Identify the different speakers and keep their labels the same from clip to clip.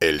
Speaker 1: El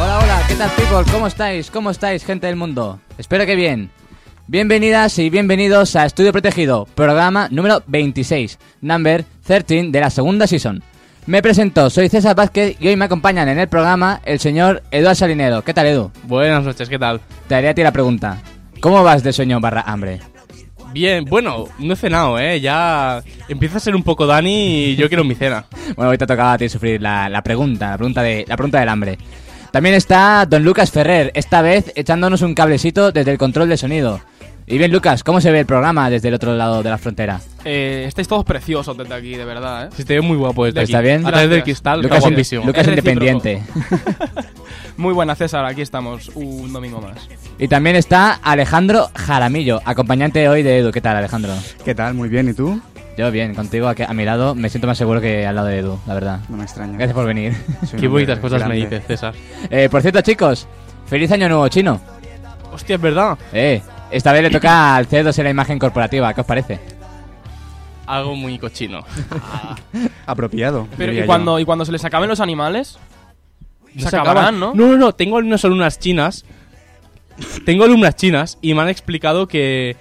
Speaker 2: Hola, hola, ¿qué tal people? ¿Cómo estáis? ¿Cómo estáis, gente del mundo? Espero que bien. Bienvenidas y bienvenidos a Estudio Protegido, programa número 26, number 13 de la segunda season. Me presento, soy César Vázquez y hoy me acompañan en el programa el señor Eduardo Salinero. ¿Qué tal, Edu?
Speaker 3: Buenas noches, ¿qué tal?
Speaker 2: Te haré a ti la pregunta. ¿Cómo vas de sueño barra hambre?
Speaker 3: Bien, bueno, no he cenado, ¿eh? Ya empieza a ser un poco Dani y yo quiero mi cena.
Speaker 2: Bueno, hoy te ha tocado a ti sufrir la, la pregunta, la pregunta, de, la pregunta del hambre. También está don Lucas Ferrer, esta vez echándonos un cablecito desde el control de sonido. Y bien, Lucas, ¿cómo se ve el programa desde el otro lado de la frontera?
Speaker 4: Eh, estáis todos preciosos desde aquí, de verdad, ¿eh?
Speaker 3: Sí, te veo muy guapo desde
Speaker 2: Pues está
Speaker 3: aquí.
Speaker 2: bien.
Speaker 3: A través del
Speaker 4: Gracias.
Speaker 3: cristal,
Speaker 2: Lucas,
Speaker 3: está
Speaker 2: in-
Speaker 3: guapísimo.
Speaker 2: Lucas
Speaker 4: Es
Speaker 2: Independiente.
Speaker 4: Muy buena, César, aquí estamos, un domingo más.
Speaker 2: Y también está Alejandro Jaramillo, acompañante hoy de Edu. ¿Qué tal, Alejandro?
Speaker 5: ¿Qué tal? Muy bien, ¿y tú?
Speaker 2: Yo bien, contigo aquí- a mi lado me siento más seguro que al lado de Edu, la verdad.
Speaker 5: No me extraña.
Speaker 2: Gracias por venir.
Speaker 5: Soy un
Speaker 3: Qué
Speaker 5: hombre
Speaker 3: bonitas cosas me
Speaker 5: grande.
Speaker 3: dices, César.
Speaker 2: Eh, por cierto, chicos, feliz año nuevo chino.
Speaker 3: Hostia, es verdad.
Speaker 2: Eh, esta vez le toca al C2 en la imagen corporativa, ¿qué os parece?
Speaker 3: Algo muy cochino.
Speaker 5: Apropiado.
Speaker 4: Pero,
Speaker 5: diría
Speaker 4: ¿y,
Speaker 5: yo.
Speaker 4: cuando, ¿Y cuando se les acaben los animales? Se acabarán, ¿no?
Speaker 3: No, no, no. Tengo unas alumnas chinas. Tengo alumnas chinas y me han explicado que,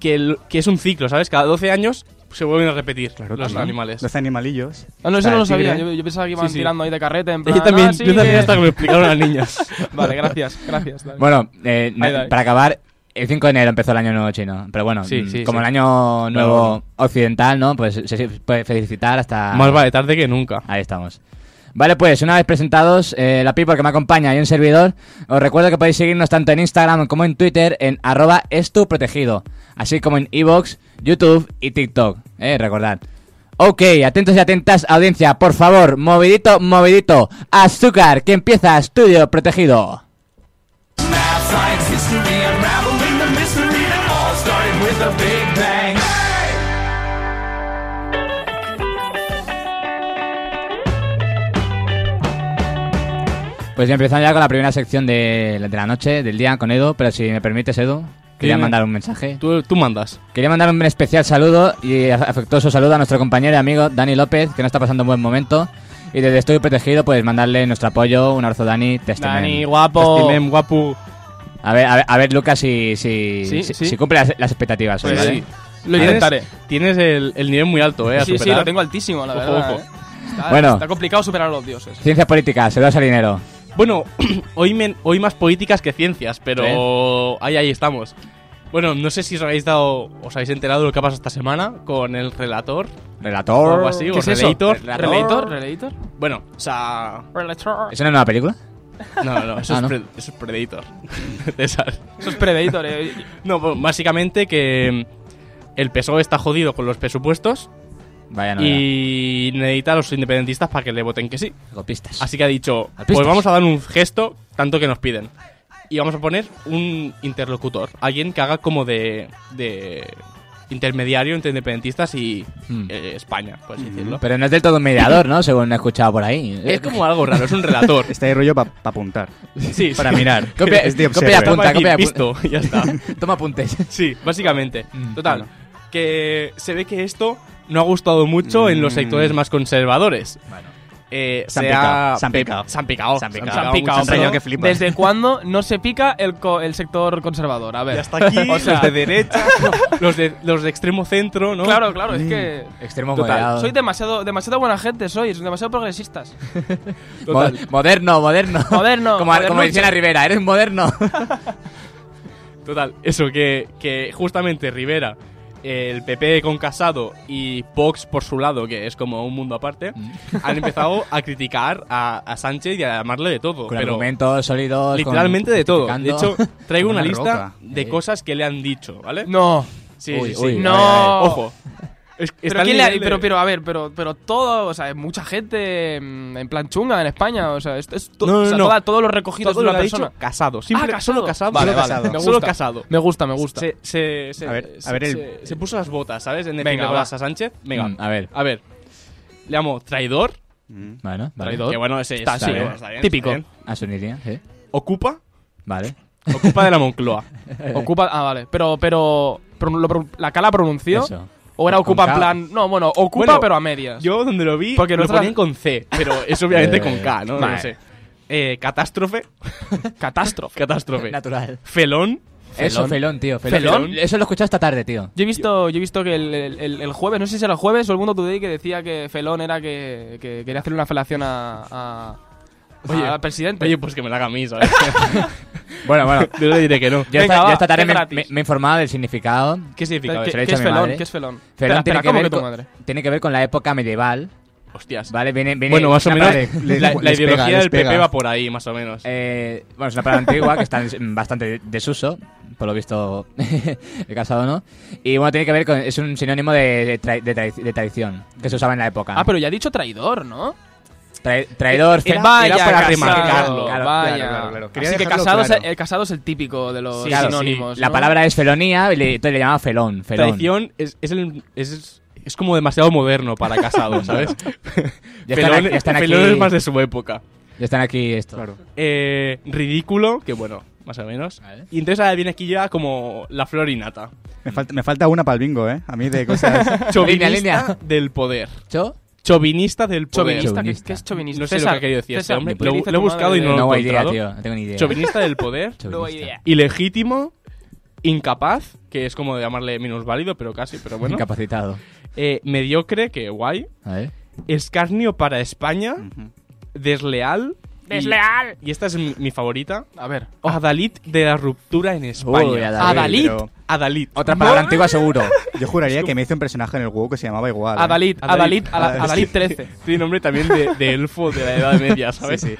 Speaker 3: que, el- que es un ciclo, ¿sabes? Cada 12 años se vuelven a repetir
Speaker 5: Claro,
Speaker 3: los
Speaker 5: también.
Speaker 3: animales.
Speaker 5: Los animalillos.
Speaker 4: Ah, no, eso
Speaker 5: Está
Speaker 4: no
Speaker 5: el
Speaker 4: lo sabía,
Speaker 5: tigre.
Speaker 4: yo, yo pensaba que iban
Speaker 3: ¿eh? Sí, sí.
Speaker 4: tirando ahí de carreta en plan...
Speaker 3: Yo también,
Speaker 4: "Ah, sí,
Speaker 3: yo también
Speaker 4: que-".
Speaker 3: hasta que me explicaron las niñas.
Speaker 4: Vale, gracias, gracias. dale.
Speaker 2: Bueno, eh,
Speaker 4: Ahí,
Speaker 2: na-
Speaker 4: ahí.
Speaker 2: para acabar, el 5 de enero empezó el año nuevo chino. Pero bueno,
Speaker 3: Sí,
Speaker 2: mm,
Speaker 3: sí,
Speaker 2: como
Speaker 3: sí.
Speaker 2: el año nuevo
Speaker 3: bueno.
Speaker 2: occidental, ¿no? Pues se- se puede felicitar hasta...
Speaker 3: Más vale tarde que nunca.
Speaker 2: Ahí estamos. Vale, pues una vez presentados eh, la people que me acompaña y un servidor, os recuerdo que podéis seguirnos tanto en Instagram como en Twitter en arroba estuprotegido, así como en Evox, YouTube y TikTok, eh, recordad. Ok, atentos y atentas, audiencia, por favor, movidito, movidito, azúcar, que empieza Estudio Protegido. Pues ya empezando ya con la primera sección de, de la noche, del día, con Edu, pero si me permites, Edu, quería
Speaker 3: Dime.
Speaker 2: mandar un mensaje.
Speaker 3: Tú, tú mandas.
Speaker 2: Quería mandar un especial saludo y af- afectuoso saludo a nuestro compañero y amigo Dani López, que no está pasando un buen momento. Y desde Estudio Protegido, pues mandarle nuestro apoyo, un abrazo Dani, te estimem.
Speaker 4: Dani, guapo.
Speaker 3: Estimem, guapu.
Speaker 2: A ver, a ver, a ver, Lucas, si, si,
Speaker 4: Sí,
Speaker 2: si-
Speaker 4: sí.
Speaker 2: si cumple las, las expectativas. hoy,
Speaker 4: Pues
Speaker 2: ¿vale?
Speaker 4: sí, lo intentaré.
Speaker 3: Tienes el, el nivel muy alto, eh. a
Speaker 4: Sí, sí,
Speaker 3: superar.
Speaker 4: lo tengo altísimo, la
Speaker 3: Ojo,
Speaker 4: verdad.
Speaker 3: ojo.
Speaker 4: ¿eh? Está,
Speaker 2: Bueno.
Speaker 4: está complicado superar a los dioses.
Speaker 2: Ciencias políticas, se da dinero.
Speaker 3: Bueno, hoy, men- hoy más políticas que ciencias, pero ahí, ahí estamos. Bueno, no sé si os habéis dado, os habéis enterado de lo que ha pasado esta semana con el relator o
Speaker 2: Relator.
Speaker 3: algo así, o
Speaker 4: ¿Qué es eso?
Speaker 3: relator.
Speaker 4: ¿Relator? ¿Relator?
Speaker 3: Bueno, o sea,
Speaker 4: ¿Relator?
Speaker 2: ¿Es una nueva película?
Speaker 3: no, no, eso,
Speaker 2: Ah,
Speaker 3: es,
Speaker 2: ¿no?
Speaker 3: pre- eso es Predator. César.
Speaker 4: Eso es Predator, eh.
Speaker 3: No, pues, básicamente que el PSOE está jodido con los presupuestos
Speaker 2: Vaya, no.
Speaker 3: y necesita a los independentistas para que le voten que sí.
Speaker 2: Copistas.
Speaker 3: Así que ha dicho,
Speaker 2: Alpistas.
Speaker 3: pues vamos a dar un gesto tanto que nos piden. Y vamos a poner un interlocutor, alguien que haga como de, de intermediario entre independentistas y
Speaker 5: Hmm.
Speaker 2: Mm.
Speaker 3: eh, España, por así decirlo.
Speaker 2: Pero no es del todo un mediador, ¿no? Según he escuchado por ahí.
Speaker 5: eh,
Speaker 3: Es como algo raro, es un relator.
Speaker 5: Está ahí rollo para apuntar.
Speaker 3: sí,
Speaker 5: Para mirar. pues.
Speaker 2: Copia,
Speaker 5: Es de
Speaker 2: copia y
Speaker 5: observer.
Speaker 2: apunta,
Speaker 3: Toma aquí,
Speaker 2: copia y apunta.
Speaker 3: visto, ya está.
Speaker 2: Toma apuntes.
Speaker 3: Sí, básicamente.
Speaker 5: Hmm,
Speaker 2: Mm,
Speaker 3: Total, que se ve que esto no ha gustado mucho en los
Speaker 5: Mm.
Speaker 3: sectores más conservadores. Eh,
Speaker 5: Se han
Speaker 3: se
Speaker 5: picado,
Speaker 3: ha
Speaker 5: se han
Speaker 3: pe-
Speaker 5: picado.
Speaker 3: Se han picado.
Speaker 2: Se han picado.
Speaker 3: Se han
Speaker 2: Se han
Speaker 3: picado,
Speaker 5: mucho, se han
Speaker 3: pero
Speaker 5: rayado que flipas.
Speaker 4: ¿Desde cuándo no se pica el, co- el sector conservador? A ver.
Speaker 3: Ya está aquí,
Speaker 4: O sea,
Speaker 3: los de derecha, los de, los de extremo centro, ¿no? Mm.
Speaker 4: Claro, claro, es que.
Speaker 2: Extremo
Speaker 3: Total,
Speaker 2: moderado.
Speaker 4: Soy demasiado, demasiado buena gente, sois, demasiado progresistas.
Speaker 2: Mo- Moderno, moderno.
Speaker 4: Moderno,
Speaker 2: Como, como
Speaker 4: modernucho.
Speaker 2: decía la Rivera, eres un moderno.
Speaker 3: Total, eso, que, que justamente Rivera, el PP con Casado y Vox por su lado, que es como un mundo aparte, han empezado a criticar a, a Sánchez y a llamarle de todo.
Speaker 2: con
Speaker 3: pero
Speaker 2: argumentos sólidos. con-
Speaker 3: literalmente de todo. De hecho,
Speaker 2: justificando.
Speaker 3: traigo
Speaker 5: Con
Speaker 3: una
Speaker 5: una
Speaker 3: lista
Speaker 5: roca.
Speaker 3: de
Speaker 2: Sí.
Speaker 3: cosas que le han dicho, ¿vale?
Speaker 4: No.
Speaker 3: Sí,
Speaker 2: Uy,
Speaker 3: sí, sí.
Speaker 2: uy,
Speaker 4: No.
Speaker 3: Ojo. Es- está
Speaker 4: Pero,
Speaker 3: al
Speaker 4: ¿quién le ha-
Speaker 3: nivel de-
Speaker 4: pero, pero, a ver, pero, pero todo, o sea, mucha gente mm, en plan chunga en España, o sea, esto es to-
Speaker 3: No, no,
Speaker 4: o sea,
Speaker 3: no.
Speaker 4: toda- todos los recogidos
Speaker 3: Todo
Speaker 4: de
Speaker 3: lo
Speaker 4: una
Speaker 3: que ha dicho,
Speaker 4: persona. Ah,
Speaker 3: casado. Simple,
Speaker 4: casado.
Speaker 3: Solo casado.
Speaker 4: Vale,
Speaker 3: solo
Speaker 4: vale.
Speaker 3: casado.
Speaker 4: Me
Speaker 3: Solo
Speaker 4: gusta.
Speaker 3: casado. eh.
Speaker 4: Me gusta, me gusta.
Speaker 3: Se, se, se-
Speaker 5: A ver,
Speaker 3: se-
Speaker 5: a ver el-
Speaker 3: se- se puso las botas, ¿sabes? En
Speaker 4: Venga,
Speaker 3: decirle
Speaker 4: va.
Speaker 3: vas a Sánchez. Venga,
Speaker 2: Mm, a ver.
Speaker 3: a ver. Le llamo traidor.
Speaker 5: Mm.
Speaker 2: Bueno, vale.
Speaker 4: Traidor.
Speaker 3: Que bueno, ese
Speaker 4: Está,
Speaker 3: está,
Speaker 2: sí,
Speaker 3: bien,
Speaker 2: ¿eh?
Speaker 3: está bien,
Speaker 4: Típico.
Speaker 3: está bien.
Speaker 2: A su línea, sí.
Speaker 3: Ocupa.
Speaker 2: ¿eh? Vale.
Speaker 3: Ocupa de la Moncloa.
Speaker 4: Ocupa, ah, vale, pero, pero, pero lo pro- la cara pronunció.
Speaker 2: Eso.
Speaker 4: O era
Speaker 2: Con
Speaker 4: ocupa en
Speaker 2: K.
Speaker 4: plan, no, bueno, ocupa
Speaker 3: Bueno,
Speaker 4: pero a medias.
Speaker 3: Yo donde lo vi,
Speaker 4: Porque
Speaker 3: lo
Speaker 4: nosotras-
Speaker 3: ponían con C, pero es obviamente
Speaker 2: Eh,
Speaker 3: con K, ¿no?
Speaker 2: vale.
Speaker 3: No sé. Eh, catástrofe.
Speaker 4: Catástrofe.
Speaker 3: Catástrofe.
Speaker 2: Natural.
Speaker 3: Felón.
Speaker 2: Eso, felón, tío. Felón.
Speaker 3: Felón.
Speaker 2: Eso lo he escuchado esta tarde, tío.
Speaker 4: Yo he visto, yo he visto que el, el- el- el jueves, no sé si era el jueves o el mundo today que decía que Felón era que, que quería hacerle una felación a, a-
Speaker 3: Oye,
Speaker 4: al presidente.
Speaker 3: Oye, pues que me la haga a mí, ¿sabes?
Speaker 2: Bueno, bueno.
Speaker 3: Yo le diré que no.
Speaker 2: Yo,
Speaker 4: Venga,
Speaker 2: esta, yo
Speaker 4: va,
Speaker 2: esta tarde
Speaker 4: qué
Speaker 2: me,
Speaker 4: gratis.
Speaker 2: me- me he informado del significado.
Speaker 3: ¿Qué
Speaker 4: ¿Qué,
Speaker 3: significa?
Speaker 4: qué-
Speaker 2: se lo he
Speaker 4: qué
Speaker 2: dicho
Speaker 4: es
Speaker 2: a mi
Speaker 4: Felón?
Speaker 2: madre.
Speaker 4: ¿Qué es Felón?
Speaker 2: Felón
Speaker 4: Espera,
Speaker 2: tiene,
Speaker 4: espera,
Speaker 2: que
Speaker 4: ¿cómo
Speaker 2: ver
Speaker 4: tu
Speaker 2: con-
Speaker 4: madre?
Speaker 2: tiene que ver con la época medieval.
Speaker 3: Hostias.
Speaker 2: Vale, viene. viene
Speaker 3: Bueno, más o
Speaker 2: una
Speaker 3: menos.
Speaker 2: palabra-
Speaker 5: les-
Speaker 3: la la
Speaker 5: les pega,
Speaker 3: ideología
Speaker 5: les
Speaker 3: del PP
Speaker 5: pega.
Speaker 3: va por ahí, más o menos.
Speaker 2: Eh, bueno, es una palabra antigua que está en bastante desuso, por lo visto el casado no. Y bueno, tiene que ver con. Es un sinónimo de, tra- de tra- de traición que se usaba en la época.
Speaker 4: Ah, pero ya ha dicho traidor, ¿no?
Speaker 2: Tra- traidor, fe-
Speaker 4: Vaya
Speaker 3: era para
Speaker 4: casado,
Speaker 3: remarcarlo.
Speaker 2: Claro,
Speaker 4: vaya.
Speaker 2: claro, claro, claro.
Speaker 5: Quería
Speaker 4: Así que
Speaker 5: dejarlo
Speaker 4: casado, es,
Speaker 5: claro.
Speaker 4: el casado es el típico de los
Speaker 3: Sí,
Speaker 2: claro,
Speaker 4: sinónimos.
Speaker 2: La
Speaker 4: ¿no?
Speaker 2: palabra es felonía y le, entonces le llamaba felón. felón.
Speaker 3: Traición es, es, el- es, es como demasiado moderno para casado, ¿sabes?
Speaker 2: Ya están,
Speaker 3: Pelón,
Speaker 2: aquí- ya están
Speaker 3: Pelón es más
Speaker 2: aquí.
Speaker 3: de su época.
Speaker 2: Ya están aquí esto.
Speaker 5: Claro.
Speaker 3: Eh, ridículo, que bueno, más o menos.
Speaker 2: Vale.
Speaker 3: Y entonces ahora viene aquí ya como la florinata.
Speaker 5: Me falta, me falta una para el bingo, ¿eh? A mí de cosas.
Speaker 3: Chovinista
Speaker 2: Línea, línea.
Speaker 3: del poder.
Speaker 2: ¿Cho?
Speaker 3: Chovinista del poder.
Speaker 4: Chauvinista, ¿qué,
Speaker 2: Chauvinista.
Speaker 4: qué es chauvinista?
Speaker 3: No sé lo que ha querido decir este
Speaker 4: César,
Speaker 3: hombre.
Speaker 4: ¿qué
Speaker 3: Lo-
Speaker 4: dice
Speaker 3: lo he
Speaker 4: tu madre
Speaker 3: buscado y
Speaker 4: de-
Speaker 3: no lo
Speaker 2: No,
Speaker 3: he
Speaker 2: idea,
Speaker 3: encontrado.
Speaker 2: tío. No tengo ni idea.
Speaker 3: Chovinista del poder.
Speaker 4: No
Speaker 2: Chauvinista.
Speaker 4: idea.
Speaker 3: Ilegítimo. Incapaz, que es como llamarle minusválido, pero casi, pero bueno.
Speaker 2: Incapacitado.
Speaker 3: Eh, mediocre, que guay.
Speaker 2: A ver.
Speaker 3: Escarnio para España. Desleal. ¡Desleal! Y, esta es mi, mi favorita.
Speaker 4: A ver.
Speaker 3: Adalid de la ruptura en España.
Speaker 2: Uy, Adalid.
Speaker 4: Adalid.
Speaker 5: Pero
Speaker 3: Adalid.
Speaker 2: Otra palabra antigua seguro.
Speaker 5: yo juraría que me hizo un personaje en el juego que se llamaba igual. ¿eh?
Speaker 4: Adalid, Adalid,
Speaker 3: Adalid.
Speaker 4: Adalid, Adalid
Speaker 3: Sí.
Speaker 4: 13.
Speaker 3: Tiene nombre también de, de elfo de la Edad Media,
Speaker 5: Sí,
Speaker 3: ¿sabes?
Speaker 5: sí.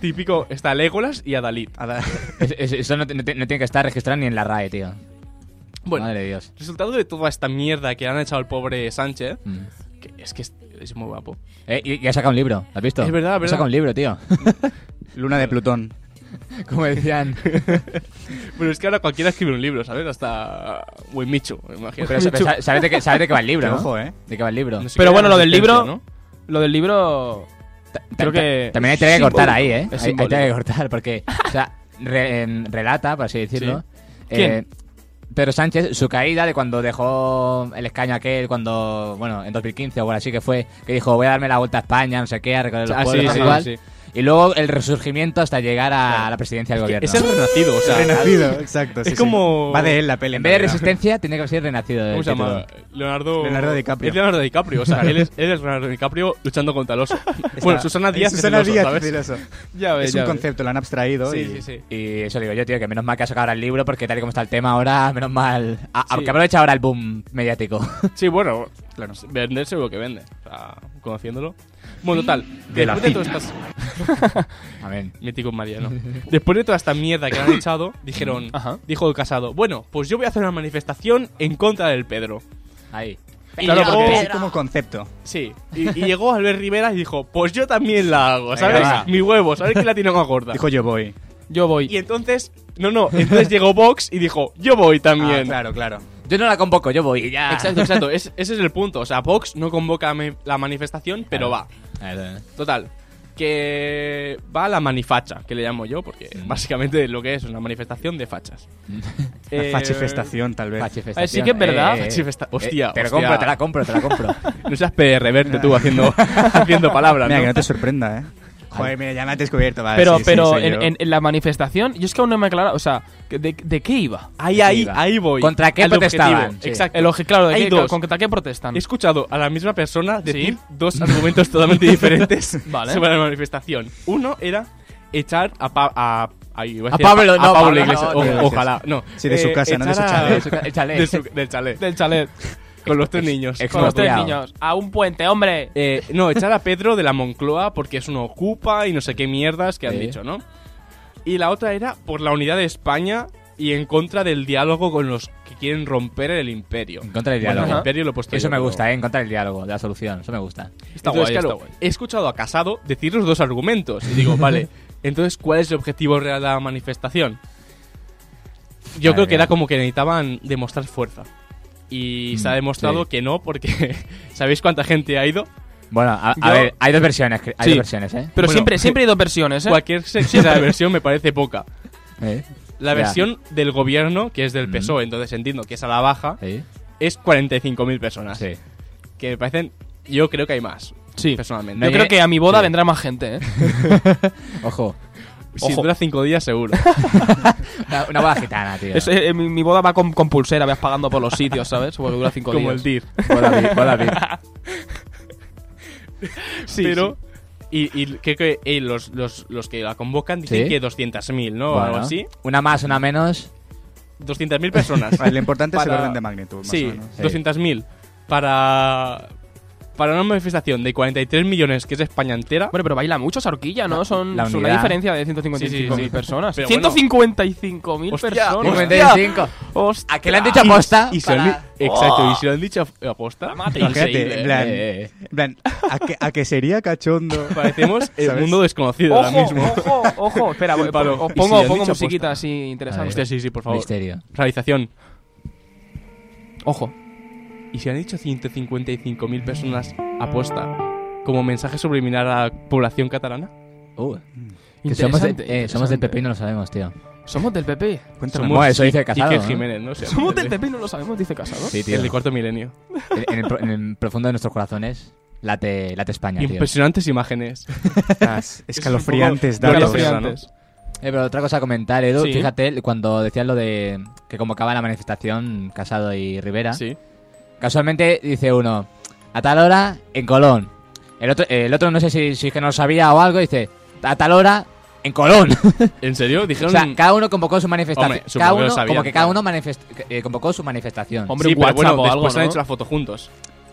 Speaker 3: Típico, está Legolas y Adalid.
Speaker 5: Ada-
Speaker 2: Es- es- eso no, te- no te- no tiene que estar registrado ni en la RAE, tío.
Speaker 3: Bueno,
Speaker 2: Madre de Dios.
Speaker 3: resultado de toda esta mierda que le han echado al pobre Sánchez,
Speaker 2: Mm.
Speaker 3: que es que es, es muy guapo.
Speaker 2: Eh, y, y ha sacado un libro, ¿lo has visto?
Speaker 3: Es verdad,
Speaker 2: Ha
Speaker 3: verdad.
Speaker 2: sacado un libro, tío.
Speaker 5: Luna de Plutón.
Speaker 2: Como decían.
Speaker 3: Pero es que ahora cualquiera escribe un libro, ¿sabes? Hasta Wimichu, imagínate.
Speaker 2: Pero sa- sa- sabes de, qué, sabes de qué va el libro,
Speaker 5: Qué
Speaker 2: ¿no?
Speaker 5: ojo, ¿eh?
Speaker 2: ¿De qué va el libro?
Speaker 3: No sé
Speaker 4: Pero
Speaker 3: qué
Speaker 4: bueno,
Speaker 3: era
Speaker 4: lo del
Speaker 3: resistencia,
Speaker 4: libro.
Speaker 3: ¿no?
Speaker 4: Lo del libro. Creo
Speaker 2: Ta- ta-
Speaker 4: que.
Speaker 2: También hay tela que cortar ahí, ¿eh? Hay,
Speaker 4: Es
Speaker 2: hay
Speaker 4: simbólico.
Speaker 2: tela que cortar porque... O sea, re- em, relata, por así decirlo.
Speaker 4: ¿Quién?
Speaker 2: eh, Pedro Sánchez, su caída de cuando dejó el escaño aquel, cuando, bueno, en 2015 o algo así que fue, que dijo, voy a darme la vuelta a España, no sé qué, a recorrer los
Speaker 3: Ah, sí,
Speaker 2: pueblos,
Speaker 3: sí,
Speaker 2: igual.
Speaker 3: sí.
Speaker 2: Y luego el resurgimiento hasta llegar a la presidencia del gobierno.
Speaker 3: Es el renacido, o sea.
Speaker 5: Renacido, exacto.
Speaker 3: Es
Speaker 5: sí, sí.
Speaker 3: como-
Speaker 5: Va de él la peli.
Speaker 2: En vez de
Speaker 5: realidad.
Speaker 2: resistencia, tiene que ser renacido. el
Speaker 3: ¿Cómo se
Speaker 2: título.
Speaker 3: llama? Leonardo...
Speaker 5: Leonardo DiCaprio.
Speaker 3: Es Leonardo DiCaprio, o sea, él es, él es Leonardo DiCaprio luchando contra el oso. bueno,
Speaker 5: Está-
Speaker 3: Susana Díaz
Speaker 5: Susana
Speaker 3: es el oso,
Speaker 5: Díaz
Speaker 3: ¿sabes?
Speaker 5: es el oso.
Speaker 4: Ya ves,
Speaker 5: Es
Speaker 4: ya
Speaker 5: un
Speaker 4: ves.
Speaker 5: concepto, lo han abstraído.
Speaker 3: Sí,
Speaker 5: y-
Speaker 3: sí, sí.
Speaker 2: Y eso digo yo, tío, que menos mal que ha sacado ahora el libro, porque tal y como está el tema ahora, menos mal. a- Aunque aprovecha ahora el boom mediático.
Speaker 3: Sí, bueno,
Speaker 5: Claro.
Speaker 3: vender seguro que vende. O sea, conociéndolo. Bueno, total.
Speaker 5: De la
Speaker 3: después de todas
Speaker 5: cita.
Speaker 3: estas...
Speaker 2: Amén.
Speaker 3: Mítico Mariano. Después de toda esta mierda que han echado, dijeron,
Speaker 4: Ajá.
Speaker 3: dijo el casado, bueno, pues yo voy a hacer una manifestación en contra del Pedro.
Speaker 2: Ahí.
Speaker 3: Y
Speaker 5: Claro,
Speaker 3: llegó-
Speaker 4: oh.
Speaker 5: porque es como concepto.
Speaker 3: Sí, y, y llegó Albert Rivera y dijo, pues yo también la hago, ¿sabes?
Speaker 5: Venga, va.
Speaker 3: Mi huevo, ¿sabes que la tiene más gorda?
Speaker 5: Dijo yo voy.
Speaker 4: Yo voy.
Speaker 3: y entonces, no, no, entonces llegó Vox y dijo, yo voy también.
Speaker 5: Ah, claro, claro.
Speaker 2: Yo no la convoco, yo voy. Ya.
Speaker 3: Exacto, exacto, es- ese es el punto. O sea, Vox no convoca me- la manifestación, pero va.
Speaker 2: Claro.
Speaker 3: Total, que va a la manifacha, que le llamo yo, porque básicamente lo que es una manifestación de fachas. Eh,
Speaker 5: La fachifestación, tal
Speaker 6: Eh,
Speaker 5: vez.
Speaker 2: Fachifestación, Eh,
Speaker 4: sí que es verdad.
Speaker 3: Fachifesta- hostia,
Speaker 2: te la
Speaker 3: hostia.
Speaker 2: compro, te la compro, te la compro.
Speaker 3: No seas PR verte tú haciendo, haciendo palabras,
Speaker 5: Mira, que
Speaker 3: ¿no?
Speaker 5: no te sorprenda, ¿eh. Joder, mira, ya me has descubierto. Vale, sí,
Speaker 4: pero
Speaker 5: sí,
Speaker 4: pero
Speaker 5: soy yo.
Speaker 4: en, en- en la manifestación, yo es que aún no me he aclarado. O sea, que ¿de, de qué iba?
Speaker 3: Ahí, ahí, ahí voy.
Speaker 2: ¿Contra qué
Speaker 3: Al
Speaker 2: protestaban?
Speaker 3: objetivo.
Speaker 2: Sí.
Speaker 3: Exacto.
Speaker 4: El oje- claro, ¿de
Speaker 3: Hay
Speaker 4: qué,
Speaker 3: dos.
Speaker 4: ¿contra qué protestan?
Speaker 3: He escuchado a la misma persona decir
Speaker 4: Sí.
Speaker 3: dos argumentos totalmente diferentes
Speaker 4: Vale.
Speaker 3: sobre la manifestación. Uno era echar a, Pa- a, ay, iba
Speaker 2: A
Speaker 3: decir
Speaker 2: Pablo, no,
Speaker 3: a
Speaker 2: Pablo,
Speaker 3: Iglesias.
Speaker 2: no,
Speaker 3: O-
Speaker 5: no.
Speaker 3: ojalá, no. Eh,
Speaker 5: Sí, de su casa, no de su
Speaker 3: echar
Speaker 5: chalet.
Speaker 3: a-
Speaker 2: De su ca- el chalet.
Speaker 3: de su- del chalet.
Speaker 4: Del chalet.
Speaker 3: Con los tres niños.
Speaker 2: ex-
Speaker 4: Con los tres
Speaker 2: Expropiado.
Speaker 4: niños. A un puente, hombre.
Speaker 3: Eh, no, echar a Pedro de la Moncloa porque es una ocupa y no sé qué mierdas que han
Speaker 2: Sí.
Speaker 3: dicho, ¿no? Y la otra era por la unidad de España y en contra del diálogo con los que quieren romper el imperio.
Speaker 2: En contra del
Speaker 3: Bueno, el
Speaker 2: diálogo.
Speaker 3: imperio lo he puesto
Speaker 2: Eso
Speaker 3: yo,
Speaker 2: me
Speaker 3: pero-
Speaker 2: gusta, ¿eh? En contra del diálogo, de la solución. Eso me gusta.
Speaker 3: Está
Speaker 4: Entonces,
Speaker 3: guay,
Speaker 4: claro,
Speaker 3: está guay. He escuchado a Casado decir los dos argumentos y digo, vale, entonces, ¿cuál es el objetivo real de la manifestación? Yo
Speaker 2: Madre
Speaker 3: creo que
Speaker 2: mía.
Speaker 3: era como que necesitaban demostrar fuerza. Y se ha
Speaker 2: Mm,
Speaker 3: demostrado
Speaker 2: sí.
Speaker 3: que no, porque ¿sabéis cucuánta gente ha ido?
Speaker 2: Bueno, a, a
Speaker 4: Yo-
Speaker 2: ver, hay dos versiones. cre- Hay
Speaker 4: Sí.
Speaker 2: dos versiones, ¿eh?
Speaker 4: Pero
Speaker 3: Bueno,
Speaker 4: siempre, siempre hay dos versiones, ¿eh?
Speaker 3: Cualquier se- esa versión me parece poca.
Speaker 2: ¿Eh?
Speaker 3: La
Speaker 2: Ya.
Speaker 3: versión del gobierno, que es del
Speaker 2: Mm.
Speaker 3: PSOE, E, entonces entiendo que es a la baja,
Speaker 2: Sí.
Speaker 3: es 45.000 personas.
Speaker 2: Sí.
Speaker 3: Que me parecen, yo creo que hay más,
Speaker 4: Sí.
Speaker 3: personalmente. Eh,
Speaker 4: Yo
Speaker 2: Nadie-
Speaker 4: creo que a mi boda
Speaker 2: Sí.
Speaker 4: vendrá más gente, ¿eh?
Speaker 2: Ojo.
Speaker 3: Si
Speaker 4: ojo.
Speaker 3: dura cinco días, seguro.
Speaker 2: Una, una boda gitana, tío.
Speaker 4: Es- eh, mi, mi boda va con, con pulsera, vas pagando por los sitios, ¿sabes? Porque dura cinco
Speaker 3: como el
Speaker 4: días.
Speaker 3: DIR.
Speaker 2: Boda VIP, boda VIP.
Speaker 3: pero Y, y creo que eh, los, los, los que la convocan dicen
Speaker 2: Sí.
Speaker 3: que 200.000, ¿no? O
Speaker 2: Bueno,
Speaker 3: algo así.
Speaker 2: Una más, una menos.
Speaker 3: 200.000 personas.
Speaker 5: Vale, lo importante es
Speaker 3: Para-
Speaker 5: el orden de magnitud.
Speaker 2: pues
Speaker 5: Más o
Speaker 3: sí,
Speaker 5: menos.
Speaker 2: Sí.
Speaker 3: 200.000 para, para una manifestación de 43 millones, que es España entera.
Speaker 4: Bueno, pero baila mucho esa horquilla, ¿no? Son,
Speaker 2: la
Speaker 4: son una
Speaker 2: unidad.
Speaker 4: diferencia de 155.000
Speaker 3: Sí, sí, sí.
Speaker 4: personas.
Speaker 3: Pero bueno.
Speaker 4: 155.000
Speaker 3: Hostia,
Speaker 4: personas.
Speaker 3: hostia.
Speaker 2: 55.
Speaker 4: Hostia.
Speaker 2: ¿A qué le han dicho aposta?
Speaker 3: y se lo han
Speaker 2: Para- ¡Oh!
Speaker 3: di- Exacto, y se lo han dicho a- aposta.
Speaker 5: Imagínate, en
Speaker 3: Increíble.
Speaker 5: plan,
Speaker 2: Eh, eh,
Speaker 5: en plan, a, que, a que sería cachondo.
Speaker 3: Parecemos el
Speaker 5: ¿Sabes?
Speaker 3: mundo desconocido ahora
Speaker 4: Ojo,
Speaker 3: mismo.
Speaker 4: ojo, ojo. Espera,
Speaker 3: El
Speaker 4: voy-
Speaker 3: palo.
Speaker 4: os
Speaker 3: Y si le
Speaker 4: pongo,
Speaker 3: han
Speaker 4: pongo
Speaker 3: dicho
Speaker 4: musiquita
Speaker 3: aposta.
Speaker 4: así
Speaker 2: A ver.
Speaker 4: interesante.
Speaker 3: Hostia, sí, sí, por favor.
Speaker 2: Misterio.
Speaker 3: Realización.
Speaker 4: Ojo.
Speaker 3: ¿Y si han dicho 155.000 personas aposta como mensaje subliminar a la población catalana?
Speaker 2: Uh, que somos, de-
Speaker 4: Interesante,
Speaker 2: eh, somos del
Speaker 4: interesante.
Speaker 2: PP y no lo sabemos, tío.
Speaker 4: Somos del PP.
Speaker 5: Cuéntame
Speaker 2: Somos-
Speaker 5: más.
Speaker 2: eso dice Casado,
Speaker 3: Quique
Speaker 2: ¿no?
Speaker 3: Jiménez, ¿no? O sea,
Speaker 4: Somos
Speaker 3: de-
Speaker 4: del PP y no lo sabemos, dice Casado.
Speaker 2: Sí, tío.
Speaker 3: El de cuarto milenio.
Speaker 2: En, en el, pro- en el profundo de nuestros corazones late, late España, tío. Eh,
Speaker 3: Impresionantes imágenes.
Speaker 5: Las escalofriantes
Speaker 3: Es un poco-
Speaker 5: datos.
Speaker 3: Escalofriantes.
Speaker 2: Eh, pero otra cosa a comentar, Edu.
Speaker 4: Sí.
Speaker 2: Fíjate, cuando decías lo de que convocaba la manifestación Casado y Rivera,
Speaker 3: Sí.
Speaker 2: casualmente dice uno, a tal hora en Colón. El otro, el otro no sé si, si es que no lo sabía o algo, dice, a tal hora en Colón.
Speaker 3: ¿En serio? Dijeron.
Speaker 2: o sea, cada uno convocó su manifestación.
Speaker 3: Hombre,
Speaker 2: Cada
Speaker 3: supongo que lo
Speaker 2: uno,
Speaker 3: sabían,
Speaker 2: como que cada
Speaker 3: claro.
Speaker 2: uno manifest- eh, convocó su manifestación.
Speaker 4: Hombre,
Speaker 3: sí,
Speaker 4: un
Speaker 3: pero bueno,
Speaker 4: WhatsApp o
Speaker 3: después
Speaker 4: algo,
Speaker 3: han
Speaker 4: ¿no?
Speaker 3: hecho la foto juntos.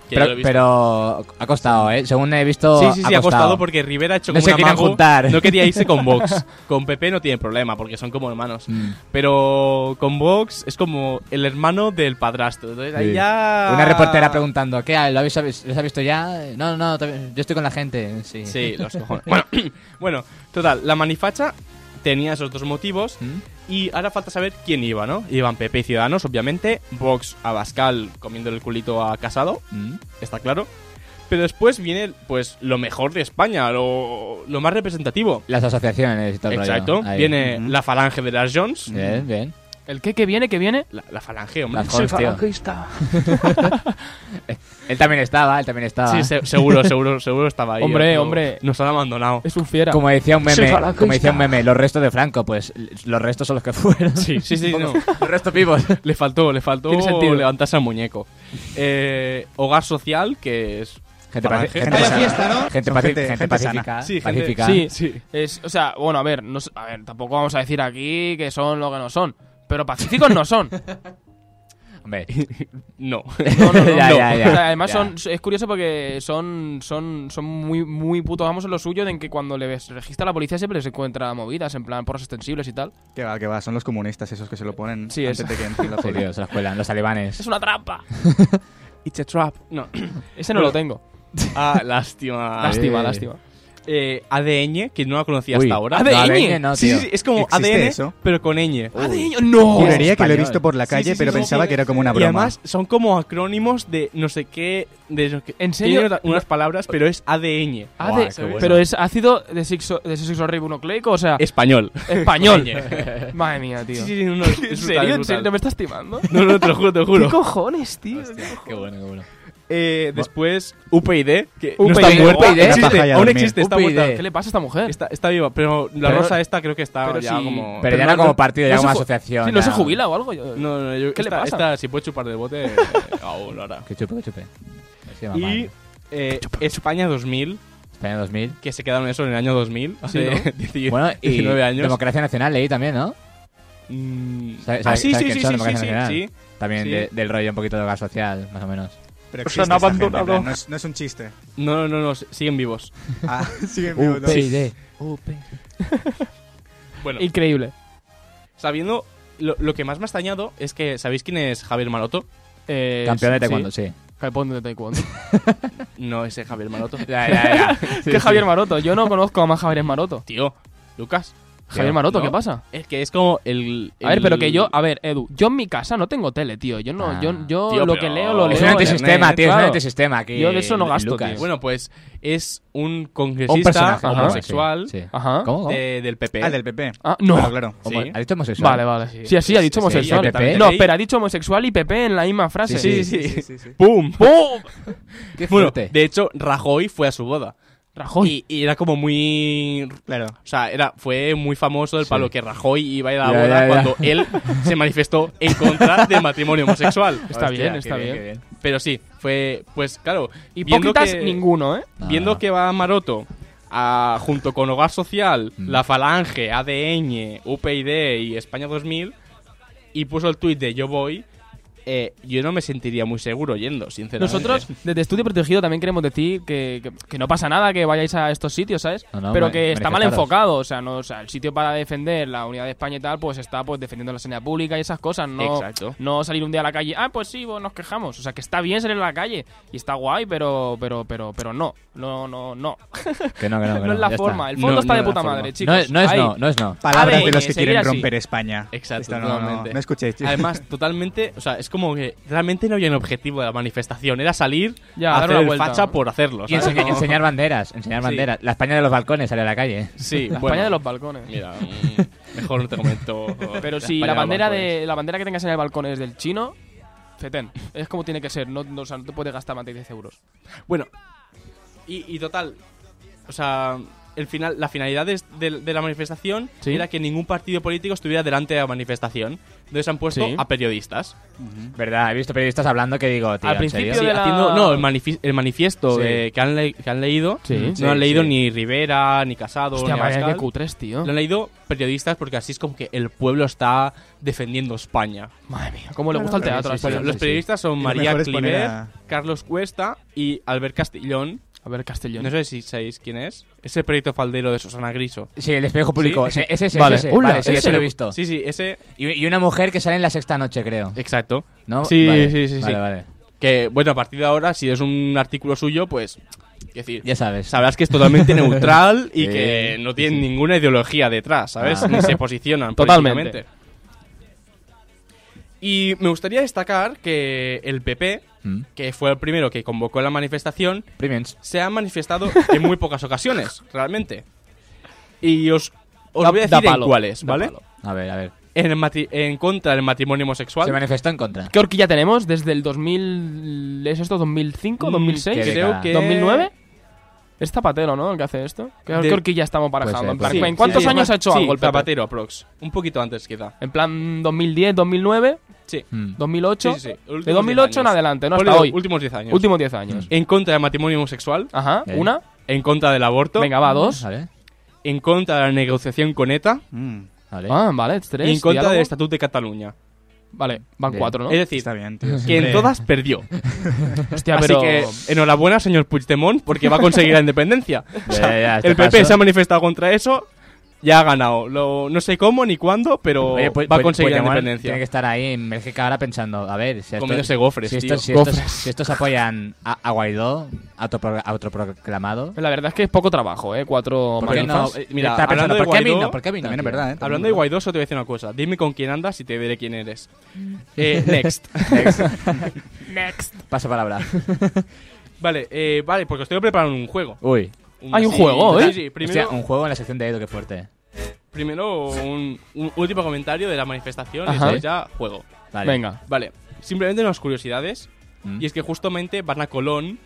Speaker 3: que yo lo he
Speaker 2: Pero,
Speaker 3: visto.
Speaker 2: pero ha costado, ¿eh? Según he visto,
Speaker 3: sí, sí, sí, ha costado porque Rivera ha hecho
Speaker 2: No
Speaker 3: como
Speaker 2: se
Speaker 3: un
Speaker 2: querían
Speaker 3: amago.
Speaker 2: juntar.
Speaker 3: No quería irse con Vox. Con PP no tiene problema porque son como hermanos.
Speaker 2: Mm.
Speaker 3: Pero con Vox es como el hermano del padrastro. Entonces ahí
Speaker 2: Sí.
Speaker 3: ya.
Speaker 2: Una reportera preguntando, ¿qué? hay? ¿Lo habéis, habéis- ¿Los ha visto ya? No, no, todavía- yo estoy con la gente. Sí.
Speaker 3: Sí, los cojones. bueno, bueno, total, la manifacha tenía esos dos motivos.
Speaker 2: ¿Mm?
Speaker 3: Y ahora falta saber quién iba, ¿no? Iban PP y Ciudadanos, obviamente. Vox, Abascal comiendo el culito a Casado,
Speaker 2: ¿Mm?
Speaker 3: está claro. Pero después viene, pues, lo mejor de España, lo, lo más representativo.
Speaker 2: Las asociaciones y todo el rollo.
Speaker 3: Exacto.
Speaker 2: Ahí. Mm.
Speaker 3: Viene
Speaker 5: Ujú.
Speaker 3: la falange de las Jones.
Speaker 2: Bien, bien.
Speaker 4: ¿El qué que viene, que viene?
Speaker 3: La, la falange, hombre.
Speaker 2: Las Jones, tío. él también estaba, él también estaba.
Speaker 3: Sí, se- seguro, seguro, seguro estaba ahí.
Speaker 4: Hombre,
Speaker 3: otro-
Speaker 4: hombre.
Speaker 3: Nos han abandonado.
Speaker 4: Es un fiera.
Speaker 2: Como decía un meme, como decía un meme, los restos de Franco, pues los restos son los que fueron.
Speaker 3: Sí, sí, sí. no.
Speaker 2: Los restos vivos.
Speaker 3: Le faltó, le faltó
Speaker 4: Tiene sentido.
Speaker 3: levantarse al muñeco. Eh, hogar social, que es.
Speaker 2: Gente,
Speaker 3: Falange.
Speaker 2: paci- gente,
Speaker 5: Vaya
Speaker 2: paci-
Speaker 5: fiesta, ¿no?
Speaker 2: gente,
Speaker 5: Son
Speaker 2: paci-
Speaker 5: gente-
Speaker 2: gente
Speaker 5: gente
Speaker 2: pacífica.
Speaker 5: sana.
Speaker 3: Sí, gente-
Speaker 2: pacífica.
Speaker 4: Sí,
Speaker 3: Sí.
Speaker 4: Es, o sea, bueno, a ver, no, s- a ver, tampoco vamos a decir aquí que son lo que no son. Pero pacíficos no son.
Speaker 2: Hombre,
Speaker 3: No.
Speaker 4: No, no, no.
Speaker 2: Ya,
Speaker 4: no.
Speaker 2: ya, ya.
Speaker 4: O sea, además
Speaker 2: Ya.
Speaker 4: son es curioso porque son son son muy muy putos vamos en lo suyo de en que cuando le ves- registra la policía siempre les encuentra movidas en plan porras extensibles y tal.
Speaker 5: Que va, que va, son los comunistas esos que se lo ponen
Speaker 4: Sí,
Speaker 5: antes
Speaker 4: eso.
Speaker 5: de que entre la
Speaker 2: sí,
Speaker 5: policía.
Speaker 2: tío, se los cuelan, los alemanes.
Speaker 4: Es una trampa.
Speaker 3: It's a trap. No.
Speaker 4: Ese no
Speaker 3: Bueno,
Speaker 4: lo tengo.
Speaker 3: Ah, lástima.
Speaker 4: Lástima,
Speaker 2: eh.
Speaker 4: lástima.
Speaker 3: Eh, ADN, que no la conocía
Speaker 2: Uy.
Speaker 3: hasta ahora.
Speaker 2: No,
Speaker 4: ADN.
Speaker 2: ADN no,
Speaker 3: Sí,
Speaker 2: tío.
Speaker 3: sí, sí, es como
Speaker 5: ¿Existe
Speaker 3: ADN,
Speaker 5: eso?
Speaker 3: pero con ñ.
Speaker 4: ¡Ah, de ello! ¡No!
Speaker 5: Juraría que lo he
Speaker 2: español.
Speaker 5: visto por la calle,
Speaker 3: Oh, Sí, sí,
Speaker 5: pero
Speaker 3: sí,
Speaker 5: pensaba
Speaker 3: sí.
Speaker 5: que era como una
Speaker 3: Y
Speaker 5: broma.
Speaker 3: además son como acrónimos de no sé qué. De no sé qué-
Speaker 4: ¿En serio?
Speaker 3: tiene otra- unas palabras, pero es ADN.
Speaker 4: Ah,
Speaker 3: Buah,
Speaker 4: de-
Speaker 3: qué bueno.
Speaker 4: pero es ácido de sexo de sexo ribonucleico, o sea,
Speaker 3: español.
Speaker 4: español. Madre mía, tío.
Speaker 3: Sí, sí, sí, no, no, es
Speaker 4: ¿En
Speaker 3: brutal,
Speaker 4: serio?
Speaker 3: es
Speaker 4: ¿En serio?
Speaker 3: brutal.
Speaker 4: ¿No me estás timando?
Speaker 3: No, no, te lo juro, te lo
Speaker 4: ¿Qué
Speaker 3: juro.
Speaker 4: cojones, tío?
Speaker 2: Qué bueno, qué bueno.
Speaker 3: Eh, después, UPyD, que no
Speaker 4: UPyD,
Speaker 3: está muerta.
Speaker 2: UPyD.
Speaker 3: existe,
Speaker 5: Una paja ya
Speaker 3: aún
Speaker 5: dormir.
Speaker 3: existe, está
Speaker 2: UPyD.
Speaker 3: muerta.
Speaker 4: ¿Qué le pasa a esta mujer?
Speaker 3: Está, está viva, pero la
Speaker 4: Pero-
Speaker 3: rosa esta creo que está
Speaker 4: pero
Speaker 3: ya
Speaker 4: sí-
Speaker 3: como...
Speaker 2: Pero, ya
Speaker 4: no-
Speaker 2: no como
Speaker 4: no-
Speaker 2: partido, ya
Speaker 4: no se
Speaker 2: como
Speaker 4: ju-
Speaker 2: asociación.
Speaker 4: Sí, ¿No
Speaker 2: ya.
Speaker 4: se jubila o algo? Yo-
Speaker 3: No, no, yo,
Speaker 4: ¿Qué le
Speaker 3: esta-
Speaker 4: pasa?
Speaker 3: esta, si puede chupar del bote, eh, aún lo hará.
Speaker 2: Que chupe, que chupe. Así va
Speaker 3: Y
Speaker 2: mal.
Speaker 3: eh, España 2000,
Speaker 2: España 2000.
Speaker 3: que se quedaron eso en el año 2000, hace
Speaker 4: ¿no?
Speaker 3: 19,
Speaker 2: Bueno, y
Speaker 3: 19 años.
Speaker 2: Democracia Nacional leí también, ¿no?
Speaker 3: Mm,
Speaker 2: ¿Sabe-
Speaker 3: ah,
Speaker 2: sabe-
Speaker 3: sí,
Speaker 2: sabe
Speaker 3: sí,
Speaker 2: quién
Speaker 3: sí,
Speaker 2: son
Speaker 3: sí, sí,
Speaker 2: Democracia
Speaker 3: sí,
Speaker 2: Nacional?
Speaker 3: sí.
Speaker 2: También
Speaker 3: Sí.
Speaker 2: de- del rollo un poquito de hogar social, más o menos.
Speaker 5: Pero
Speaker 3: Os
Speaker 5: existe
Speaker 3: han
Speaker 5: esta gente, en
Speaker 3: abandonado.
Speaker 5: plan, no, es, no es un chiste.
Speaker 3: No, no, no, s- siguen vivos.
Speaker 5: Ah, siguen
Speaker 3: Uh,
Speaker 5: vivos, ¿no?
Speaker 2: UPyD.
Speaker 3: Bueno,
Speaker 4: Increíble.
Speaker 3: sabiendo lo, lo que más me ha extrañado es que, ¿sabéis quién es Javier Maroto?
Speaker 4: Eh,
Speaker 2: Campeón de
Speaker 4: sí,
Speaker 2: taekwondo,
Speaker 4: sí.
Speaker 2: sí.
Speaker 4: Campeón de taekwondo.
Speaker 3: No, ese Javier Maroto.
Speaker 2: Ya, ya, ya. Sí, sí.
Speaker 4: ¿Qué Javier Maroto? Yo no conozco a más Javier Maroto.
Speaker 3: Tío, Lucas.
Speaker 4: Javier Maroto, ¿qué
Speaker 3: no.
Speaker 4: pasa?
Speaker 3: Es que es como el.
Speaker 4: A ver,
Speaker 3: el-
Speaker 4: pero que yo, ah, a ver, Edu, yo en mi casa no tengo tele, tío. Yo no,
Speaker 2: Ah.
Speaker 4: yo, yo
Speaker 3: Tío,
Speaker 4: lo
Speaker 3: pero-
Speaker 4: que leo lo leo.
Speaker 2: Es
Speaker 4: en
Speaker 2: un
Speaker 4: internet,
Speaker 2: antisistema, tío, es
Speaker 4: claro.
Speaker 2: un antisistema aquí.
Speaker 4: Yo de eso no gasto,
Speaker 2: Lucas.
Speaker 4: tío.
Speaker 3: Bueno, pues es un
Speaker 2: Un
Speaker 3: congresista
Speaker 2: personaje
Speaker 3: homosexual
Speaker 2: sí, sí.
Speaker 4: Ajá.
Speaker 2: ¿Cómo? cómo?
Speaker 3: de- del PP.
Speaker 5: Ah, del PP.
Speaker 4: Ah, no.
Speaker 5: Claro, claro.
Speaker 2: Homo-
Speaker 3: sí.
Speaker 2: ¿Ha dicho homosexual?
Speaker 4: Vale, vale. Sí, así ha dicho
Speaker 3: sí,
Speaker 4: homosexual.
Speaker 2: sí, PP.
Speaker 4: no, pero ha dicho homosexual y PP en la misma frase. ¡Oh!
Speaker 2: Sí,
Speaker 3: sí, sí.
Speaker 5: sí.
Speaker 3: ¡Pum! ¡Pum!
Speaker 2: Qué
Speaker 3: Bueno,
Speaker 2: fuerte.
Speaker 3: de hecho, Rajoy fue a su boda.
Speaker 4: Rajoy.
Speaker 3: Y, y era como muy.
Speaker 5: Claro.
Speaker 3: O sea, era, fue muy famoso el
Speaker 2: Sí.
Speaker 3: palo que Rajoy iba a ir a la
Speaker 2: Ya,
Speaker 3: boda
Speaker 2: ya, ya.
Speaker 3: cuando él se manifestó en contra del matrimonio homosexual.
Speaker 4: Está
Speaker 3: Hostia,
Speaker 4: bien,
Speaker 3: qué
Speaker 4: está bien.
Speaker 3: Pero sí, fue. Pues claro. viendo
Speaker 4: Hipócritas
Speaker 3: que-
Speaker 4: ninguno, ¿eh?
Speaker 2: Ah.
Speaker 3: Viendo que va Maroto a- junto con Hogar Social,
Speaker 2: Mm.
Speaker 3: La Falange, ADN, UPyD y España 2000 y puso el tuit de yo voy, eh, yo no me sentiría muy seguro yendo, sinceramente.
Speaker 4: Nosotros, desde Estudio Protegido, también queremos decir que, que- que no pasa nada que vayáis a estos sitios, ¿sabes?
Speaker 2: No, no,
Speaker 4: Pero
Speaker 2: ma-
Speaker 4: que está mal
Speaker 2: manifestaros.
Speaker 4: enfocado. O sea, no, o sea, el sitio para defender la unidad de España y tal, pues está pues defendiendo la sanidad pública y esas cosas. No,
Speaker 3: Exacto.
Speaker 4: no salir un día a la calle, ah, pues sí, vos nos quejamos. O sea, que está bien salir a la calle y está guay, pero pero pero pero no. No, no, no.
Speaker 2: Que no, que no, que
Speaker 4: No es la
Speaker 2: ya está.
Speaker 4: forma. El fondo
Speaker 3: No, no
Speaker 4: está de
Speaker 3: es la
Speaker 4: puta
Speaker 3: forma.
Speaker 4: madre,
Speaker 2: No,
Speaker 4: chicos.
Speaker 2: es- no es
Speaker 4: Ahí.
Speaker 2: no, no es no.
Speaker 5: Palabras
Speaker 4: ADN,
Speaker 5: de los que
Speaker 4: seguir
Speaker 5: quieren
Speaker 4: así.
Speaker 5: romper España.
Speaker 3: Exacto,
Speaker 5: Esto no, no,
Speaker 3: totalmente.
Speaker 5: no escuchéis. tío.
Speaker 3: Además, totalmente, o sea, es como que realmente no había un objetivo de la manifestación, era salir
Speaker 4: Ya,
Speaker 3: a
Speaker 4: dar
Speaker 3: hacer
Speaker 4: una
Speaker 3: el
Speaker 4: vuelta.
Speaker 3: facha por hacerlo,
Speaker 2: Y
Speaker 3: ¿sabes?
Speaker 2: enseña-
Speaker 3: No.
Speaker 2: enseñar banderas, enseñar
Speaker 3: Sí.
Speaker 2: banderas. La España de los balcones sale a la calle. ¿eh?
Speaker 3: Sí,
Speaker 4: La
Speaker 3: bueno,
Speaker 4: España de los balcones.
Speaker 3: Mira, mm, mejor no te comento.
Speaker 4: Pero si
Speaker 3: España de
Speaker 4: la
Speaker 3: los
Speaker 4: bandera
Speaker 3: balcones.
Speaker 4: de la bandera que tengas en el balcón es del chino, fetén. Es como tiene que ser, no, no, o sea, no te puedes gastar más de 10 euros.
Speaker 3: Bueno, y, y total, o sea, el final, la finalidad de, de- de la manifestación
Speaker 4: Sí.
Speaker 3: era que ningún partido político estuviera delante de la manifestación. Entonces han puesto
Speaker 4: Sí.
Speaker 3: a periodistas.
Speaker 2: Verdad, he visto periodistas hablando que digo, tío,
Speaker 4: Al
Speaker 2: ¿en
Speaker 4: principio
Speaker 2: serio?
Speaker 4: de la-
Speaker 3: haciendo- no, el, manifi- el manifiesto
Speaker 2: Sí.
Speaker 3: de- que, han le- que han leído,
Speaker 4: Sí.
Speaker 3: no
Speaker 2: Sí,
Speaker 3: han leído
Speaker 2: sí.
Speaker 3: ni Rivera, ni Casado,
Speaker 4: Hostia,
Speaker 3: ni
Speaker 4: vaya que
Speaker 3: Abascal.
Speaker 4: cutres, tío.
Speaker 3: Lo han leído periodistas porque así es como que el pueblo está defendiendo España.
Speaker 4: Madre mía, cómo le gusta el teatro. a
Speaker 2: Sí, sí,
Speaker 4: este
Speaker 3: Bueno,
Speaker 4: hombre.
Speaker 3: los periodistas son
Speaker 5: Lo
Speaker 3: María
Speaker 5: mejor es poner
Speaker 3: Cliver,
Speaker 5: a-
Speaker 3: Carlos Cuesta y Albert Castillón.
Speaker 4: A ver, Castellón.
Speaker 3: No sé si sabéis quién es. Ese proyecto faldero de Susana Griso.
Speaker 2: Sí, el espejo público. Sí, Es ese,
Speaker 4: Vale.
Speaker 2: es ese.
Speaker 4: Hola,
Speaker 2: vale, sí,
Speaker 4: ese.
Speaker 2: ese lo he visto.
Speaker 3: Sí, sí, ese.
Speaker 2: Y, y una mujer que sale en la sexta noche, creo.
Speaker 3: Exacto.
Speaker 2: ¿No?
Speaker 3: Sí,
Speaker 2: Vale,
Speaker 3: sí, sí, sí.
Speaker 2: Vale, vale.
Speaker 3: Que, bueno, a partir de ahora, si es un artículo suyo, pues. es decir,
Speaker 2: Ya sabes.
Speaker 3: sabrás que es totalmente neutral y
Speaker 2: Sí,
Speaker 3: que no tiene
Speaker 2: sí.
Speaker 3: ninguna ideología detrás, ¿sabes?
Speaker 2: Ah.
Speaker 3: Ni se posicionan.
Speaker 4: Totalmente.
Speaker 3: políticamente. Y me gustaría destacar que el PP,
Speaker 2: Mm.
Speaker 3: que fue el primero que convocó la manifestación,
Speaker 2: Primens.
Speaker 3: se ha manifestado en muy pocas ocasiones, realmente. Y os, os
Speaker 4: Da-
Speaker 3: voy a
Speaker 4: da
Speaker 3: decir en
Speaker 4: palo,
Speaker 3: cuáles,
Speaker 4: da
Speaker 3: ¿vale?
Speaker 4: palo.
Speaker 2: A ver, a ver.
Speaker 3: En, el matri- en contra del matrimonio
Speaker 2: Se
Speaker 3: homosexual.
Speaker 2: manifestó en contra.
Speaker 4: ¿Qué horquilla tenemos? ¿Desde el 2000. ¿Es esto 2005?
Speaker 3: Mm,
Speaker 4: ¿2006?
Speaker 2: qué década.
Speaker 3: Creo que...
Speaker 4: ¿2009? Es Zapatero, ¿no? El que hace esto. ¿Qué,
Speaker 3: De-
Speaker 4: qué horquilla estamos
Speaker 2: Puede
Speaker 4: barajando?
Speaker 2: ser,
Speaker 4: En
Speaker 2: puede
Speaker 4: plan,
Speaker 2: ser.
Speaker 4: ¿En cuántos
Speaker 3: Sí,
Speaker 4: años
Speaker 3: sí.
Speaker 4: ha hecho
Speaker 3: Sí,
Speaker 4: algo el PP?
Speaker 3: Zapatero, aprox. Un poquito antes, quizá.
Speaker 4: En plan, 2010, 2009,
Speaker 3: Sí.
Speaker 2: Mm.
Speaker 4: 2008.
Speaker 3: Sí, sí, sí. Los últimos
Speaker 4: De
Speaker 3: diez
Speaker 4: 2008 en
Speaker 3: años.
Speaker 4: adelante, ¿no?
Speaker 3: Ponle
Speaker 4: Hasta
Speaker 3: los
Speaker 4: hoy.
Speaker 3: Últimos Mm. 10 años.
Speaker 4: Últimos 10 años.
Speaker 3: En contra del matrimonio homosexual.
Speaker 4: Ajá,
Speaker 2: Eh.
Speaker 4: una.
Speaker 3: En contra del aborto.
Speaker 4: Venga, va, dos.
Speaker 2: Vale.
Speaker 3: En contra de la negociación con ETA.
Speaker 5: Mm,
Speaker 2: vale.
Speaker 4: Ah, vale, tres.
Speaker 3: y en contra del
Speaker 4: diálogo.
Speaker 3: Estatut de Cataluña.
Speaker 4: Vale, van
Speaker 2: Bien.
Speaker 4: cuatro, ¿no?
Speaker 3: Es decir,
Speaker 5: Está bien, tío.
Speaker 3: que en
Speaker 5: siempre-
Speaker 3: todas perdió.
Speaker 4: Hostia,
Speaker 3: Así
Speaker 4: pero.
Speaker 3: que enhorabuena, señor Puigdemont, porque va a conseguir la independencia.
Speaker 2: Ya, ya, ya, este
Speaker 3: El PP
Speaker 2: paso.
Speaker 3: se ha manifestado contra eso. Ya ha ganado. Lo- no sé cómo ni cuándo, pero
Speaker 2: Oye, pues-
Speaker 3: va a
Speaker 2: pues-
Speaker 3: conseguir la
Speaker 2: Puigdemont
Speaker 3: independencia.
Speaker 2: Tiene que estar ahí en Bélgica ahora pensando, a ver, si
Speaker 3: Comiéndose gofres,
Speaker 2: si
Speaker 3: tío.
Speaker 2: estos, si estos-
Speaker 4: Gofres.
Speaker 2: si estos apoyan a, a Guaidó, autopro- autoproclamado.
Speaker 4: La verdad es que es poco trabajo, ¿eh? Cuatro
Speaker 2: ¿Por qué no?
Speaker 4: manifas.
Speaker 3: Eh, mira,
Speaker 2: Está
Speaker 3: hablando
Speaker 2: pensando,
Speaker 3: de
Speaker 2: ¿por qué a mí
Speaker 3: Guaidó-
Speaker 2: no? ¿Por qué a mí no,
Speaker 5: También es
Speaker 2: tío?
Speaker 5: verdad, ¿eh?
Speaker 3: Hablando de Guaidó, solo te voy a decir una cosa. Dime con quién andas y te diré quién eres.
Speaker 2: Mm.
Speaker 3: Eh, next.
Speaker 2: Pasa eh? palabra.
Speaker 3: Vale, eh, vale, porque estoy preparando un juego.
Speaker 2: Uy.
Speaker 4: Hay un juego,
Speaker 3: sí,
Speaker 4: ¿eh?
Speaker 3: sí, primero,
Speaker 2: Hostia, un juego en la sección de Edo, qué fuerte.
Speaker 3: primero un, un último comentario de la manifestación y
Speaker 4: Ajá.
Speaker 3: después ya juego.
Speaker 2: Vale.
Speaker 4: Venga.
Speaker 3: Vale, simplemente unas curiosidades.
Speaker 2: Mm.
Speaker 3: Y este es que justamente Barna Colón,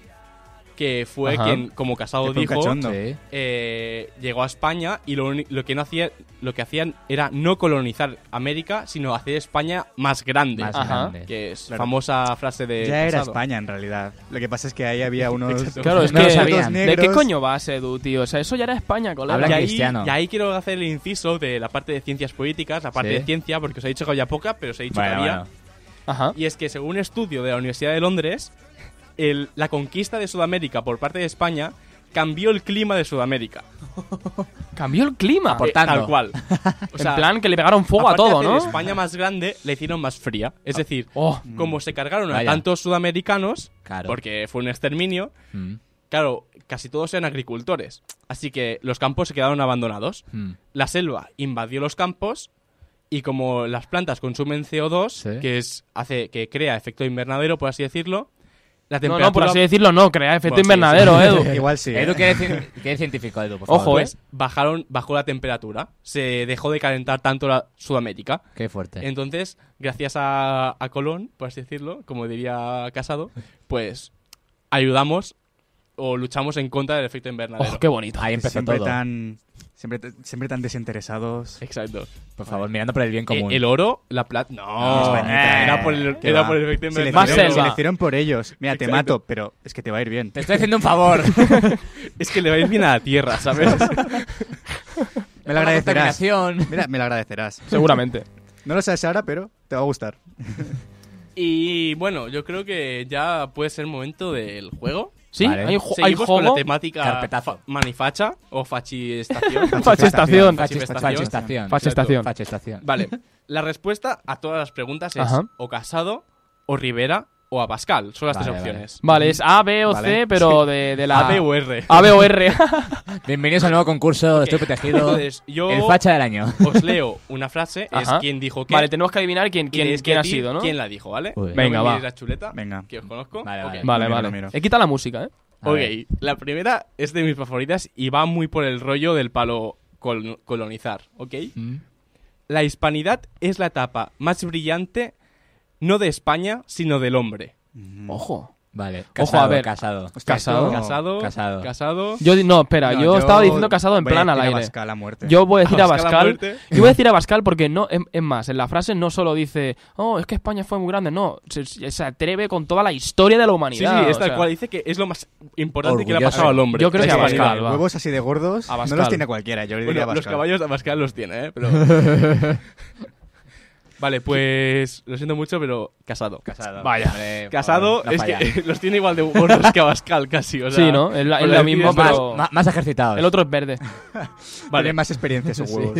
Speaker 3: que fue
Speaker 4: Ajá.
Speaker 3: quien, como Casado
Speaker 5: Que fue un
Speaker 3: dijo,
Speaker 5: cachondo.
Speaker 2: Sí.
Speaker 3: eh, llegó a España y lo, uni- lo que no hacía, lo que hacían era no colonizar América, sino hacer España más grande.
Speaker 2: Más
Speaker 4: Ajá.
Speaker 2: grande.
Speaker 3: Que es
Speaker 5: Claro.
Speaker 3: famosa frase de.
Speaker 5: Ya era
Speaker 3: Casado.
Speaker 5: España en realidad. Lo que pasa es que ahí había unos.
Speaker 3: Exacto.
Speaker 4: Claro, es
Speaker 2: No
Speaker 4: que.
Speaker 2: lo sabían.
Speaker 4: ¿De qué
Speaker 5: negros.
Speaker 4: coño vas, Edu, tío? O sea, eso ya era España, colega.
Speaker 2: Habla
Speaker 3: y, ahí,
Speaker 2: cristiano.
Speaker 3: y ahí quiero hacer el inciso de la parte de ciencias políticas, la parte
Speaker 2: Sí.
Speaker 3: de ciencia, porque os he dicho que había poca, pero os he dicho que
Speaker 2: Bueno,
Speaker 3: había.
Speaker 2: bueno.
Speaker 4: Ajá.
Speaker 3: Y es que según un estudio de la Universidad de Londres, el- la conquista de Sudamérica por parte de España cambió el clima de Sudamérica.
Speaker 4: Ah. Cambió el clima.
Speaker 3: Eh,
Speaker 2: tanto.
Speaker 3: Tal cual. O sea,
Speaker 4: en plan que le pegaron fuego a
Speaker 3: aparte de
Speaker 4: todo,
Speaker 3: hacer
Speaker 4: ¿no?
Speaker 3: España más grande, le hicieron más fría. Es decir,
Speaker 4: Oh.
Speaker 3: como se cargaron
Speaker 2: Vaya.
Speaker 3: a tantos sudamericanos,
Speaker 2: Claro.
Speaker 3: porque fue un exterminio,
Speaker 2: Mm,
Speaker 3: claro, casi todos eran agricultores. Así que los campos se quedaron abandonados.
Speaker 2: mm.
Speaker 3: La selva invadió los campos y como las plantas consumen CO2,
Speaker 2: Sí.
Speaker 3: que es hace que crea efecto invernadero, por así decirlo, la
Speaker 4: No,
Speaker 3: temperatura
Speaker 4: no, por así decirlo, no, crea
Speaker 3: Bueno,
Speaker 4: efecto
Speaker 3: sí,
Speaker 4: invernadero,
Speaker 3: sí.
Speaker 4: Edu.
Speaker 5: Igual sí. ¿eh?
Speaker 2: Edu, que eres, cien- que eres científico, Edu, por
Speaker 4: Ojo,
Speaker 2: favor.
Speaker 3: pues, bajaron bajó la temperatura, se dejó de calentar tanto la Sudamérica.
Speaker 2: Qué fuerte.
Speaker 3: Entonces, gracias a, a Colón, por así decirlo, como diría Casado, pues ayudamos o luchamos en contra del efecto invernadero.
Speaker 4: Oh, qué bonito.
Speaker 2: Ahí empezó
Speaker 5: siempre
Speaker 2: todo.
Speaker 5: tan siempre, t- siempre tan desinteresados.
Speaker 3: Exacto.
Speaker 2: Por favor, mirando por el bien común.
Speaker 3: Eh, el oro, la plata.
Speaker 5: No,
Speaker 3: No,
Speaker 5: Españita,
Speaker 3: era
Speaker 5: eh,
Speaker 3: por el,
Speaker 5: que
Speaker 3: era
Speaker 5: va.
Speaker 3: por el efecto
Speaker 5: Se le
Speaker 3: invernadero.
Speaker 4: Más
Speaker 5: hicieron- se
Speaker 4: selva.
Speaker 5: le hicieron por ellos. Mira, te
Speaker 3: Exacto.
Speaker 5: mato, pero es que te va a ir bien.
Speaker 2: Te estoy haciendo un favor.
Speaker 3: Es que le va a ir bien a la tierra, ¿sabes?
Speaker 5: Me lo agradecerás.
Speaker 2: Contaminación.
Speaker 5: Mira, me lo agradecerás.
Speaker 4: Seguramente.
Speaker 5: No lo sabes ahora, pero te va a gustar.
Speaker 3: y bueno, yo creo que ya puede ser momento del juego.
Speaker 4: ¿Sí?
Speaker 2: Vale.
Speaker 4: Hay, jo- hay
Speaker 3: Seguimos con la
Speaker 4: juego.
Speaker 3: temática
Speaker 2: Carpetazo.
Speaker 3: fa- manifacha o fachistación. Fachistación.
Speaker 4: Fachistación.
Speaker 2: Fachistación.
Speaker 4: Fachistación.
Speaker 2: Fachistación.
Speaker 3: Vale, la respuesta a todas las preguntas es
Speaker 4: Ajá.
Speaker 3: o Casado, o Rivera, o Abascal. Son las
Speaker 2: Vale,
Speaker 3: tres
Speaker 2: vale.
Speaker 3: opciones.
Speaker 4: Vale, es A, B o
Speaker 5: Vale.
Speaker 4: C, pero de, de la...
Speaker 3: A, B o R.
Speaker 4: A, B o R.
Speaker 2: Bienvenidos al nuevo concurso. Estoy protegido.
Speaker 3: Entonces, yo
Speaker 2: El facha del año.
Speaker 3: os leo una frase, es
Speaker 4: Ajá.
Speaker 3: quién dijo qué.
Speaker 4: vale, tenemos que adivinar quién,
Speaker 3: y
Speaker 4: quién,
Speaker 3: tenéis que
Speaker 4: quién ha
Speaker 3: decir
Speaker 4: sido, ¿no?
Speaker 3: ¿Quién la dijo, ¿vale?
Speaker 2: Uy.
Speaker 3: No
Speaker 4: Venga,
Speaker 3: me
Speaker 4: va.
Speaker 3: miréis la chuleta,
Speaker 5: Venga.
Speaker 3: que os conozco.
Speaker 2: Vale, vale.
Speaker 3: Ok.
Speaker 4: Vale,
Speaker 5: Miro,
Speaker 4: vale.
Speaker 5: miro.
Speaker 4: He quitado la música, ¿eh?
Speaker 2: A ver.
Speaker 3: Ok, la primera es de mis favoritas y va muy por el rollo del palo col- colonizar, ¿ok?
Speaker 2: Mm.
Speaker 3: La hispanidad es la etapa más brillante, no de España, sino del hombre.
Speaker 4: Ojo.
Speaker 2: Vale.
Speaker 4: Ojo, a ver.
Speaker 2: Casado.
Speaker 5: Hostia,
Speaker 4: Oh, Casado.
Speaker 5: esto-
Speaker 3: Casado,
Speaker 2: Casado.
Speaker 3: casado.
Speaker 4: Yo, di- no, espera,
Speaker 5: No,
Speaker 4: yo, estaba diciendo casado en
Speaker 5: voy a
Speaker 4: plan al
Speaker 5: decir a
Speaker 4: aire.
Speaker 5: Abascal a muerte.
Speaker 4: Yo voy a decir a
Speaker 3: Abascal a
Speaker 4: Bascal.
Speaker 3: muerte.
Speaker 4: Yo voy a decir a Bascal porque no, es, es más, en la frase no solo dice, oh, es que España fue muy grande, no, se, se atreve con toda la historia de la
Speaker 3: Sí, sí,
Speaker 4: humanidad.
Speaker 3: es
Speaker 4: o
Speaker 3: tal
Speaker 4: sea,
Speaker 3: cual. Dice que es lo más importante que le ha
Speaker 2: Orgulloso.
Speaker 3: pasado al hombre.
Speaker 4: Yo
Speaker 3: La
Speaker 4: creo que a
Speaker 3: hispanidad.
Speaker 4: Abascal, va.
Speaker 5: Huevos así de gordos.
Speaker 4: Abascal.
Speaker 5: No los tiene cualquiera, yo le
Speaker 3: Bueno,
Speaker 5: diría
Speaker 3: los
Speaker 5: Abascal.
Speaker 3: caballos de Abascal los tiene, ¿eh? Pero... vale, pues lo siento mucho, pero casado.
Speaker 2: Casado.
Speaker 4: Vaya.
Speaker 2: Hombre,
Speaker 3: Casado
Speaker 2: por favor, no
Speaker 3: es
Speaker 2: falla.
Speaker 3: que los tiene igual de gordos que Abascal casi. O sea,
Speaker 4: Sí, ¿no? Es la-
Speaker 3: por
Speaker 4: es la
Speaker 3: decir
Speaker 4: misma,
Speaker 3: es
Speaker 4: pero-
Speaker 2: Más,
Speaker 3: más-
Speaker 2: más- más ejercitados.
Speaker 4: El otro es verde.
Speaker 3: Vale,
Speaker 5: Tiene más experiencia esos huevos.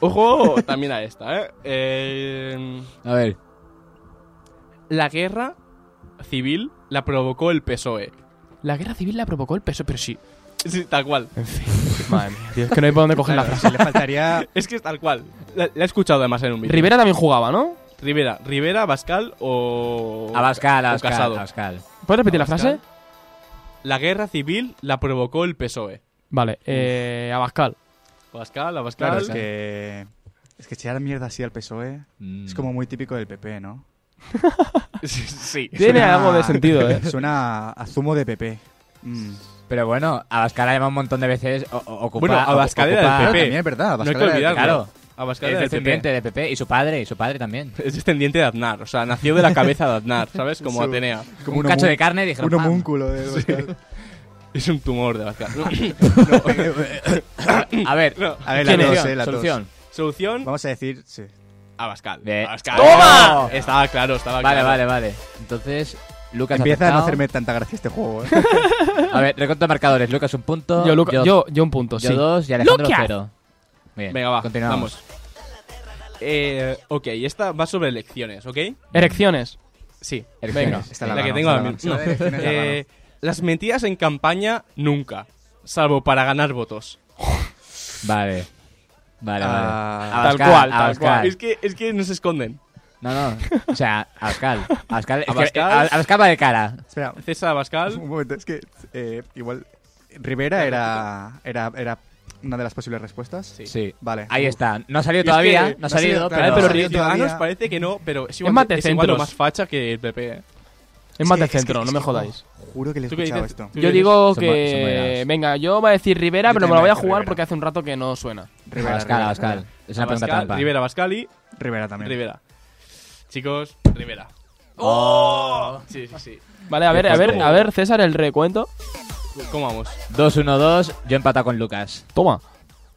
Speaker 3: ojo también a esta, ¿eh? Eh,
Speaker 2: A ver.
Speaker 3: La guerra civil la provocó el PSOE.
Speaker 4: La guerra civil la provocó el PSOE, pero sí.
Speaker 3: E. Sí, tal cual.
Speaker 4: En fin. Madre mía, tío, es que no hay por dónde coger la
Speaker 5: Claro,
Speaker 4: frase.
Speaker 5: si le faltaría
Speaker 3: Es que es tal cual. La, la he escuchado además en un vídeo.
Speaker 4: Rivera también jugaba, ¿no?
Speaker 3: Rivera, Rivera, Abascal o.
Speaker 2: Abascal,
Speaker 3: o
Speaker 2: Abascal,
Speaker 3: Casado.
Speaker 2: Abascal.
Speaker 4: ¿Puedes repetir la
Speaker 3: Abascal.
Speaker 4: frase?
Speaker 3: La guerra civil la provocó el PSOE.
Speaker 4: Vale, eh, Abascal.
Speaker 3: E. Abascal, Abascal.
Speaker 5: Claro, es que. Es que echar mierda así al PSOE
Speaker 2: Mm.
Speaker 5: E es como muy típico del PP, ¿no?
Speaker 3: Sí, sí.
Speaker 4: Tiene
Speaker 5: Suena-
Speaker 4: algo de sentido, ¿eh?
Speaker 5: Suena a zumo de PP. Mm.
Speaker 2: Pero bueno, Abascal además un montón de veces o- o- ocupa...
Speaker 3: Bueno, Abascal era del
Speaker 2: ocupa-
Speaker 5: Ah,
Speaker 3: PP.
Speaker 5: también es verdad.
Speaker 3: No hay
Speaker 5: Abascal
Speaker 3: que
Speaker 5: era-
Speaker 3: olvidarlo.
Speaker 2: Claro.
Speaker 3: Abascal
Speaker 2: Es
Speaker 3: era del
Speaker 2: descendiente
Speaker 3: PP.
Speaker 2: de PP y su padre, y su padre también.
Speaker 3: Es descendiente de Aznar, o sea, nació de la cabeza de Aznar, ¿sabes? Como
Speaker 5: Sí.
Speaker 3: Atenea.
Speaker 5: Como
Speaker 2: un
Speaker 5: un
Speaker 2: cacho
Speaker 5: homun-
Speaker 2: de carne dijeron...
Speaker 5: Un
Speaker 2: "Pam".
Speaker 5: homúnculo de Abascal.
Speaker 3: Es un tumor de Abascal.
Speaker 2: A ver,
Speaker 3: No.
Speaker 5: A ver, la
Speaker 4: ¿Quién es?
Speaker 5: dos, eh, la dos.
Speaker 2: solución.
Speaker 3: Solución,
Speaker 5: Vamos a decir, sí.
Speaker 3: Abascal.
Speaker 2: De-
Speaker 3: Abascal.
Speaker 2: ¡Toma!
Speaker 3: Estaba claro, estaba
Speaker 2: Vale,
Speaker 3: claro.
Speaker 2: vale, vale. Entonces, Lucas
Speaker 5: Empieza a no
Speaker 2: acertado.
Speaker 5: hacerme tanta gracia este juego, ¿eh?
Speaker 2: A ver, reconto de marcadores. Lucas un punto.
Speaker 4: Yo, Luca- yo, yo un punto,
Speaker 2: yo
Speaker 4: sí.
Speaker 2: dos y Alejandro
Speaker 4: ¡Lucas!
Speaker 2: cero. Bien,
Speaker 3: Venga, va,
Speaker 2: continuamos.
Speaker 3: vamos. Eh, ok, esta va sobre elecciones, ¿ok?
Speaker 4: Erecciones.
Speaker 3: Sí,
Speaker 2: Elecciones.
Speaker 3: venga.
Speaker 5: Esta
Speaker 3: la,
Speaker 5: gano,
Speaker 3: que tengo ahora
Speaker 5: esta
Speaker 3: mismo.
Speaker 5: la gano. Esta de
Speaker 3: No.
Speaker 5: elecciones la
Speaker 3: Eh, las mentiras en campaña, nunca. Salvo para ganar votos.
Speaker 2: Vale. Vale, vale.
Speaker 5: Ah,
Speaker 4: tal
Speaker 2: Abascal,
Speaker 4: cual, tal
Speaker 2: Abascal.
Speaker 4: cual.
Speaker 3: Es que, es que no se esconden.
Speaker 2: No, no. O sea, Abascal. Abascal, es que- Ab-
Speaker 3: Abascal.
Speaker 2: Abascal va de cara.
Speaker 5: Espera,
Speaker 3: César Abascal.
Speaker 5: un momento, es que eh, igual Rivera era, era, era una de las posibles respuestas.
Speaker 3: Sí.
Speaker 2: Sí.
Speaker 5: Vale. uh,
Speaker 2: Ahí
Speaker 6: Uh.
Speaker 5: Uf.
Speaker 2: está. No ha salido
Speaker 3: Es que
Speaker 2: todavía. No
Speaker 5: no
Speaker 2: ha
Speaker 5: ha
Speaker 2: salido,
Speaker 5: salido,
Speaker 2: pero...
Speaker 5: claro,
Speaker 4: pero
Speaker 3: Sí,
Speaker 4: Río
Speaker 3: tío, ah,
Speaker 5: todavía-
Speaker 3: nos parece que no, pero es igual,
Speaker 4: Es más de
Speaker 3: es igual o
Speaker 4: centros.
Speaker 3: más facha que el PP. ¿eh?
Speaker 4: Es más
Speaker 5: que-
Speaker 4: de centro,
Speaker 5: que-
Speaker 4: no
Speaker 5: es
Speaker 4: me
Speaker 5: que,
Speaker 4: jodáis.
Speaker 5: oh, Juro que le he
Speaker 3: ¿Tú qué
Speaker 5: escuchado
Speaker 3: dices?
Speaker 5: esto.
Speaker 3: ¿Tú
Speaker 4: Yo
Speaker 3: qué
Speaker 4: digo
Speaker 2: Son bu- son
Speaker 4: que...
Speaker 2: buenas.
Speaker 4: Venga, yo voy a decir Rivera,
Speaker 5: Yo
Speaker 4: pero me
Speaker 5: también
Speaker 4: lo voy
Speaker 5: voy
Speaker 4: a
Speaker 5: a decir
Speaker 4: jugar
Speaker 5: Rivera.
Speaker 4: porque hace un rato que no suena.
Speaker 5: Rivera,
Speaker 2: Abascal,
Speaker 5: Rivera,
Speaker 2: Abascal. Es una pregunta
Speaker 3: Abascal,
Speaker 2: trampa.
Speaker 3: Rivera Abascal y
Speaker 5: Rivera. Rivera también.
Speaker 3: Rivera. Chicos, Rivera.
Speaker 2: ¡Oh!
Speaker 3: Sí, sí, sí.
Speaker 4: Vale, a ver, a ver,
Speaker 2: fuerte.
Speaker 4: a ver, César, el recuento.
Speaker 3: ¿Cómo vamos?
Speaker 2: 2-1-2. Yo he empatado con Lucas.
Speaker 4: Toma.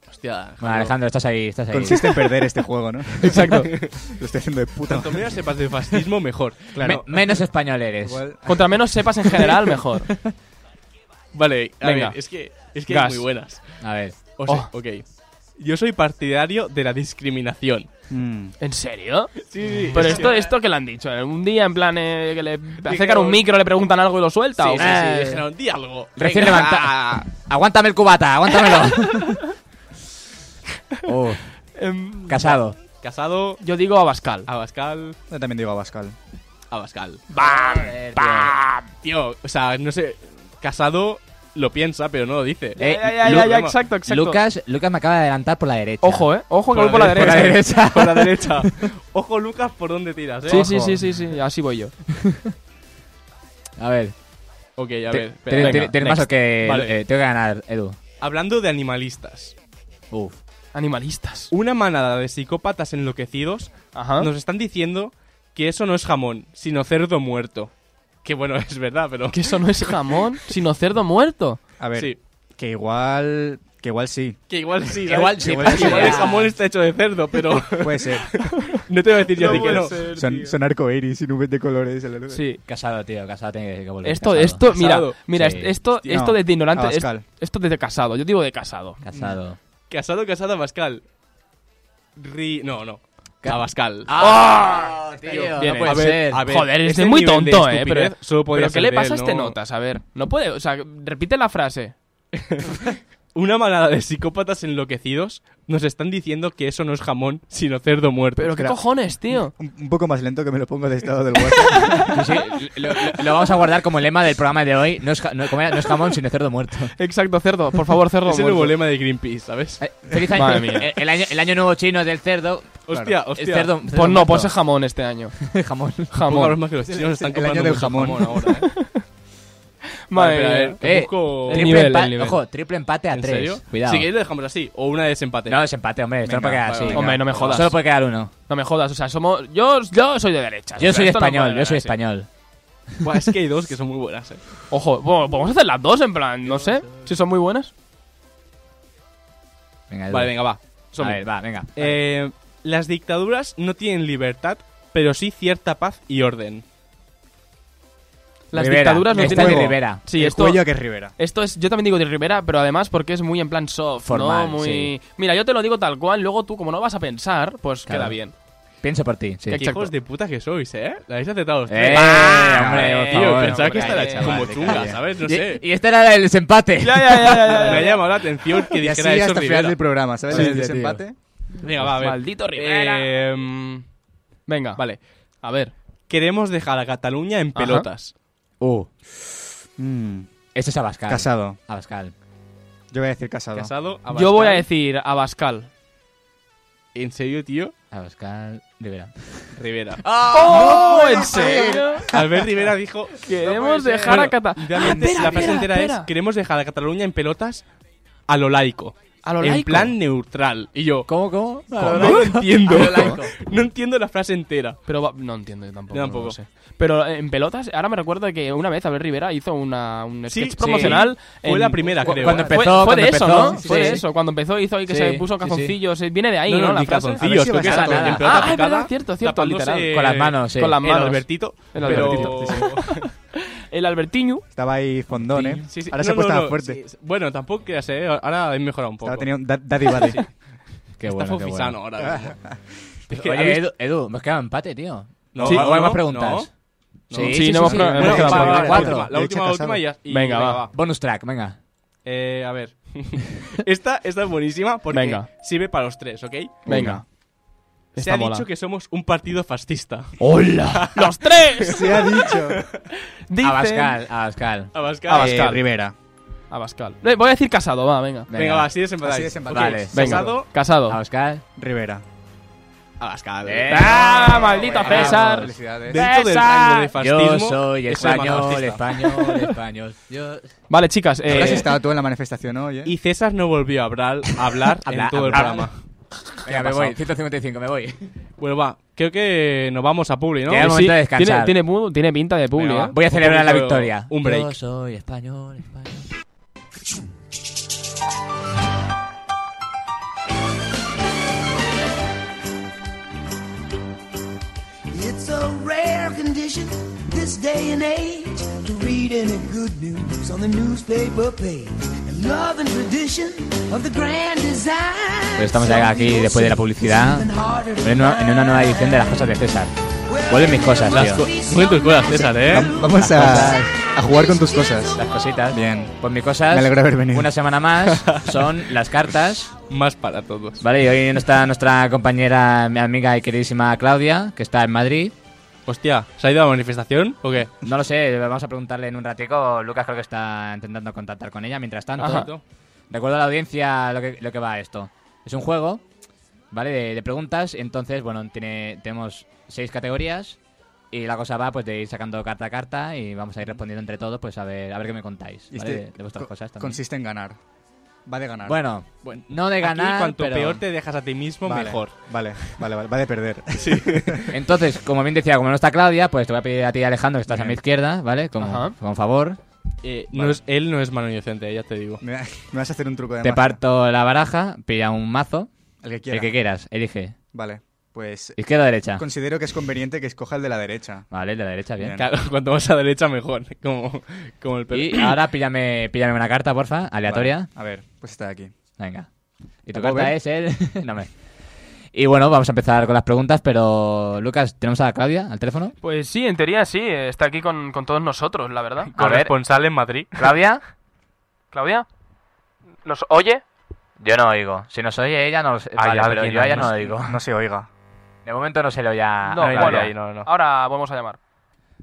Speaker 3: Hostia.
Speaker 2: Bueno, Alejandro, estás ahí, estás ahí.
Speaker 5: Consiste en perder este juego, ¿no?
Speaker 4: Exacto.
Speaker 5: Lo estoy haciendo de puta
Speaker 3: Cuanto
Speaker 5: madre.
Speaker 3: menos sepas de fascismo, mejor.
Speaker 2: Me- menos español eres.
Speaker 5: Igual-
Speaker 4: Contra menos sepas en general, mejor.
Speaker 3: Vale, a
Speaker 4: Venga.
Speaker 3: ver, es que, es que
Speaker 4: Gas.
Speaker 3: hay muy buenas.
Speaker 2: A ver.
Speaker 3: O sea,
Speaker 4: Oh.
Speaker 3: Ok. Yo soy partidario de la discriminación.
Speaker 5: Mm.
Speaker 4: ¿En serio?
Speaker 3: Sí, sí.
Speaker 4: Pero esto, esto que le han dicho, ¿eh? un día en plan eh, que le acercan un
Speaker 3: Dijeron-
Speaker 4: micro, le preguntan algo y lo suelta.
Speaker 3: Sí,
Speaker 4: o
Speaker 3: sí,
Speaker 4: qué?
Speaker 3: sí,
Speaker 4: Eh,
Speaker 3: dijeron, di algo.
Speaker 2: Recién
Speaker 3: Venga.
Speaker 2: levanta- Aguántame el cubata, aguántamelo. Oh,
Speaker 3: Em,
Speaker 2: casado.
Speaker 3: Casado,
Speaker 4: Yo digo Abascal.
Speaker 3: Abascal,
Speaker 5: Yo también digo Abascal.
Speaker 3: Abascal. Tío, o sea, no sé. Casado lo piensa, pero no lo dice.
Speaker 2: Eh,
Speaker 4: ya, ya,
Speaker 3: Lu-
Speaker 4: ya, ya, exacto, exacto.
Speaker 2: Lucas, Lucas me acaba de adelantar por la derecha.
Speaker 4: Ojo, eh. Ojo que voy por la
Speaker 2: Por
Speaker 4: derecha.
Speaker 2: la derecha.
Speaker 3: Por la derecha. Ojo, Lucas, por dónde tiras, eh.
Speaker 4: Sí, sí, sí, sí, sí, así voy yo.
Speaker 2: A ver.
Speaker 3: Ok, a
Speaker 2: te-
Speaker 3: ver. espera.
Speaker 2: tiene-
Speaker 3: Venga,
Speaker 2: tiene- Tienes más
Speaker 3: next.
Speaker 2: que.
Speaker 3: Vale.
Speaker 2: eh, tengo que ganar, Edu.
Speaker 3: Hablando de animalistas.
Speaker 2: Uf.
Speaker 4: Animalistas.
Speaker 3: Una manada de psicópatas enloquecidos
Speaker 2: Ah.
Speaker 4: Ajá.
Speaker 3: nos están diciendo que eso no es jamón, sino cerdo muerto. Que bueno, es verdad, pero.
Speaker 4: Que eso no es jamón, sino cerdo muerto.
Speaker 5: A ver,
Speaker 3: Sí.
Speaker 5: que igual. Que igual sí.
Speaker 3: Que igual sí.
Speaker 2: Que
Speaker 3: ¿sabes?
Speaker 2: igual sí,
Speaker 3: Igual
Speaker 2: pero
Speaker 3: igual
Speaker 2: sí. Ah.
Speaker 3: el jamón está hecho de cerdo, pero.
Speaker 5: Puede ser.
Speaker 3: No te voy a decir yo a ti que no.
Speaker 5: son son arcoiris y nubes de colores. en la luz.
Speaker 4: Sí.
Speaker 2: Casado, tío. Casado tiene que decir que volver.
Speaker 4: Esto,
Speaker 2: casado.
Speaker 4: esto, mira,
Speaker 3: Casado.
Speaker 4: mira,
Speaker 2: Sí.
Speaker 4: esto,
Speaker 5: Hostia,
Speaker 4: esto de ignorante, es-
Speaker 5: Abascal.
Speaker 4: esto de casado, yo digo de casado.
Speaker 2: Casado.
Speaker 3: Casado, casada, Pascal. Ri. No, no. Abascal.
Speaker 2: ¡Ah!
Speaker 3: tío,
Speaker 2: no
Speaker 4: viene.
Speaker 2: puede
Speaker 4: A
Speaker 3: ver,
Speaker 2: ser.
Speaker 3: a ver.
Speaker 4: Joder, es
Speaker 3: este
Speaker 4: muy
Speaker 3: nivel de
Speaker 4: tonto, eh, pero,
Speaker 3: estupidez solo podía
Speaker 4: pero ¿qué
Speaker 3: ser
Speaker 4: le
Speaker 3: de
Speaker 4: pasa
Speaker 3: él,
Speaker 4: a este
Speaker 3: no?
Speaker 4: notas? A ver, no puede, o sea, repite la frase.
Speaker 3: Una manada de psicópatas enloquecidos nos están diciendo que eso no es jamón, sino cerdo muerto.
Speaker 4: Pero qué
Speaker 5: Espera.
Speaker 4: cojones, tío.
Speaker 5: Un, un poco más lento que me lo pongo de estado del WhatsApp.
Speaker 2: Sí, sí, lo, lo- lo vamos a guardar como lema del programa de hoy. No es, ja- no, como era, no es jamón, sino cerdo muerto.
Speaker 4: Exacto, cerdo, por favor, cerdo.
Speaker 3: es el nuevo
Speaker 4: muerto.
Speaker 3: lema de Greenpeace, ¿sabes?
Speaker 2: Eh, Feliz año.
Speaker 4: Madre mía.
Speaker 2: El, año, el año nuevo chino es del cerdo.
Speaker 3: Hostia,
Speaker 2: Este Es
Speaker 3: hostia.
Speaker 2: cerdo- cerdo
Speaker 4: Pues no,
Speaker 2: muerto.
Speaker 4: pues es jamón este año.
Speaker 2: jamón.
Speaker 3: Poco
Speaker 4: Jamón.
Speaker 3: más que los chinos están
Speaker 5: el año
Speaker 3: comprando
Speaker 5: del
Speaker 3: mucho
Speaker 5: jamón.
Speaker 3: ahora, ¿eh? Vale,
Speaker 4: Madre
Speaker 3: pero a ver,
Speaker 4: mía.
Speaker 3: te
Speaker 2: Eh,
Speaker 3: busco-
Speaker 4: el
Speaker 2: Triple
Speaker 4: nivel,
Speaker 2: empa-
Speaker 4: el nivel.
Speaker 2: Ojo, triple empate a
Speaker 3: ¿En
Speaker 2: tres.
Speaker 3: serio?
Speaker 2: Cuidado.
Speaker 3: Si queréis lo dejamos así, o una desempate.
Speaker 2: No, es empate, hombre. Esto
Speaker 5: Venga,
Speaker 2: no puede quedar
Speaker 3: vale,
Speaker 2: así.
Speaker 3: venga.
Speaker 4: Hombre, no me jodas.
Speaker 2: Solo puede quedar uno.
Speaker 4: No me jodas, o sea, somos yo yo soy de derecha.
Speaker 2: Yo soy español, yo soy español.
Speaker 3: Buah, es que hay dos que son muy buenas, ¿eh?
Speaker 4: Ojo, bueno, podemos hacer las dos en plan, no sé, si son muy buenas.
Speaker 2: Venga, Edu.
Speaker 3: Vale, venga, va.
Speaker 2: A
Speaker 3: Son-
Speaker 2: ver, va, venga.
Speaker 3: Eh, las dictaduras no tienen libertad, pero sí cierta paz y orden.
Speaker 4: Las
Speaker 2: Rivera,
Speaker 4: dictaduras no
Speaker 2: esta
Speaker 4: tienen
Speaker 2: de
Speaker 4: juego.
Speaker 2: Rivera.
Speaker 4: Sí,
Speaker 5: El
Speaker 4: esto
Speaker 5: cuello que es Rivera.
Speaker 4: Esto es, yo también digo de Rivera, pero además porque es muy en plan soft,
Speaker 2: Formal,
Speaker 4: ¿no? Muy...
Speaker 2: sí.
Speaker 4: Mira, yo te lo digo tal cual, luego tú como no vas a pensar, pues
Speaker 2: Claro.
Speaker 4: queda bien.
Speaker 2: Pienso por ti, sí.
Speaker 3: Qué
Speaker 4: Exacto.
Speaker 3: hijos de puta que sois, ¿eh? La habéis aceptado. los
Speaker 2: ¡Eh!
Speaker 3: tres.
Speaker 2: hombre, por
Speaker 3: Tío,
Speaker 2: favor,
Speaker 3: pensaba
Speaker 4: hombre,
Speaker 3: que esta
Speaker 4: eh,
Speaker 3: era como
Speaker 2: vale,
Speaker 3: chunga,
Speaker 2: calla.
Speaker 3: ¿sabes? No
Speaker 2: y,
Speaker 3: sé.
Speaker 2: y este era el desempate.
Speaker 3: Me ha llamado la atención que
Speaker 5: Y así
Speaker 3: dijera eso
Speaker 5: hasta el final
Speaker 3: Rivera.
Speaker 5: del programa, ¿sabes?
Speaker 2: Sí,
Speaker 5: el
Speaker 2: sí, tío.
Speaker 5: desempate.
Speaker 3: Venga, va, a ver.
Speaker 4: Maldito Rivera.
Speaker 3: Eh, mm,
Speaker 4: Venga,
Speaker 3: vale.
Speaker 4: a ver.
Speaker 3: Queremos dejar a Cataluña en
Speaker 4: Ajá.
Speaker 3: pelotas.
Speaker 2: Uh,
Speaker 5: Mm,
Speaker 2: este es Abascal.
Speaker 5: Casado.
Speaker 2: Abascal.
Speaker 5: Yo voy a decir casado.
Speaker 3: Casado, Abascal.
Speaker 4: Yo voy a decir Abascal.
Speaker 3: ¿En serio, tío?
Speaker 2: Abascal. Rivera.
Speaker 3: Rivera.
Speaker 4: ¡Oh! ¿En serio?
Speaker 3: Albert Rivera dijo...
Speaker 4: Queremos dejar a
Speaker 3: Bueno,
Speaker 4: Cataluña.
Speaker 3: literalmente, la frase entera
Speaker 4: espera.
Speaker 3: es queremos dejar a Cataluña en pelotas a lo laico.
Speaker 4: A lo
Speaker 3: en
Speaker 4: laico.
Speaker 3: plan neutral. Y yo,
Speaker 2: ¿Cómo, cómo?
Speaker 3: no lo entiendo.
Speaker 2: A lo laico.
Speaker 3: No entiendo la frase entera.
Speaker 4: Pero va- no entiendo yo tampoco.
Speaker 3: Yo
Speaker 4: no
Speaker 3: tampoco.
Speaker 4: lo sé. Pero eh, en pelotas, ahora me recuerdo que una vez Abel Rivera hizo una, un
Speaker 3: Sí,
Speaker 4: sketch
Speaker 3: sí.
Speaker 4: promocional.
Speaker 3: Fue
Speaker 4: en-
Speaker 3: la primera,
Speaker 4: cu-
Speaker 3: creo,
Speaker 4: Cuando
Speaker 3: ¿eh?
Speaker 4: empezó,
Speaker 2: Fue-
Speaker 4: fue de
Speaker 2: cuando
Speaker 4: eso,
Speaker 2: empezó,
Speaker 4: ¿no?
Speaker 2: sí,
Speaker 4: Fue de
Speaker 2: sí.
Speaker 4: eso. Cuando empezó hizo ahí que
Speaker 2: Sí,
Speaker 4: se
Speaker 2: sí,
Speaker 4: puso
Speaker 2: sí.
Speaker 4: cazoncillos. eh, Viene de ahí,
Speaker 3: no,
Speaker 4: ¿no?
Speaker 3: no,
Speaker 4: la
Speaker 3: ni
Speaker 4: frase.
Speaker 3: calzoncillos,
Speaker 5: si
Speaker 3: creo
Speaker 5: vas
Speaker 3: que
Speaker 5: a
Speaker 3: está todo
Speaker 2: nada.
Speaker 3: en pelota
Speaker 4: Ah, es
Speaker 3: picada,
Speaker 4: verdad, cierto, cierto,
Speaker 3: tapándose
Speaker 4: literal.
Speaker 2: Con las manos, sí.
Speaker 4: Con las
Speaker 3: el
Speaker 4: manos.
Speaker 3: Albertito,
Speaker 4: El
Speaker 3: pero...
Speaker 4: Albertito, El Albertiño.
Speaker 5: Estaba ahí fondón, ¿eh?
Speaker 3: Sí, sí.
Speaker 5: Ahora se
Speaker 3: No,
Speaker 5: ha puesto
Speaker 3: no,
Speaker 5: más
Speaker 3: no,
Speaker 5: fuerte.
Speaker 3: sí, sí. Bueno, tampoco creas, ¿eh? Ahora he mejorado un poco.
Speaker 5: Estaba teniendo un da- daddy buddy.
Speaker 2: Qué
Speaker 3: Está
Speaker 2: bueno, qué
Speaker 3: fofisano
Speaker 2: bueno.
Speaker 3: ahora mismo. Es que,
Speaker 2: Oye,
Speaker 3: ¿habéis-
Speaker 2: Edu, Edu, hemos quedado empate, tío.
Speaker 3: No,
Speaker 2: Sí,
Speaker 3: no,
Speaker 2: ¿O hay
Speaker 3: no,
Speaker 2: más preguntas?
Speaker 3: no.
Speaker 4: Sí, no hemos pro- hemos
Speaker 3: Bueno,
Speaker 4: quedado
Speaker 3: va,
Speaker 4: por
Speaker 3: va,
Speaker 4: ahí.
Speaker 3: la
Speaker 2: Cuatro.
Speaker 3: última, la
Speaker 5: Yo he
Speaker 3: última,
Speaker 5: hecho
Speaker 3: la última y ya. y
Speaker 4: Venga, va.
Speaker 2: Bonus track, venga.
Speaker 3: Eh, a ver. esta, esta es buenísima porque
Speaker 4: Venga.
Speaker 3: sirve para los tres, ¿ok?
Speaker 4: Venga.
Speaker 3: Se ha dicho que somos un partido fascista.
Speaker 4: ¡Hola! ¡Los tres!
Speaker 5: Se ha dicho.
Speaker 4: Dicen...
Speaker 2: Abascal, Abascal.
Speaker 3: Abascal.
Speaker 4: Abascal.
Speaker 5: Eh, Rivera.
Speaker 4: Abascal. Eh, Voy a decir casado, va, venga.
Speaker 3: Venga, Ah, va, así desempatáis.
Speaker 5: Así desempatáis.
Speaker 3: Ok,
Speaker 2: Vale.
Speaker 4: Venga.
Speaker 3: Casado,
Speaker 4: Casado.
Speaker 2: Abascal.
Speaker 5: Rivera.
Speaker 3: Abascal.
Speaker 2: Eh.
Speaker 4: ¡Ah, maldito
Speaker 2: Venga,
Speaker 4: César!
Speaker 2: vamos.
Speaker 3: Dentro del
Speaker 4: César.
Speaker 3: rango de fascismo.
Speaker 2: Yo soy
Speaker 3: es el más
Speaker 2: español,
Speaker 3: fascista.
Speaker 2: español, español. Yo...
Speaker 4: Vale, chicas. eh,
Speaker 5: Habrás estado tú en la manifestación hoy, ¿eh?
Speaker 3: Y César no volvió a hablar, a hablar en
Speaker 2: Habla-
Speaker 3: todo el
Speaker 2: habla.
Speaker 3: programa.
Speaker 2: Venga, me voy. Pues 155, me voy.
Speaker 3: Bueno, va. Creo que nos vamos a Publi, ¿no?
Speaker 2: Queda
Speaker 4: sí,
Speaker 2: momento de descansar.
Speaker 4: Tiene, tiene, pu- tiene pinta de publi,
Speaker 3: Venga,
Speaker 4: ¿eh?
Speaker 3: va.
Speaker 2: Voy a
Speaker 3: Un
Speaker 2: celebrar la
Speaker 3: poquito-
Speaker 2: victoria.
Speaker 3: un break.
Speaker 2: Yo soy español, español.
Speaker 7: It's a rare condition this day and age to read in plenty good news on the newspaper page. And love and tradition of the grand design.
Speaker 2: Pues estamos ya aquí después de la publicidad. En una, en una nueva edición de las cosas de César. Vuelven mis cosas,
Speaker 3: Las
Speaker 2: tío.
Speaker 3: co- muy tus cosas, César, ¿eh?
Speaker 5: Vamos a, a jugar con tus cosas.
Speaker 2: Las cositas. Bien. Pues mis cosas.
Speaker 5: Me alegro de haber venido.
Speaker 2: Una semana más son las cartas.
Speaker 3: Más para todos.
Speaker 2: Vale, y hoy no está nuestra compañera, mi amiga y queridísima Claudia, que está en Madrid.
Speaker 3: Hostia, ¿se ha ido a la manifestación o qué?
Speaker 2: No lo sé, vamos a preguntarle en un ratico. Lucas creo que está intentando contactar con ella. Mientras tanto, recuerdo a la audiencia lo que, lo que va esto. Es un juego, ¿vale? De, de preguntas. Entonces, bueno, tiene, tenemos seis categorías. Y la cosa va pues de ir sacando carta a carta y vamos a ir respondiendo entre todos, pues a ver, a ver qué me contáis,
Speaker 5: Y
Speaker 2: ¿vale?
Speaker 5: este
Speaker 2: De, de vuestras
Speaker 5: co-
Speaker 2: cosas también.
Speaker 5: Consiste en ganar. Va de ganar.
Speaker 2: Bueno,
Speaker 3: Bueno,
Speaker 2: no de ganar,
Speaker 3: Aquí, cuanto
Speaker 2: pero-
Speaker 3: peor te dejas a ti mismo,
Speaker 5: Vale,
Speaker 3: mejor.
Speaker 5: Vale, vale, vale. Va de perder.
Speaker 2: Entonces, como bien decía, como no está Claudia, pues te voy a pedir a ti, Alejandro, que estás a mi izquierda, ¿vale? Como,
Speaker 4: Ajá.
Speaker 2: con favor.
Speaker 3: Eh, no es- él no es mano inocente, eh, ya te digo.
Speaker 5: Me, me vas a hacer un truco de
Speaker 2: Te
Speaker 5: magia.
Speaker 2: parto la baraja, pilla un mazo,
Speaker 5: El que quiera.
Speaker 2: el que quieras, elige.
Speaker 5: Vale. Pues
Speaker 2: Izquierda o derecha.
Speaker 5: considero que es conveniente que escoja el de la derecha.
Speaker 2: Vale, el de la derecha, bien.
Speaker 5: Bien.
Speaker 3: Claro, cuanto más a la derecha, mejor. Como, como el pelo.
Speaker 2: Y ahora píllame, píllame una carta, porfa, aleatoria.
Speaker 5: Vale, A ver, pues está aquí.
Speaker 2: Venga. Y tu
Speaker 5: ¿La
Speaker 2: carta
Speaker 5: puedo ver?
Speaker 2: es el... no me... Y bueno, vamos a empezar con las preguntas, pero Lucas, ¿tenemos a Claudia al teléfono?
Speaker 4: Pues sí, en teoría sí. eh, Está aquí con, con todos nosotros, la verdad.
Speaker 3: Corresponsal en Madrid.
Speaker 2: ¿Claudia?
Speaker 4: ¿Claudia? ¿Nos oye?
Speaker 2: Yo no oigo. Si nos oye ella, no lo sé.
Speaker 3: Hay
Speaker 2: Vale, pero
Speaker 3: alguien,
Speaker 2: yo a ella
Speaker 3: ¿no?
Speaker 2: no lo oigo.
Speaker 5: No se oiga.
Speaker 2: De momento no se le oye a-
Speaker 4: No,
Speaker 2: a Claudia.
Speaker 4: bueno.
Speaker 3: Ah, ahí, no, no.
Speaker 4: Ahora vamos a llamar.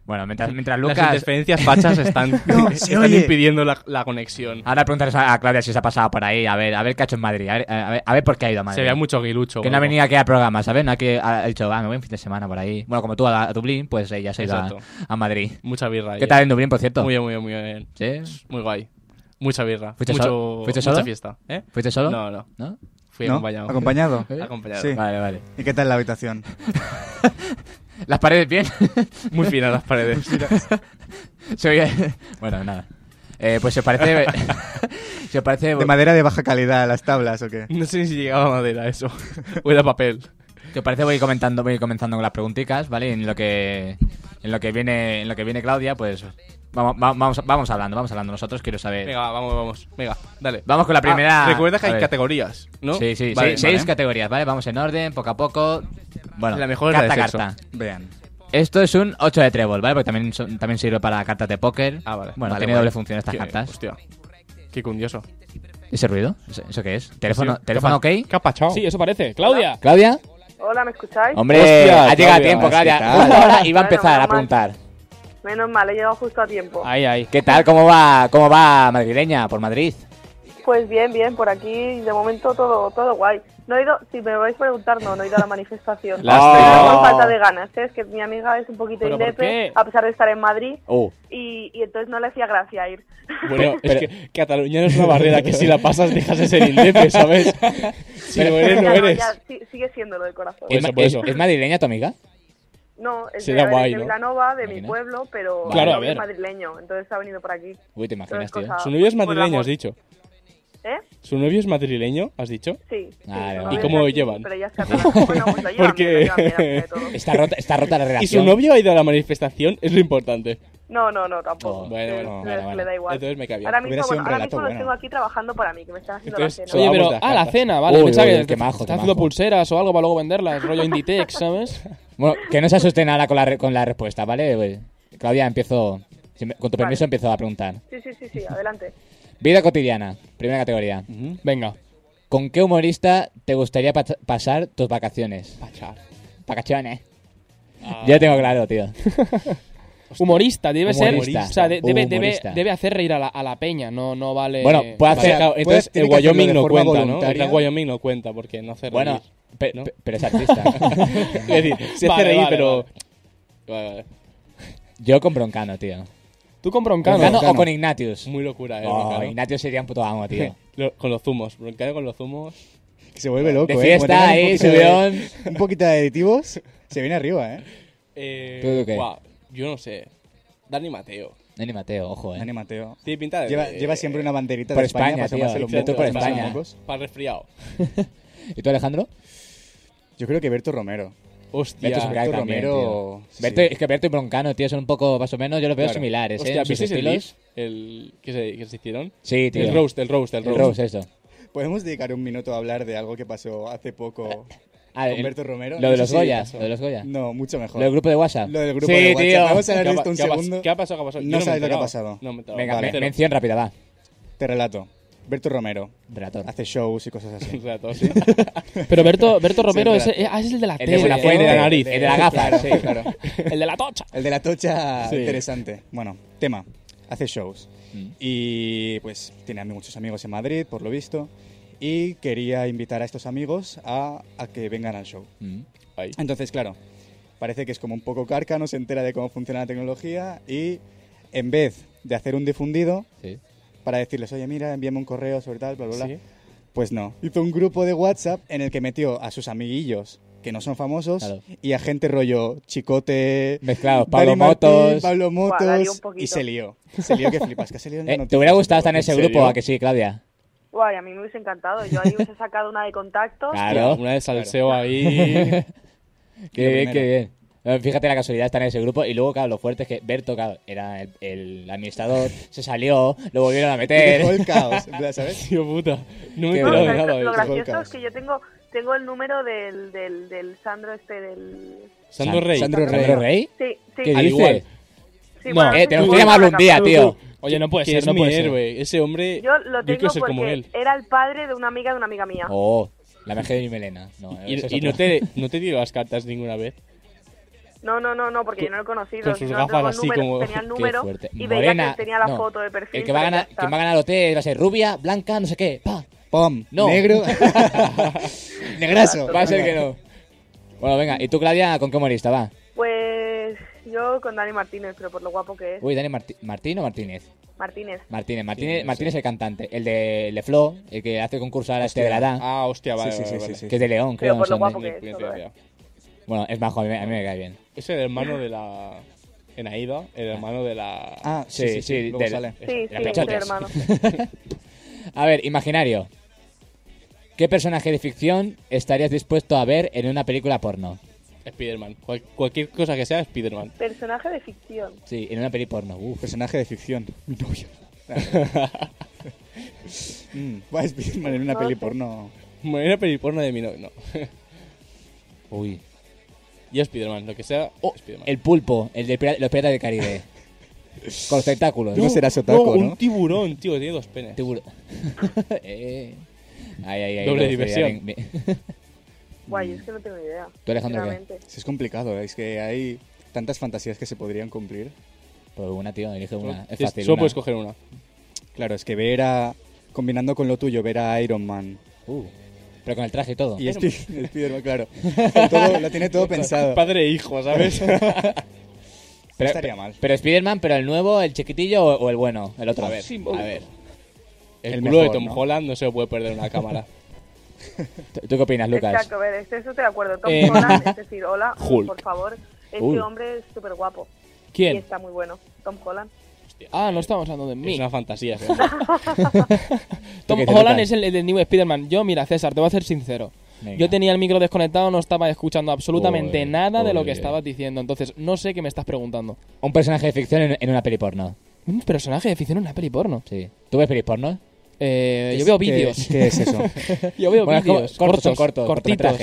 Speaker 2: Bueno, mientras, mientras
Speaker 3: Las
Speaker 2: Lucas...
Speaker 3: interferencias fachas están,
Speaker 5: No, se
Speaker 3: están
Speaker 5: oye.
Speaker 3: impidiendo la, la conexión.
Speaker 2: Ahora preguntarles a a Claudia si se ha pasado por ahí, a ver, a ver qué ha hecho en Madrid, a ver, a ver, a ver por qué ha ido a Madrid.
Speaker 3: Se vea mucho guilucho.
Speaker 2: Que no ha
Speaker 3: huevo.
Speaker 2: venido aquí al programa, ¿sabes? No ha, que- ha dicho, ah, me voy un fin de semana por ahí. Bueno, como tú a, a Dublín, pues ella se ha ido a,
Speaker 3: Exacto.
Speaker 2: a Madrid.
Speaker 3: Mucha birra.
Speaker 2: ¿Qué
Speaker 3: ahí,
Speaker 2: tal
Speaker 3: eh.
Speaker 2: en Dublín, por cierto?
Speaker 3: Muy bien, muy bien, muy bien.
Speaker 2: ¿Sí?
Speaker 3: Muy guay. Mucha birra.
Speaker 2: ¿Fuiste
Speaker 3: mucho,
Speaker 2: solo? ¿Fuiste
Speaker 3: mucha
Speaker 2: solo?
Speaker 3: fiesta. ¿Eh?
Speaker 2: ¿Fuiste solo?
Speaker 3: No, no.
Speaker 2: ¿No?
Speaker 3: Fui
Speaker 5: ¿No?
Speaker 3: acompañado.
Speaker 5: ¿Acompañado?
Speaker 3: Acompañado.
Speaker 5: Sí.
Speaker 2: Vale, vale.
Speaker 5: ¿Y qué tal la habitación?
Speaker 2: ¿Las paredes bien?
Speaker 3: Muy finas las paredes.
Speaker 2: Se oye- Bueno, nada. Eh, pues se parece... se parece...
Speaker 5: ¿De madera de baja calidad las tablas o qué?
Speaker 3: No sé si llegaba a madera eso. O era papel.
Speaker 2: ¿Te parece voy comentando, voy comenzando con las preguntitas, ¿vale? Y en lo que en lo que viene, en lo que viene Claudia, pues vamos, va- vamos, vamos hablando, vamos hablando nosotros, quiero saber.
Speaker 3: Venga, va, vamos, vamos. Venga, dale.
Speaker 2: Vamos con la primera.
Speaker 3: Ah, recuerda que
Speaker 2: a
Speaker 3: hay
Speaker 2: ver.
Speaker 3: categorías, ¿no?
Speaker 2: Sí, sí,
Speaker 3: Vale,
Speaker 2: seis, seis
Speaker 3: vale.
Speaker 2: categorías, ¿vale? Vamos en orden, poco a poco. Bueno,
Speaker 3: La mejor es la
Speaker 2: carta
Speaker 3: de sexo.
Speaker 2: carta.
Speaker 5: Vean.
Speaker 2: Esto es un 8 de trébol, ¿vale? Porque también, son- también sirve para cartas de póker.
Speaker 3: Ah, vale.
Speaker 2: Bueno,
Speaker 3: Vale,
Speaker 2: tiene
Speaker 3: vale.
Speaker 2: doble función estas
Speaker 3: Qué-
Speaker 2: cartas.
Speaker 3: Hostia. Qué cundioso.
Speaker 2: ¿Ese ruido? ¿Eso- ¿Eso qué es? ¿Teléfono,
Speaker 3: Sí.
Speaker 2: teléfono Ah, ok?
Speaker 3: ¿Qué ha pachado?
Speaker 4: eso parece. ¡Claudia!
Speaker 2: ¿Claudia?
Speaker 8: Hola, ¿me escucháis?
Speaker 2: Hombre,
Speaker 4: Hostia,
Speaker 2: ha llegado a
Speaker 4: Claudia,
Speaker 2: tiempo,
Speaker 4: ¿qué
Speaker 2: Claudia.
Speaker 5: tal?
Speaker 2: Justo Ahora iba a
Speaker 8: Bueno,
Speaker 2: empezar a
Speaker 8: menos mal.
Speaker 2: preguntar.
Speaker 8: Menos mal, he llegado justo a tiempo.
Speaker 4: Ahí, ahí.
Speaker 2: ¿Qué tal? ¿Cómo va, cómo va madrileña por Madrid?
Speaker 8: Pues bien, bien, por aquí de momento todo todo guay. No he ido, si me vais a preguntar, no, no he ido a la manifestación.
Speaker 2: Lástima.
Speaker 8: Pero por falta de ganas, ¿eh? es que mi amiga es un poquito
Speaker 4: ¿Pero por
Speaker 8: indepe,
Speaker 4: qué?
Speaker 8: a pesar de estar en Madrid,
Speaker 2: Oh.
Speaker 8: y, y entonces no le hacía gracia ir.
Speaker 3: Bueno,
Speaker 2: Pero-
Speaker 3: es que Cataluña no es una barrera que si la pasas dejas de ser indepe, ¿sabes? Si no eres, no
Speaker 8: Ya,
Speaker 3: eres.
Speaker 8: ya, sí- sigue siendo lo del corazón.
Speaker 3: Por
Speaker 2: ¿Es,
Speaker 3: eso,
Speaker 2: ma-
Speaker 3: por
Speaker 2: es-
Speaker 3: eso.
Speaker 2: es madrileña tu amiga?
Speaker 8: No, es
Speaker 3: será
Speaker 8: de,
Speaker 3: guay,
Speaker 8: es de
Speaker 3: ¿no?
Speaker 8: Vilanova, de mi
Speaker 2: Imagina.
Speaker 8: pueblo, pero
Speaker 2: Claro, a
Speaker 8: es
Speaker 3: ver.
Speaker 8: madrileño, entonces ha venido por aquí.
Speaker 2: Uy, te
Speaker 8: Entonces,
Speaker 2: imaginas, tío.
Speaker 8: cosa-
Speaker 3: Su novio es
Speaker 8: por
Speaker 3: madrileño,
Speaker 8: amor.
Speaker 3: has dicho.
Speaker 8: ¿Eh?
Speaker 3: Su novio es madrileño, has dicho.
Speaker 8: Sí.
Speaker 3: Ah,
Speaker 8: sí,
Speaker 2: Vale,
Speaker 8: su
Speaker 2: vale.
Speaker 8: novio
Speaker 2: ¿Y
Speaker 8: es
Speaker 3: cómo
Speaker 8: de
Speaker 3: lo
Speaker 8: aquí,
Speaker 3: llevan?
Speaker 8: Pero ya está. Bueno, pues lo llevan,
Speaker 3: Porque-
Speaker 8: bien, lo llevan bien, hace todo.
Speaker 2: Está rota, está rota la
Speaker 3: Y
Speaker 2: relación.
Speaker 3: su novio ha ido a la manifestación, es lo importante.
Speaker 8: No, no, no, tampoco.
Speaker 2: Oh,
Speaker 3: bueno,
Speaker 8: Le-
Speaker 3: bueno,
Speaker 8: le,
Speaker 2: bueno, bueno.
Speaker 8: le da igual.
Speaker 3: Entonces me cae bien.
Speaker 8: Ahora
Speaker 5: Hubiera
Speaker 8: mismo,
Speaker 5: sido
Speaker 8: bueno,
Speaker 5: un
Speaker 8: ahora
Speaker 5: relato
Speaker 8: mismo los
Speaker 5: bueno.
Speaker 8: tengo aquí trabajando para mí, que me están haciendo
Speaker 3: Entonces,
Speaker 8: la cena.
Speaker 4: Oye,
Speaker 3: Vamos
Speaker 4: pero.
Speaker 3: las
Speaker 4: Ah, la
Speaker 3: cartas.
Speaker 4: cena, vale.
Speaker 2: Uy,
Speaker 4: Pensaba
Speaker 2: uy,
Speaker 4: que
Speaker 2: uy, qué
Speaker 4: te-
Speaker 2: majo,
Speaker 4: te
Speaker 2: qué
Speaker 4: están haciendo
Speaker 2: majo.
Speaker 4: pulseras o algo para luego venderlas, rollo Inditex, ¿sabes?
Speaker 2: Bueno, que no se asusten ahora con la, re- con la respuesta, ¿vale? Eh, Claudia, empiezo. si me- Con tu permiso,
Speaker 8: Vale.
Speaker 2: empiezo a preguntar.
Speaker 8: Sí, sí, sí, sí, adelante.
Speaker 2: Vida cotidiana, primera categoría.
Speaker 4: Venga.
Speaker 2: ¿Con qué humorista te gustaría pa- pasar tus vacaciones? Vacaciones.
Speaker 3: Ah.
Speaker 2: Yo tengo claro, tío.
Speaker 4: Humorista, debe
Speaker 2: Humorista.
Speaker 4: ser. O sea, de- debe, debe,
Speaker 2: Humorista.
Speaker 4: debe hacer reír a la, a la peña, no, no vale.
Speaker 2: Bueno, pues, puede hacer-
Speaker 4: vale.
Speaker 3: claro,
Speaker 5: puedes-
Speaker 3: entonces el
Speaker 5: tiene que hacerlo
Speaker 3: Wyoming
Speaker 5: de
Speaker 3: no
Speaker 5: forma
Speaker 3: cuenta, ¿no? El
Speaker 5: voluntaria.
Speaker 3: Gran Wyoming no cuenta porque no hace
Speaker 2: Bueno,
Speaker 3: reír.
Speaker 2: pe-
Speaker 3: ¿no?
Speaker 2: pe- pero es artista.
Speaker 3: Es decir, se hace
Speaker 4: Vale,
Speaker 3: reír,
Speaker 4: vale,
Speaker 3: pero.
Speaker 4: vale.
Speaker 3: Vale, vale.
Speaker 2: Yo con Broncano, tío.
Speaker 4: Tú con Broncano.
Speaker 2: ¿Broncano, o
Speaker 4: Broncano.
Speaker 2: con Ignatius?
Speaker 3: Muy locura, eh.
Speaker 2: Oh,
Speaker 3: Broncano.
Speaker 2: Ignatius sería un puto amo, tío.
Speaker 3: Lo- con los zumos. Broncano con los zumos.
Speaker 5: Que se vuelve loco,
Speaker 2: De
Speaker 5: ¿eh?
Speaker 2: fiesta,
Speaker 5: Como tengan un
Speaker 2: ahí,
Speaker 5: poquito de-
Speaker 2: subidón.
Speaker 5: Un poquito de aditivos, se viene arriba, ¿eh?
Speaker 3: Eh,
Speaker 2: ¿Tú qué?
Speaker 3: guau, yo no sé. Dani Mateo.
Speaker 2: Dani Mateo, ojo, eh.
Speaker 5: Dani Mateo.
Speaker 3: Tiene pinta de.
Speaker 5: Lleva, lleva siempre una banderita
Speaker 2: por
Speaker 5: de España, para
Speaker 2: España, tío.
Speaker 5: tomarse los
Speaker 2: De tú
Speaker 5: mocos,
Speaker 2: por
Speaker 5: para los
Speaker 2: España.
Speaker 5: mocos.
Speaker 3: Para resfriado.
Speaker 2: ¿Y tú, Alejandro?
Speaker 5: Yo creo que Berto Romero.
Speaker 3: Hostia.
Speaker 2: Berto es un crack
Speaker 6: Berto
Speaker 2: también,
Speaker 6: Romero,
Speaker 2: tío.
Speaker 6: sí,
Speaker 2: Berto-
Speaker 6: sí.
Speaker 2: Es que Berto y Broncano, tío, son un poco más o menos, yo los veo
Speaker 3: Claro.
Speaker 2: similares, ¿eh?
Speaker 3: Hostia,
Speaker 2: en sus
Speaker 3: ¿visteis el
Speaker 2: estilos.
Speaker 3: GIF? El, que, se, que se hicieron.
Speaker 2: Sí, tío.
Speaker 3: El roast, el roast, el
Speaker 2: El
Speaker 3: roast.
Speaker 2: Rose, eso.
Speaker 6: ¿Podemos dedicar un minuto a hablar de algo que pasó hace poco
Speaker 2: Ah,
Speaker 6: con
Speaker 2: el-
Speaker 6: Berto Romero?
Speaker 2: Lo de
Speaker 6: No sé
Speaker 2: los
Speaker 6: si
Speaker 2: Goya,
Speaker 6: pasó.
Speaker 2: lo de los Goya.
Speaker 6: No, mucho mejor.
Speaker 2: Lo del grupo de WhatsApp.
Speaker 6: Lo del grupo
Speaker 2: sí, tío.
Speaker 6: de WhatsApp. Vamos a hablar
Speaker 3: ¿Qué
Speaker 6: de
Speaker 3: ha
Speaker 6: esto
Speaker 3: pa-
Speaker 6: un
Speaker 3: qué ha pas-
Speaker 6: segundo.
Speaker 3: ¿Qué ha pasado? ¿Qué ha pasado?
Speaker 6: No
Speaker 3: Yo me he
Speaker 6: sabes lo que ha
Speaker 3: enterado.
Speaker 6: pasado.
Speaker 3: No me he enterado.
Speaker 2: Venga,
Speaker 3: Vale,
Speaker 2: men-
Speaker 3: pero-
Speaker 2: mención rápida, va.
Speaker 6: Te relato. Berto Romero
Speaker 2: Relator.
Speaker 6: hace shows y cosas así.
Speaker 3: Rato, sí.
Speaker 4: Pero Berto, Berto Romero
Speaker 6: Sí,
Speaker 4: es, eh, ah, es el de la
Speaker 2: El
Speaker 4: tele.
Speaker 2: de
Speaker 4: ¿no?
Speaker 2: Buenafuente,
Speaker 6: El de la
Speaker 2: el
Speaker 6: nariz.
Speaker 2: de la gafa, sí, claro.
Speaker 4: El de la tocha.
Speaker 6: El de la tocha,
Speaker 3: Sí. Mm.
Speaker 6: interesante. Bueno, tema, hace shows. Y pues tiene a mí muchos amigos en Madrid, por lo visto. Y quería invitar a estos amigos a, a que vengan al show.
Speaker 2: Mm.
Speaker 3: Ahí.
Speaker 6: Entonces, claro, parece que es como un poco carca, no se entera de cómo funciona la tecnología y en vez de hacer un difundido
Speaker 2: Sí.
Speaker 6: para decirles, oye, mira, envíame un correo sobre tal, bla, bla, bla,
Speaker 3: Sí.
Speaker 6: pues no. Hizo un grupo de WhatsApp en el que metió a sus amiguillos que no son famosos
Speaker 2: Claro.
Speaker 6: y a gente rollo chicote,
Speaker 2: Mezclados,
Speaker 6: Dani
Speaker 2: Pablo
Speaker 6: Martín,
Speaker 2: Motos.
Speaker 6: Pablo
Speaker 8: Buah, daría un
Speaker 6: Motos
Speaker 8: poquito.
Speaker 6: y se lió. Se lió que flipas, que se lió en la
Speaker 2: Eh, ¿Te
Speaker 6: noticia,
Speaker 2: hubiera gustado
Speaker 6: tío.
Speaker 2: estar en ese
Speaker 3: ¿En serio?
Speaker 2: grupo a que sí, Claudia?
Speaker 8: Guay, a mí me hubiese encantado. Yo ahí hubiese sacado una de contactos.
Speaker 2: Claro.
Speaker 3: Una de salseo ahí.
Speaker 2: Qué bien,
Speaker 6: primero.
Speaker 2: qué bien. Eh, Fíjate la casualidad de estar en ese grupo y luego, claro, lo fuerte es que Berto, claro, era el, el administrador, se salió, lo volvieron a
Speaker 6: Dejó
Speaker 2: meter.
Speaker 6: el caos, en plan, ¿sabes?
Speaker 3: Tío puta. No me
Speaker 2: Qué
Speaker 3: he
Speaker 8: No,
Speaker 3: enterado de
Speaker 8: ¿sabes
Speaker 3: nada
Speaker 8: lo
Speaker 3: de
Speaker 8: lo
Speaker 3: esto.
Speaker 8: gracioso
Speaker 6: Volcaos.
Speaker 8: es que yo tengo, tengo el número del, del, del Sandro este del...
Speaker 3: Sandro Rey.
Speaker 6: Sandro Rey.
Speaker 2: ¿Sandro Rey?
Speaker 8: Sí, sí.
Speaker 2: ¿Qué
Speaker 3: Al
Speaker 2: dices?
Speaker 3: igual.
Speaker 8: sí,
Speaker 4: no,
Speaker 8: bueno,
Speaker 2: Eh,
Speaker 8: sí,
Speaker 2: tenemos
Speaker 8: sí,
Speaker 2: que
Speaker 8: sí,
Speaker 2: llamarlo un
Speaker 8: sí,
Speaker 2: día,
Speaker 8: sí.
Speaker 2: tío.
Speaker 4: Oye, no puede
Speaker 3: que
Speaker 4: ser,
Speaker 3: es
Speaker 4: no
Speaker 3: mi
Speaker 4: puede ser.
Speaker 3: héroe. Ese hombre.
Speaker 8: Yo lo tengo
Speaker 3: quiero ser
Speaker 8: porque
Speaker 3: como él.
Speaker 8: era el padre de una amiga de una amiga mía.
Speaker 2: Oh, la magia de mi melena. No,
Speaker 3: Y,
Speaker 2: ese es
Speaker 3: y no,
Speaker 2: otro.
Speaker 3: te, no te dio las cartas ninguna vez.
Speaker 8: No, no, no, no, porque yo no lo he conocido.
Speaker 3: con sus
Speaker 8: no
Speaker 3: gafas
Speaker 8: tengo el
Speaker 3: así
Speaker 8: número,
Speaker 3: como-
Speaker 8: Tenía el
Speaker 3: Qué
Speaker 2: Qué
Speaker 8: número
Speaker 2: fuerte.
Speaker 8: y veía
Speaker 2: Morena.
Speaker 8: que tenía la
Speaker 2: no.
Speaker 8: foto de perfil.
Speaker 2: El que va a
Speaker 8: pero ya
Speaker 2: ganar,
Speaker 8: está.
Speaker 2: quien va a ganar el hotel va a ser rubia, blanca, no sé qué. Pa.
Speaker 6: Pom,
Speaker 2: No.
Speaker 6: negro, negrazo.
Speaker 2: Va a ser que no. Bueno, venga, ¿y tú, Claudia, con qué humorista va?
Speaker 8: Pues yo con Dani Martínez, pero por lo guapo que es.
Speaker 2: Uy, Dani Marti- Martín o Martínez.
Speaker 8: Martínez.
Speaker 2: Martínez, Martínez, Martínez es el cantante. El de, el de Flo, el que hace concurso ahora este de la edad,
Speaker 3: Ah, hostia, vale.
Speaker 6: Sí, sí,
Speaker 3: vale,
Speaker 6: sí,
Speaker 3: vale.
Speaker 6: sí, sí.
Speaker 2: que es de León, creo.
Speaker 8: Pero
Speaker 2: no
Speaker 8: por
Speaker 2: sé
Speaker 8: lo
Speaker 2: dónde.
Speaker 8: guapo que
Speaker 3: Bien,
Speaker 8: es.
Speaker 3: bien,
Speaker 8: todo,
Speaker 3: bien,
Speaker 8: eh.
Speaker 3: bien.
Speaker 2: Bueno, es bajo, a mí, me- a mí me cae bien.
Speaker 3: Es el hermano de la. En Aida, el hermano de la.
Speaker 6: Ah, sí, sí,
Speaker 2: Sí,
Speaker 6: sí,
Speaker 2: sí,
Speaker 6: luego
Speaker 2: del-
Speaker 6: sale.
Speaker 8: Sí,
Speaker 2: La
Speaker 8: sí,
Speaker 2: pechotes.
Speaker 8: entre hermano.
Speaker 2: A ver, imaginario. ¿Qué personaje de ficción estarías dispuesto a ver en una película porno?
Speaker 3: Spiderman. Cual- cualquier cosa que sea, Spiderman.
Speaker 8: Personaje de ficción.
Speaker 2: Sí, en una peli porno. Uf.
Speaker 6: Personaje de ficción, mi novio. Mm, Va a Spiderman en una
Speaker 8: No
Speaker 6: peli
Speaker 8: sé.
Speaker 6: porno.
Speaker 3: Me voy a pedir porno de mi novio. No.
Speaker 2: Uy.
Speaker 3: Yo Spiderman, lo que sea. oh, Spiderman.
Speaker 2: Oh, El pulpo, el de pira- los piratas del Caribe. Con los tentáculos.
Speaker 6: No, serás otaku,
Speaker 3: un
Speaker 6: ¿no?
Speaker 3: tiburón, tío, tiene dos penes.
Speaker 2: Tiburón. Eh. Ay, ay, ay.
Speaker 3: Doble
Speaker 2: me gustaría-
Speaker 3: diversión.
Speaker 2: me- me-
Speaker 8: Guay, es que no tengo idea.
Speaker 2: Mm. Tú, Alejandro, ¿qué?
Speaker 8: sinceramente.
Speaker 6: Sí, es complicado, es que hay tantas fantasías que se podrían cumplir.
Speaker 2: Pues una, tío, elige una. Es
Speaker 3: Tienes-
Speaker 2: fácil.
Speaker 3: Solo
Speaker 2: una.
Speaker 3: puedes coger una.
Speaker 6: Claro, es que ver a. Combinando con lo tuyo, ver a Iron Man
Speaker 2: Uh, Pero con el traje y todo.
Speaker 6: y Spi- Spiderman, claro. Todo- lo tiene todo pensado.
Speaker 3: Padre e hijo, ¿sabes?
Speaker 6: No
Speaker 2: Pero,
Speaker 6: estaría mal.
Speaker 2: Pero Spider-Man, pero el nuevo, el chiquitillo o, o el bueno, el otro.
Speaker 3: A ver, a ver. El,
Speaker 6: El
Speaker 3: culo de
Speaker 6: mejor,
Speaker 3: Tom
Speaker 6: ¿no?
Speaker 3: Holland no se lo puede perder en una cámara.
Speaker 2: ¿Tú tú qué opinas, Lucas?
Speaker 8: Exacto, a ver, este estoy de acuerdo. Tom
Speaker 3: Eh,
Speaker 8: Holland, es decir, hola,
Speaker 3: Hulk.
Speaker 8: por favor. Este
Speaker 2: Uy.
Speaker 8: hombre es súper guapo. Y
Speaker 4: ¿Quién?
Speaker 8: está muy bueno. Tom Holland.
Speaker 4: Ah, no estamos hablando de
Speaker 3: es
Speaker 4: mí.
Speaker 3: una fantasía. ¿eh?
Speaker 4: Tom
Speaker 2: ¿Tú qué,
Speaker 4: Holland
Speaker 2: Lucas?
Speaker 4: es el, el del New Spider-Man. Yo, mira, César, te voy a ser sincero.
Speaker 2: Venga.
Speaker 4: Yo tenía el micro desconectado, no estaba escuchando absolutamente
Speaker 2: Uy,
Speaker 4: nada de lo
Speaker 2: uy,
Speaker 4: que
Speaker 2: uy.
Speaker 4: estabas diciendo. Entonces, no sé qué me estás preguntando.
Speaker 2: Un personaje de ficción en, en una peli porno.
Speaker 4: Un personaje de ficción en una peli porno.
Speaker 2: Sí. ¿Tú ves pelis porno?
Speaker 4: Eh, yo veo
Speaker 6: ¿Qué-
Speaker 4: vídeos.
Speaker 6: ¿Qué es eso?
Speaker 4: Yo veo
Speaker 2: Bueno, es como-
Speaker 4: vídeos.
Speaker 2: cortos, son cortos,
Speaker 4: cortitos.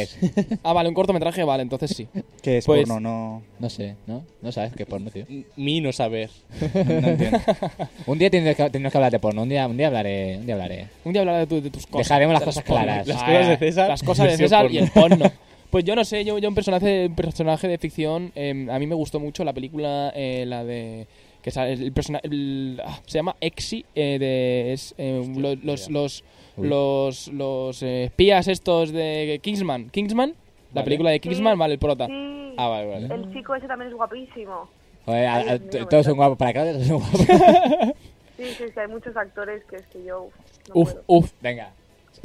Speaker 4: Ah, vale, un cortometraje, vale, entonces sí.
Speaker 6: ¿Qué es
Speaker 4: Pues-
Speaker 6: porno? No,
Speaker 2: No sé, ¿no? No sabes qué es porno, tío.
Speaker 3: Mi no saber.
Speaker 6: no entiendo.
Speaker 2: Un día tendremos que, tendremos que hablar de porno. Un día, un día hablaré. Un día hablaré.
Speaker 4: Un día hablaré de, tu- de tus cosas.
Speaker 2: Dejaremos las
Speaker 4: de
Speaker 2: cosas
Speaker 4: los pornos.
Speaker 2: claras.
Speaker 3: Las
Speaker 4: Ah,
Speaker 3: cosas de César.
Speaker 4: Las cosas de
Speaker 3: versión
Speaker 4: César
Speaker 3: porno.
Speaker 4: y el porno. Pues yo no sé, yo, yo un personaje, un personaje de ficción, eh, a mí me gustó mucho la película, eh, la de... que sale- el persona- el- ah, Se llama Exi, eh, de, es, eh, lo- los, los,
Speaker 2: Uy.
Speaker 4: los, los, eh, espías estos de Kingsman. Kingsman, la
Speaker 3: Vale.
Speaker 4: película de Kingsman,
Speaker 8: Sí.
Speaker 4: vale, el prota.
Speaker 8: Sí.
Speaker 3: Ah, vale, vale.
Speaker 8: El chico ese también es guapísimo.
Speaker 2: Joder, a- a-
Speaker 8: Dios mío,
Speaker 2: t-
Speaker 8: me
Speaker 2: todos son
Speaker 8: encanta.
Speaker 2: guapos para Claudia, todos son guapos.
Speaker 8: Sí, sí, sí, hay muchos actores que es que yo. uf, no
Speaker 4: Uf,
Speaker 8: puedo.
Speaker 4: uf,
Speaker 2: Venga.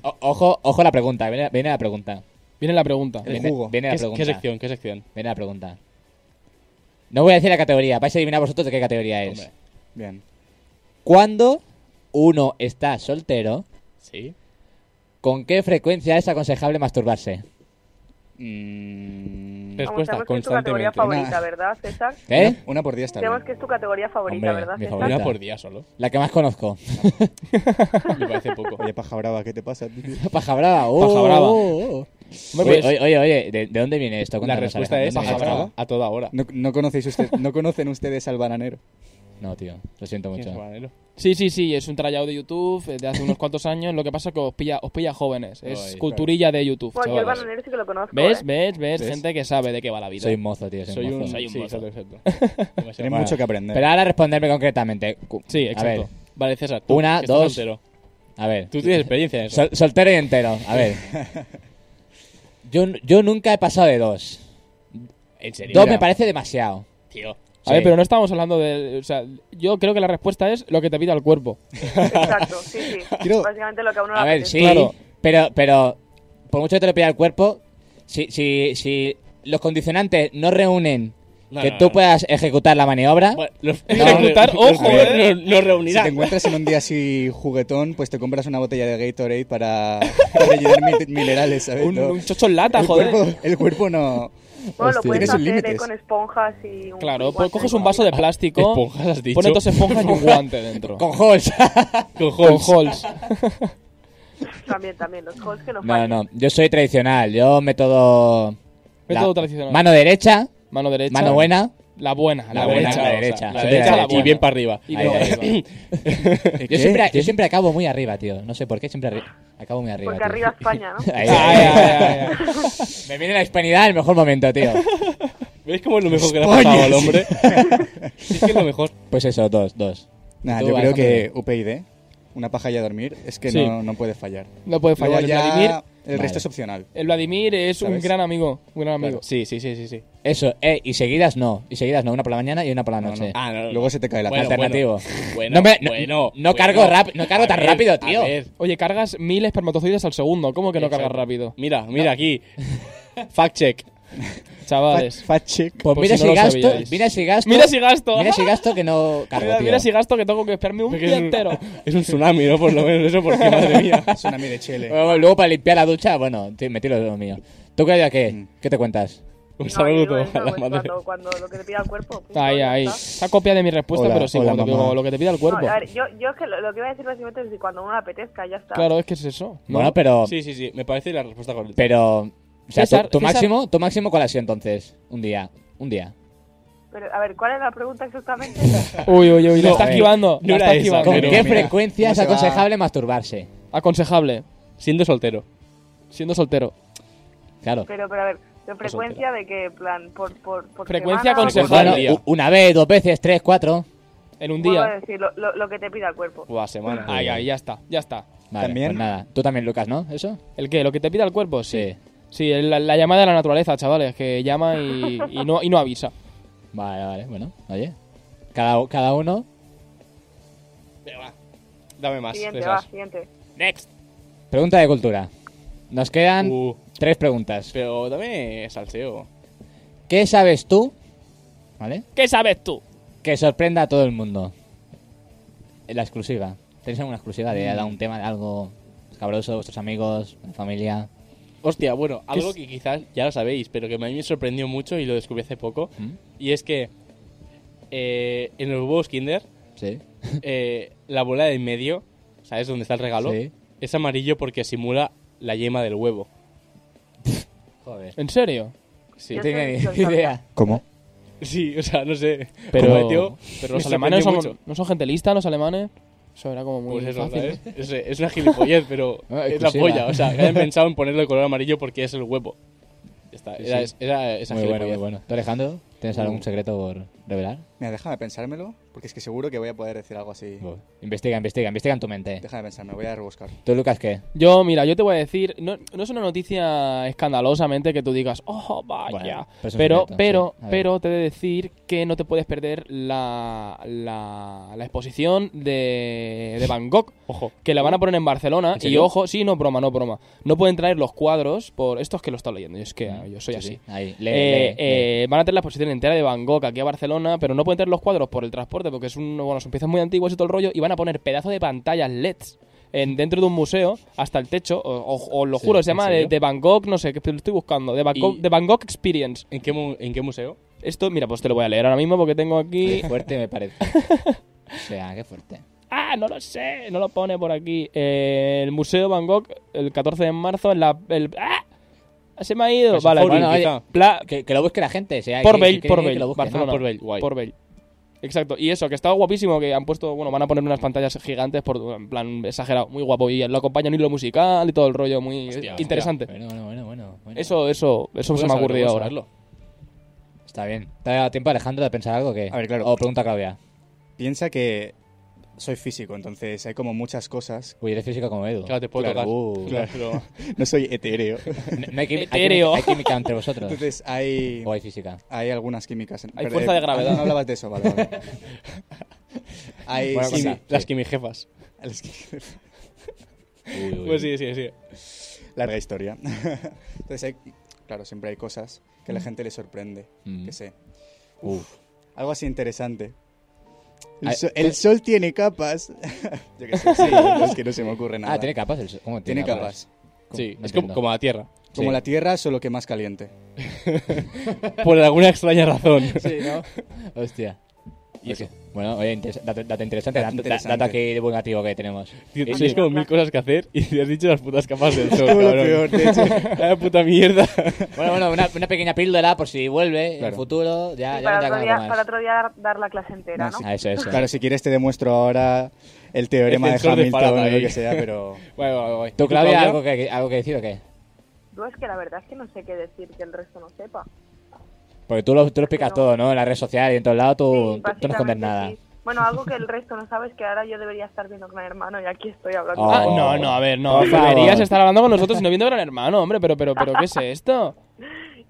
Speaker 2: O- ojo, ojo a la pregunta. Viene, viene la pregunta.
Speaker 4: viene la pregunta.
Speaker 6: El
Speaker 2: Viene,
Speaker 6: jugo.
Speaker 2: viene la
Speaker 3: ¿Qué,
Speaker 2: pregunta.
Speaker 3: qué sección? ¿Qué sección?
Speaker 2: Viene la pregunta. No voy a decir la categoría. Vais a adivinar vosotros de qué categoría es.
Speaker 3: Hombre.
Speaker 6: Bien.
Speaker 2: Cuando uno está soltero,
Speaker 3: Sí.
Speaker 2: ¿con qué frecuencia es aconsejable masturbarse?
Speaker 6: Mm,
Speaker 8: Vamos,
Speaker 4: Respuesta,
Speaker 8: sabemos que es tu categoría
Speaker 4: constantemente.
Speaker 8: favorita, ¿verdad, César?
Speaker 2: ¿Eh?
Speaker 6: Una por día está bien.
Speaker 8: Sabemos que es tu categoría favorita,
Speaker 2: Hombre,
Speaker 8: ¿verdad,
Speaker 2: mi
Speaker 8: César?
Speaker 2: favorita.
Speaker 4: Una por día solo.
Speaker 2: La que más conozco.
Speaker 4: Me parece poco.
Speaker 6: Oye, paja brava, ¿qué te pasa? tío?
Speaker 2: Paja brava. oh,
Speaker 4: Paja brava.
Speaker 2: oh, oh.
Speaker 4: Hombre,
Speaker 2: Oye,
Speaker 4: pues,
Speaker 2: oye, oye, oye, ¿de, de dónde viene esto?
Speaker 4: la
Speaker 2: Cuéntanos,
Speaker 4: respuesta es
Speaker 2: Alejandro,
Speaker 4: paja
Speaker 2: ¿dónde viene
Speaker 4: brava a toda hora.
Speaker 6: No, no conocéis usted- no conocen ustedes al bananero.
Speaker 2: esto? No, tío, lo siento
Speaker 4: ¿Quién es
Speaker 2: mucho.
Speaker 4: Bananero? Sí, sí, sí, es un tryout de YouTube eh, de hace unos cuantos años. Lo que pasa es que os pilla, os pilla jóvenes. Es
Speaker 2: Ay,
Speaker 4: culturilla de YouTube,
Speaker 8: Bueno, Pues yo el
Speaker 4: chavales.
Speaker 8: bananero sí que lo conozco.
Speaker 4: ¿Ves?
Speaker 8: ¿eh?
Speaker 4: ¿Ves? ¿Ves?
Speaker 6: ¿Ves?
Speaker 4: Gente que sabe de qué va la vida.
Speaker 2: Soy mozo, tío. Soy,
Speaker 4: Soy un,
Speaker 2: mozo.
Speaker 4: soy un
Speaker 2: Sí,
Speaker 4: mozo.
Speaker 2: soy-
Speaker 6: Tienen
Speaker 2: Bueno.
Speaker 6: mucho que aprender.
Speaker 2: Pero ahora responderme concretamente.
Speaker 4: Sí,
Speaker 2: A ver,
Speaker 4: exacto. Vale, César. tú,
Speaker 2: Una,
Speaker 4: que estás
Speaker 2: dos.
Speaker 4: soltero.
Speaker 2: a ver.
Speaker 4: Tú tienes experiencia en eso.
Speaker 2: Sol- soltero y entero. A ver. Yo, yo nunca he pasado de dos.
Speaker 4: En serio.
Speaker 2: Dos
Speaker 4: Mira,
Speaker 2: me parece demasiado.
Speaker 4: tío.
Speaker 2: Sí.
Speaker 4: A ver, pero no estamos hablando de. O sea, yo creo que la respuesta es lo que te pida el cuerpo.
Speaker 8: Exacto, sí, sí.
Speaker 6: Quiero-
Speaker 8: Básicamente lo que a uno le
Speaker 2: A ver,
Speaker 8: apetece.
Speaker 2: sí.
Speaker 4: Claro.
Speaker 2: Pero, pero, por mucho que te lo pida el cuerpo, si, si, si los condicionantes no reúnen
Speaker 4: No,
Speaker 2: que
Speaker 4: no,
Speaker 2: tú
Speaker 4: no.
Speaker 2: puedas ejecutar la maniobra,
Speaker 4: Bueno, los-
Speaker 2: No,
Speaker 4: ejecutar,
Speaker 2: no,
Speaker 4: ojo,
Speaker 2: no,
Speaker 4: eh, nos, nos
Speaker 6: Si te
Speaker 4: reunirán.
Speaker 6: encuentras en un día así juguetón, pues te compras una botella de Gatorade para, para llenar mi- minerales, ¿sabes?
Speaker 4: un,
Speaker 6: Eh, No.
Speaker 4: un chocho en lata,
Speaker 6: el,
Speaker 4: joder.
Speaker 6: cuerpo, el cuerpo no...
Speaker 8: Bueno, lo
Speaker 6: Hostia.
Speaker 8: puedes
Speaker 6: Tiene sus
Speaker 8: hacer eh,
Speaker 6: límites.
Speaker 8: con esponjas y... Un
Speaker 4: Claro,
Speaker 8: guante
Speaker 4: pues coges un
Speaker 8: y-
Speaker 4: vaso de plástico,
Speaker 3: Esponjas, has dicho.
Speaker 4: pones dos esponjas y un guante dentro.
Speaker 2: con holes.
Speaker 3: Con
Speaker 4: Con
Speaker 3: Holmes.
Speaker 4: holes.
Speaker 8: También, también, los holes que nos
Speaker 2: no, no. Yo soy tradicional. Yo método.
Speaker 4: Método
Speaker 2: la-
Speaker 4: tradicional.
Speaker 2: Mano derecha,
Speaker 4: Mano derecha.
Speaker 2: mano buena.
Speaker 4: La buena, la,
Speaker 2: La buena,
Speaker 4: derecha.
Speaker 2: la
Speaker 4: o sea,
Speaker 2: derecha.
Speaker 4: la
Speaker 2: Sí, la
Speaker 4: derecha, la
Speaker 2: derecha.
Speaker 4: buena.
Speaker 3: Y bien para arriba.
Speaker 4: Y eh.
Speaker 2: Ahí,
Speaker 4: bien
Speaker 2: ahí.
Speaker 4: para arriba.
Speaker 2: Yo siempre, yo siempre acabo muy arriba, tío. No sé por qué siempre arri- acabo muy arriba.
Speaker 8: Porque
Speaker 2: tío.
Speaker 8: arriba España, ¿no?
Speaker 2: Ahí,
Speaker 4: Ay,
Speaker 2: ahí, ahí.
Speaker 4: ay, ay, ay.
Speaker 2: Me viene la hispanidad en el mejor momento, tío.
Speaker 3: ¿Veis cómo es lo mejor que le ha pasado al hombre? Sí, es que es lo mejor.
Speaker 2: Pues eso, dos, dos.
Speaker 6: Nada,
Speaker 2: Tú,
Speaker 6: yo creo que
Speaker 2: Alejandro.
Speaker 6: UPyD, ¿eh? una paja y a dormir, es que
Speaker 4: Sí.
Speaker 6: no, no puede fallar.
Speaker 4: No puede fallar.
Speaker 6: Luego
Speaker 4: El
Speaker 6: ya
Speaker 4: Vladimir,
Speaker 6: el
Speaker 2: Vale.
Speaker 6: resto es opcional.
Speaker 4: el Vladimir es un
Speaker 6: ¿Sabes?
Speaker 4: gran amigo. Un gran amigo.
Speaker 3: Sí, sí, sí, sí, sí.
Speaker 2: Eso, eh, y seguidas no. Y seguidas no, una por la mañana y una por la
Speaker 6: No,
Speaker 2: noche.
Speaker 6: no.
Speaker 3: Ah, no, no.
Speaker 6: Luego se te cae la
Speaker 3: Bueno,
Speaker 6: tarta.
Speaker 2: Alternativo.
Speaker 3: Bueno,
Speaker 2: No me- no-
Speaker 3: bueno,
Speaker 2: no
Speaker 3: bueno.
Speaker 2: cargo rap- no cargo
Speaker 3: A
Speaker 2: tan
Speaker 3: ver,
Speaker 2: rápido,
Speaker 3: a
Speaker 2: tío.
Speaker 3: ver.
Speaker 4: Oye, cargas mil espermatozoides al segundo. ¿Cómo que no cargas
Speaker 3: Exacto.
Speaker 4: rápido?
Speaker 3: Mira, mira aquí. Fact check.
Speaker 4: Chavales.
Speaker 6: Fat chick.
Speaker 2: Pues
Speaker 4: Por
Speaker 2: mira
Speaker 4: si
Speaker 2: si
Speaker 4: no lo
Speaker 2: gasto,
Speaker 4: sabíais.
Speaker 2: mira si gasto.
Speaker 4: Mira si gasto.
Speaker 2: Mira si gasto que no cargo,
Speaker 4: Mira,
Speaker 2: tío.
Speaker 4: mira si gasto que tengo que esperarme un
Speaker 3: Porque
Speaker 4: día
Speaker 3: es un-
Speaker 4: entero.
Speaker 3: Es un tsunami, ¿no? Por lo menos eso, porque madre mía.
Speaker 6: Tsunami de Chile.
Speaker 2: Bueno, Luego para limpiar la ducha, bueno, tío, me tiro de lo mío. ¿Tú qué, qué? ¿Qué te cuentas?
Speaker 3: Un
Speaker 8: No, yo digo
Speaker 3: saludo
Speaker 8: eso,
Speaker 3: a la
Speaker 8: pues,
Speaker 3: madre.
Speaker 8: Cuando, cuando lo que te pida el cuerpo. punto,
Speaker 4: Ahí,
Speaker 8: ya
Speaker 4: ahí.
Speaker 8: está.
Speaker 4: Esa copia de mi respuesta,
Speaker 6: Hola,
Speaker 4: pero sí,
Speaker 6: hola,
Speaker 4: cuando te
Speaker 6: mamá.
Speaker 4: digo lo que te pida el
Speaker 8: No,
Speaker 4: cuerpo.
Speaker 8: a ver, yo, yo es que lo, lo que iba a decir básicamente es que cuando uno le apetezca, ya está.
Speaker 4: Claro, es que es eso. ¿no?
Speaker 2: Bueno, pero.
Speaker 3: Sí, sí, sí. Me parece la respuesta correcta.
Speaker 2: Pero. O sea,
Speaker 4: César,
Speaker 2: tu, tu
Speaker 4: César-
Speaker 2: máximo, tu máximo, ¿cuál ha sido entonces? Un día. Un día.
Speaker 8: Pero, a ver, ¿cuál es la pregunta exactamente?
Speaker 4: Uy, uy, uy, la está
Speaker 2: eh,
Speaker 4: esquivando.
Speaker 3: no
Speaker 4: la
Speaker 3: era
Speaker 4: está
Speaker 3: esa,
Speaker 4: esquivando.
Speaker 2: ¿Con
Speaker 3: pero
Speaker 2: qué
Speaker 3: mira,
Speaker 2: frecuencia
Speaker 6: ¿cómo
Speaker 2: es
Speaker 6: se va?
Speaker 2: aconsejable masturbarse?
Speaker 4: Aconsejable,
Speaker 3: Siendo soltero.
Speaker 4: siendo soltero.
Speaker 2: Claro.
Speaker 8: pero, pero a ver, ¿de frecuencia de qué? plan, por, por, por
Speaker 4: Frecuencia
Speaker 8: semana o
Speaker 4: aconsejable.
Speaker 8: por-
Speaker 2: Bueno,
Speaker 3: día.
Speaker 2: u- una vez, dos veces, tres, cuatro.
Speaker 4: En un
Speaker 8: Vuelvo a
Speaker 4: día. Pues
Speaker 8: decir, lo, lo, lo que te pida el cuerpo.
Speaker 3: Buah, semana.
Speaker 4: Ay, ay, ya está, ya está.
Speaker 2: Vale,
Speaker 6: También.
Speaker 2: pues nada. Tú también, Lucas, ¿no? ¿Eso?
Speaker 4: ¿El qué? ¿Lo que te pida el cuerpo? Sí.
Speaker 2: Sí.
Speaker 4: Sí, el- la, la llamada de la naturaleza, chavales, que llama y, y no, y no avisa.
Speaker 2: Vale, vale. Bueno, oye. Cada, cada uno.
Speaker 3: Dame más.
Speaker 8: Siguiente, va,
Speaker 3: esas.
Speaker 8: siguiente.
Speaker 3: Next.
Speaker 2: Pregunta de cultura. Nos quedan
Speaker 3: Uh,
Speaker 2: tres preguntas.
Speaker 3: pero dame salseo.
Speaker 2: ¿Qué sabes tú? ¿Vale?
Speaker 4: ¿Qué sabes tú?
Speaker 2: Que sorprenda a todo el mundo. La exclusiva. ¿Tenéis alguna exclusiva de algún tema, de algo escabroso, vuestros amigos, familia?
Speaker 3: Hostia, bueno, algo
Speaker 4: es?
Speaker 3: que quizás ya lo sabéis, pero que a mí me sorprendió mucho y lo descubrí hace poco.
Speaker 2: ¿Mm?
Speaker 3: Y es que eh, en los huevos Kinder,
Speaker 2: Sí.
Speaker 3: eh, la bola del medio, ¿sabes dónde está el regalo?
Speaker 2: Sí.
Speaker 3: Es amarillo porque simula la yema del huevo.
Speaker 2: Joder.
Speaker 4: ¿En serio?
Speaker 3: Sí.
Speaker 8: Yo
Speaker 2: No tenía ni
Speaker 8: soy- soy
Speaker 2: idea.
Speaker 6: ¿Cómo?
Speaker 3: Sí, o sea, no sé.
Speaker 4: Pero,
Speaker 3: Como, tío,
Speaker 4: pero los
Speaker 3: me
Speaker 4: alemanes
Speaker 3: sorprendió
Speaker 4: son,
Speaker 3: mucho.
Speaker 4: no son gente lista, los alemanes. Eso era como muy
Speaker 3: Pues eso,
Speaker 4: fácil.
Speaker 3: ¿sabes? Es, es una gilipollez, pero
Speaker 2: Ah,
Speaker 3: es la
Speaker 2: exclusiva.
Speaker 3: polla. O sea, que hayan pensado en ponerlo de color amarillo porque es el huevo. Ya está, era, era esa
Speaker 2: Muy bueno,
Speaker 3: gilipollez.
Speaker 2: muy bueno. ¿Tú, Alejandro? ¿Tienes algún secreto por revelar?
Speaker 6: Mira, déjame pensármelo, porque es que seguro que voy a poder decir algo así.
Speaker 2: Investiga, investiga, investiga en tu mente.
Speaker 6: Déjame pensarme, voy a rebuscar.
Speaker 2: ¿Tú, Lucas, qué?
Speaker 4: Yo, mira, yo te voy a decir, no, no es una noticia escandalosamente que tú digas, oh,
Speaker 2: Bueno,
Speaker 4: vaya.
Speaker 2: pero es un
Speaker 4: pero,
Speaker 2: secreto,
Speaker 4: pero,
Speaker 2: sí. A ver.
Speaker 4: pero te he de decir que no te puedes perder la, la, la exposición de, de Van Gogh,
Speaker 3: Ojo.
Speaker 4: que la van a poner en Barcelona.
Speaker 3: ¿En
Speaker 4: y
Speaker 3: serio?
Speaker 4: ojo, sí, no broma, no broma. No pueden traer los cuadros por. Esto es que lo está leyendo, y es que ah, yo soy
Speaker 2: Sí,
Speaker 4: así.
Speaker 2: sí. Ahí, lee,
Speaker 4: Eh,
Speaker 2: lee, lee.
Speaker 4: eh, van a tener la exposición entera de Van Gogh aquí a Barcelona, pero no pueden tener los cuadros por el transporte porque es un, bueno, son piezas muy antiguas y todo el rollo, y van a poner pedazos de pantallas LEDs en, dentro de un museo hasta el techo. o- o- Os lo juro,
Speaker 3: Sí,
Speaker 4: se
Speaker 3: ¿en
Speaker 4: llama de,
Speaker 3: serio?
Speaker 4: de Bangkok, no sé, que lo estoy buscando. De Bangkok,
Speaker 3: Y-
Speaker 4: de Bangkok Experience.
Speaker 3: ¿En qué, mu- ¿En qué museo?
Speaker 4: Esto, mira, pues te lo voy a leer ahora mismo porque tengo aquí.
Speaker 2: Qué fuerte me parece. O sea, qué fuerte.
Speaker 4: ¡Ah! No lo sé, no lo pone por aquí. Eh, el Museo Bangkok, el 14 de marzo, en la. el- ¡Ah! Se me ha ido.
Speaker 3: Pues
Speaker 4: vale,
Speaker 3: Forum,
Speaker 4: aquí.
Speaker 3: quizá.
Speaker 4: Pla-
Speaker 2: Que, que lo busque la gente. O sea,
Speaker 4: Por
Speaker 2: que-
Speaker 4: Bell,
Speaker 2: que-
Speaker 4: por
Speaker 2: que
Speaker 4: Bell,
Speaker 2: lo busque, ¿no?
Speaker 4: Barcelona.
Speaker 3: por Bell, guay.
Speaker 4: Por Bell. Exacto, y eso, que estaba guapísimo, que han puesto, bueno, van a poner unas pantallas gigantes, por, en plan exagerado, muy guapo, y lo acompaña un hilo musical y todo el rollo, muy
Speaker 2: Hostia,
Speaker 4: interesante.
Speaker 2: hostia. Bueno, bueno, bueno. bueno, bueno.
Speaker 4: Eso, eso, eso
Speaker 2: Bueno
Speaker 4: se me ha
Speaker 2: saberlo, bueno
Speaker 4: ocurrido ahora.
Speaker 2: saberlo. Está bien. ¿Te ha dado tiempo, Alejandro, de pensar algo que
Speaker 6: A ver, claro.
Speaker 2: O pregunta a Claudia.
Speaker 6: Piensa que soy físico, entonces hay como muchas cosas.
Speaker 2: Uy, eres físico como Edu.
Speaker 3: Claro, te puedo
Speaker 6: Claro,
Speaker 3: tocar.
Speaker 2: uh,
Speaker 6: Claro, no soy etéreo.
Speaker 2: No, no hay, quimi- hay
Speaker 4: Etéreo.
Speaker 2: química, hay química entre vosotros.
Speaker 6: Entonces hay,
Speaker 2: O hay física.
Speaker 6: hay algunas químicas. en-
Speaker 4: Hay
Speaker 6: pero,
Speaker 4: fuerza de gravedad.
Speaker 6: No hablabas de eso, vale. vale. hay
Speaker 2: Buena
Speaker 6: quimi-
Speaker 2: cosa.
Speaker 3: Las que mis jefas.
Speaker 6: las quimi-
Speaker 2: Uy, uy,
Speaker 3: Pues
Speaker 2: uy.
Speaker 3: sí, sí, sí.
Speaker 6: larga historia. Entonces, hay- claro, siempre hay cosas que a la gente le sorprende.
Speaker 2: Mm.
Speaker 6: Que sé. Uf,
Speaker 2: Ah,
Speaker 6: algo así interesante. El,
Speaker 2: Ay,
Speaker 6: so- el sol tiene capas. Yo que sé, sí, es que no se me ocurre nada.
Speaker 2: Ah, tiene capas. el sol? ¿Cómo
Speaker 6: Tiene capas.
Speaker 2: ¿Cómo?
Speaker 3: Sí,
Speaker 2: No
Speaker 3: es como,
Speaker 2: entiendo.
Speaker 3: como la Tierra.
Speaker 6: Como
Speaker 2: Sí.
Speaker 6: la Tierra, solo que más caliente.
Speaker 3: Por alguna extraña razón.
Speaker 2: Sí, ¿no? Hostia.
Speaker 3: Y eso.
Speaker 2: Ok. Bueno, oye, interes- dato, dato interesante,
Speaker 6: Dato
Speaker 2: dato,
Speaker 6: interesante.
Speaker 2: dato aquí divulgativo que tenemos. Eh,
Speaker 3: Tío,
Speaker 2: Sí.
Speaker 3: Tienes como mil cosas que hacer y te has dicho las putas capas del sol,
Speaker 6: Es como lo
Speaker 3: cabrón.
Speaker 6: peor, de hecho.
Speaker 3: La puta mierda.
Speaker 2: Bueno, bueno, una, una pequeña píldora por si vuelve en el
Speaker 6: Claro.
Speaker 2: futuro. Ya, ya
Speaker 8: Y para,
Speaker 2: vendrá
Speaker 8: otro
Speaker 2: con
Speaker 8: día,
Speaker 2: algo
Speaker 8: para
Speaker 2: más.
Speaker 8: otro día dar- dar la clase entera,
Speaker 6: No,
Speaker 8: ¿no?
Speaker 6: sí.
Speaker 2: Ah, eso, eso.
Speaker 6: Claro, si quieres te demuestro ahora el teorema
Speaker 3: El
Speaker 6: de
Speaker 3: sensor de
Speaker 6: Hamilton o
Speaker 3: Faraday.
Speaker 6: lo que sea, pero
Speaker 3: Bueno, bueno, bueno.
Speaker 2: ¿Tú, Claudia, algo que, algo que decir o qué?
Speaker 8: Yo es que la verdad es que no sé qué decir que el resto no sepa.
Speaker 2: Porque tú lo, tú lo explicas
Speaker 8: No.
Speaker 2: todo, ¿no? En las redes sociales y en todos lados tú, tú- tú Oh, no
Speaker 8: Sí,
Speaker 2: escondes
Speaker 8: básicamente
Speaker 2: nada.
Speaker 8: sí. Bueno, algo que el resto no sabe es que ahora yo debería estar viendo Gran Hermano y aquí estoy hablando.
Speaker 2: Oh.
Speaker 4: Ah, no, no, a ver, no,
Speaker 2: Por favor.
Speaker 4: deberías estar hablando con nosotros y no viendo Gran Hermano, hombre, pero, pero, pero, ¿qué es esto?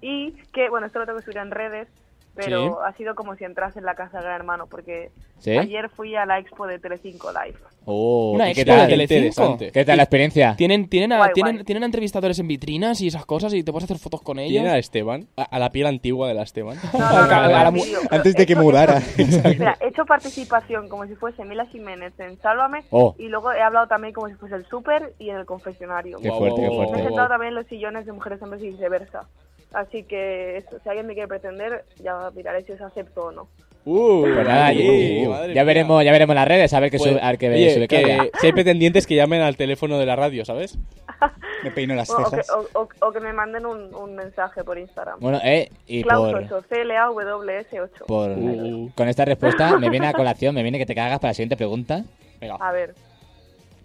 Speaker 8: Y que, bueno, esto lo tengo que subir en redes, pero
Speaker 4: Sí.
Speaker 8: ha sido como si entras en la casa de Gran Hermano, porque
Speaker 2: ¿Sí?
Speaker 8: ayer fui a la expo de Telecinco Live.
Speaker 2: Oh,
Speaker 4: Una
Speaker 2: ¿y ¿qué
Speaker 4: expo de
Speaker 2: tal?
Speaker 4: Telecinco.
Speaker 3: Interesante.
Speaker 2: ¿Qué tal la experiencia?
Speaker 4: Tienen, tienen, a,
Speaker 8: Guay,
Speaker 4: tienen,
Speaker 8: guay.
Speaker 4: tienen a entrevistadores en vitrinas y esas cosas y te puedes hacer fotos con ellos.
Speaker 3: ¿Quién era Esteban? A, a la piel antigua de la Esteban.
Speaker 8: No, no, no,
Speaker 4: A la- a la
Speaker 8: no,
Speaker 4: mu-
Speaker 8: tío,
Speaker 6: antes de que
Speaker 8: hecho-
Speaker 6: mudara.
Speaker 8: Espera, he hecho participación como si fuese Mila Jiménez en Sálvame
Speaker 2: Oh.
Speaker 8: y luego he hablado también como si fuese el súper y en el confesionario.
Speaker 2: Qué
Speaker 3: Guau,
Speaker 2: fuerte, qué
Speaker 3: guau,
Speaker 8: Me he
Speaker 2: fuerte.
Speaker 3: guau.
Speaker 8: sentado también en los sillones de mujeres, hombres y viceversa. Así que eso, si alguien me quiere pretender, ya miraré si os acepto o no.
Speaker 3: Uh,
Speaker 2: Pues nada,
Speaker 3: madre
Speaker 2: y-
Speaker 3: mía.
Speaker 2: ya veremos, ya veremos las redes, a ver qué
Speaker 3: Pues,
Speaker 2: sube, a ver qué
Speaker 3: oye,
Speaker 2: sube
Speaker 3: que
Speaker 2: Claudia.
Speaker 3: si hay pretendientes que llamen al teléfono de la radio, ¿sabes?
Speaker 6: me peino las
Speaker 8: O, o que,
Speaker 6: cejas.
Speaker 8: o- o- o que me manden un, un mensaje por Instagram.
Speaker 2: Bueno, eh, y por,
Speaker 8: Claus8, C-L-A-W-S-8.
Speaker 2: por
Speaker 3: Uh.
Speaker 2: con esta respuesta me viene a colación, me viene que te cagas para la siguiente pregunta.
Speaker 3: Venga.
Speaker 8: A ver,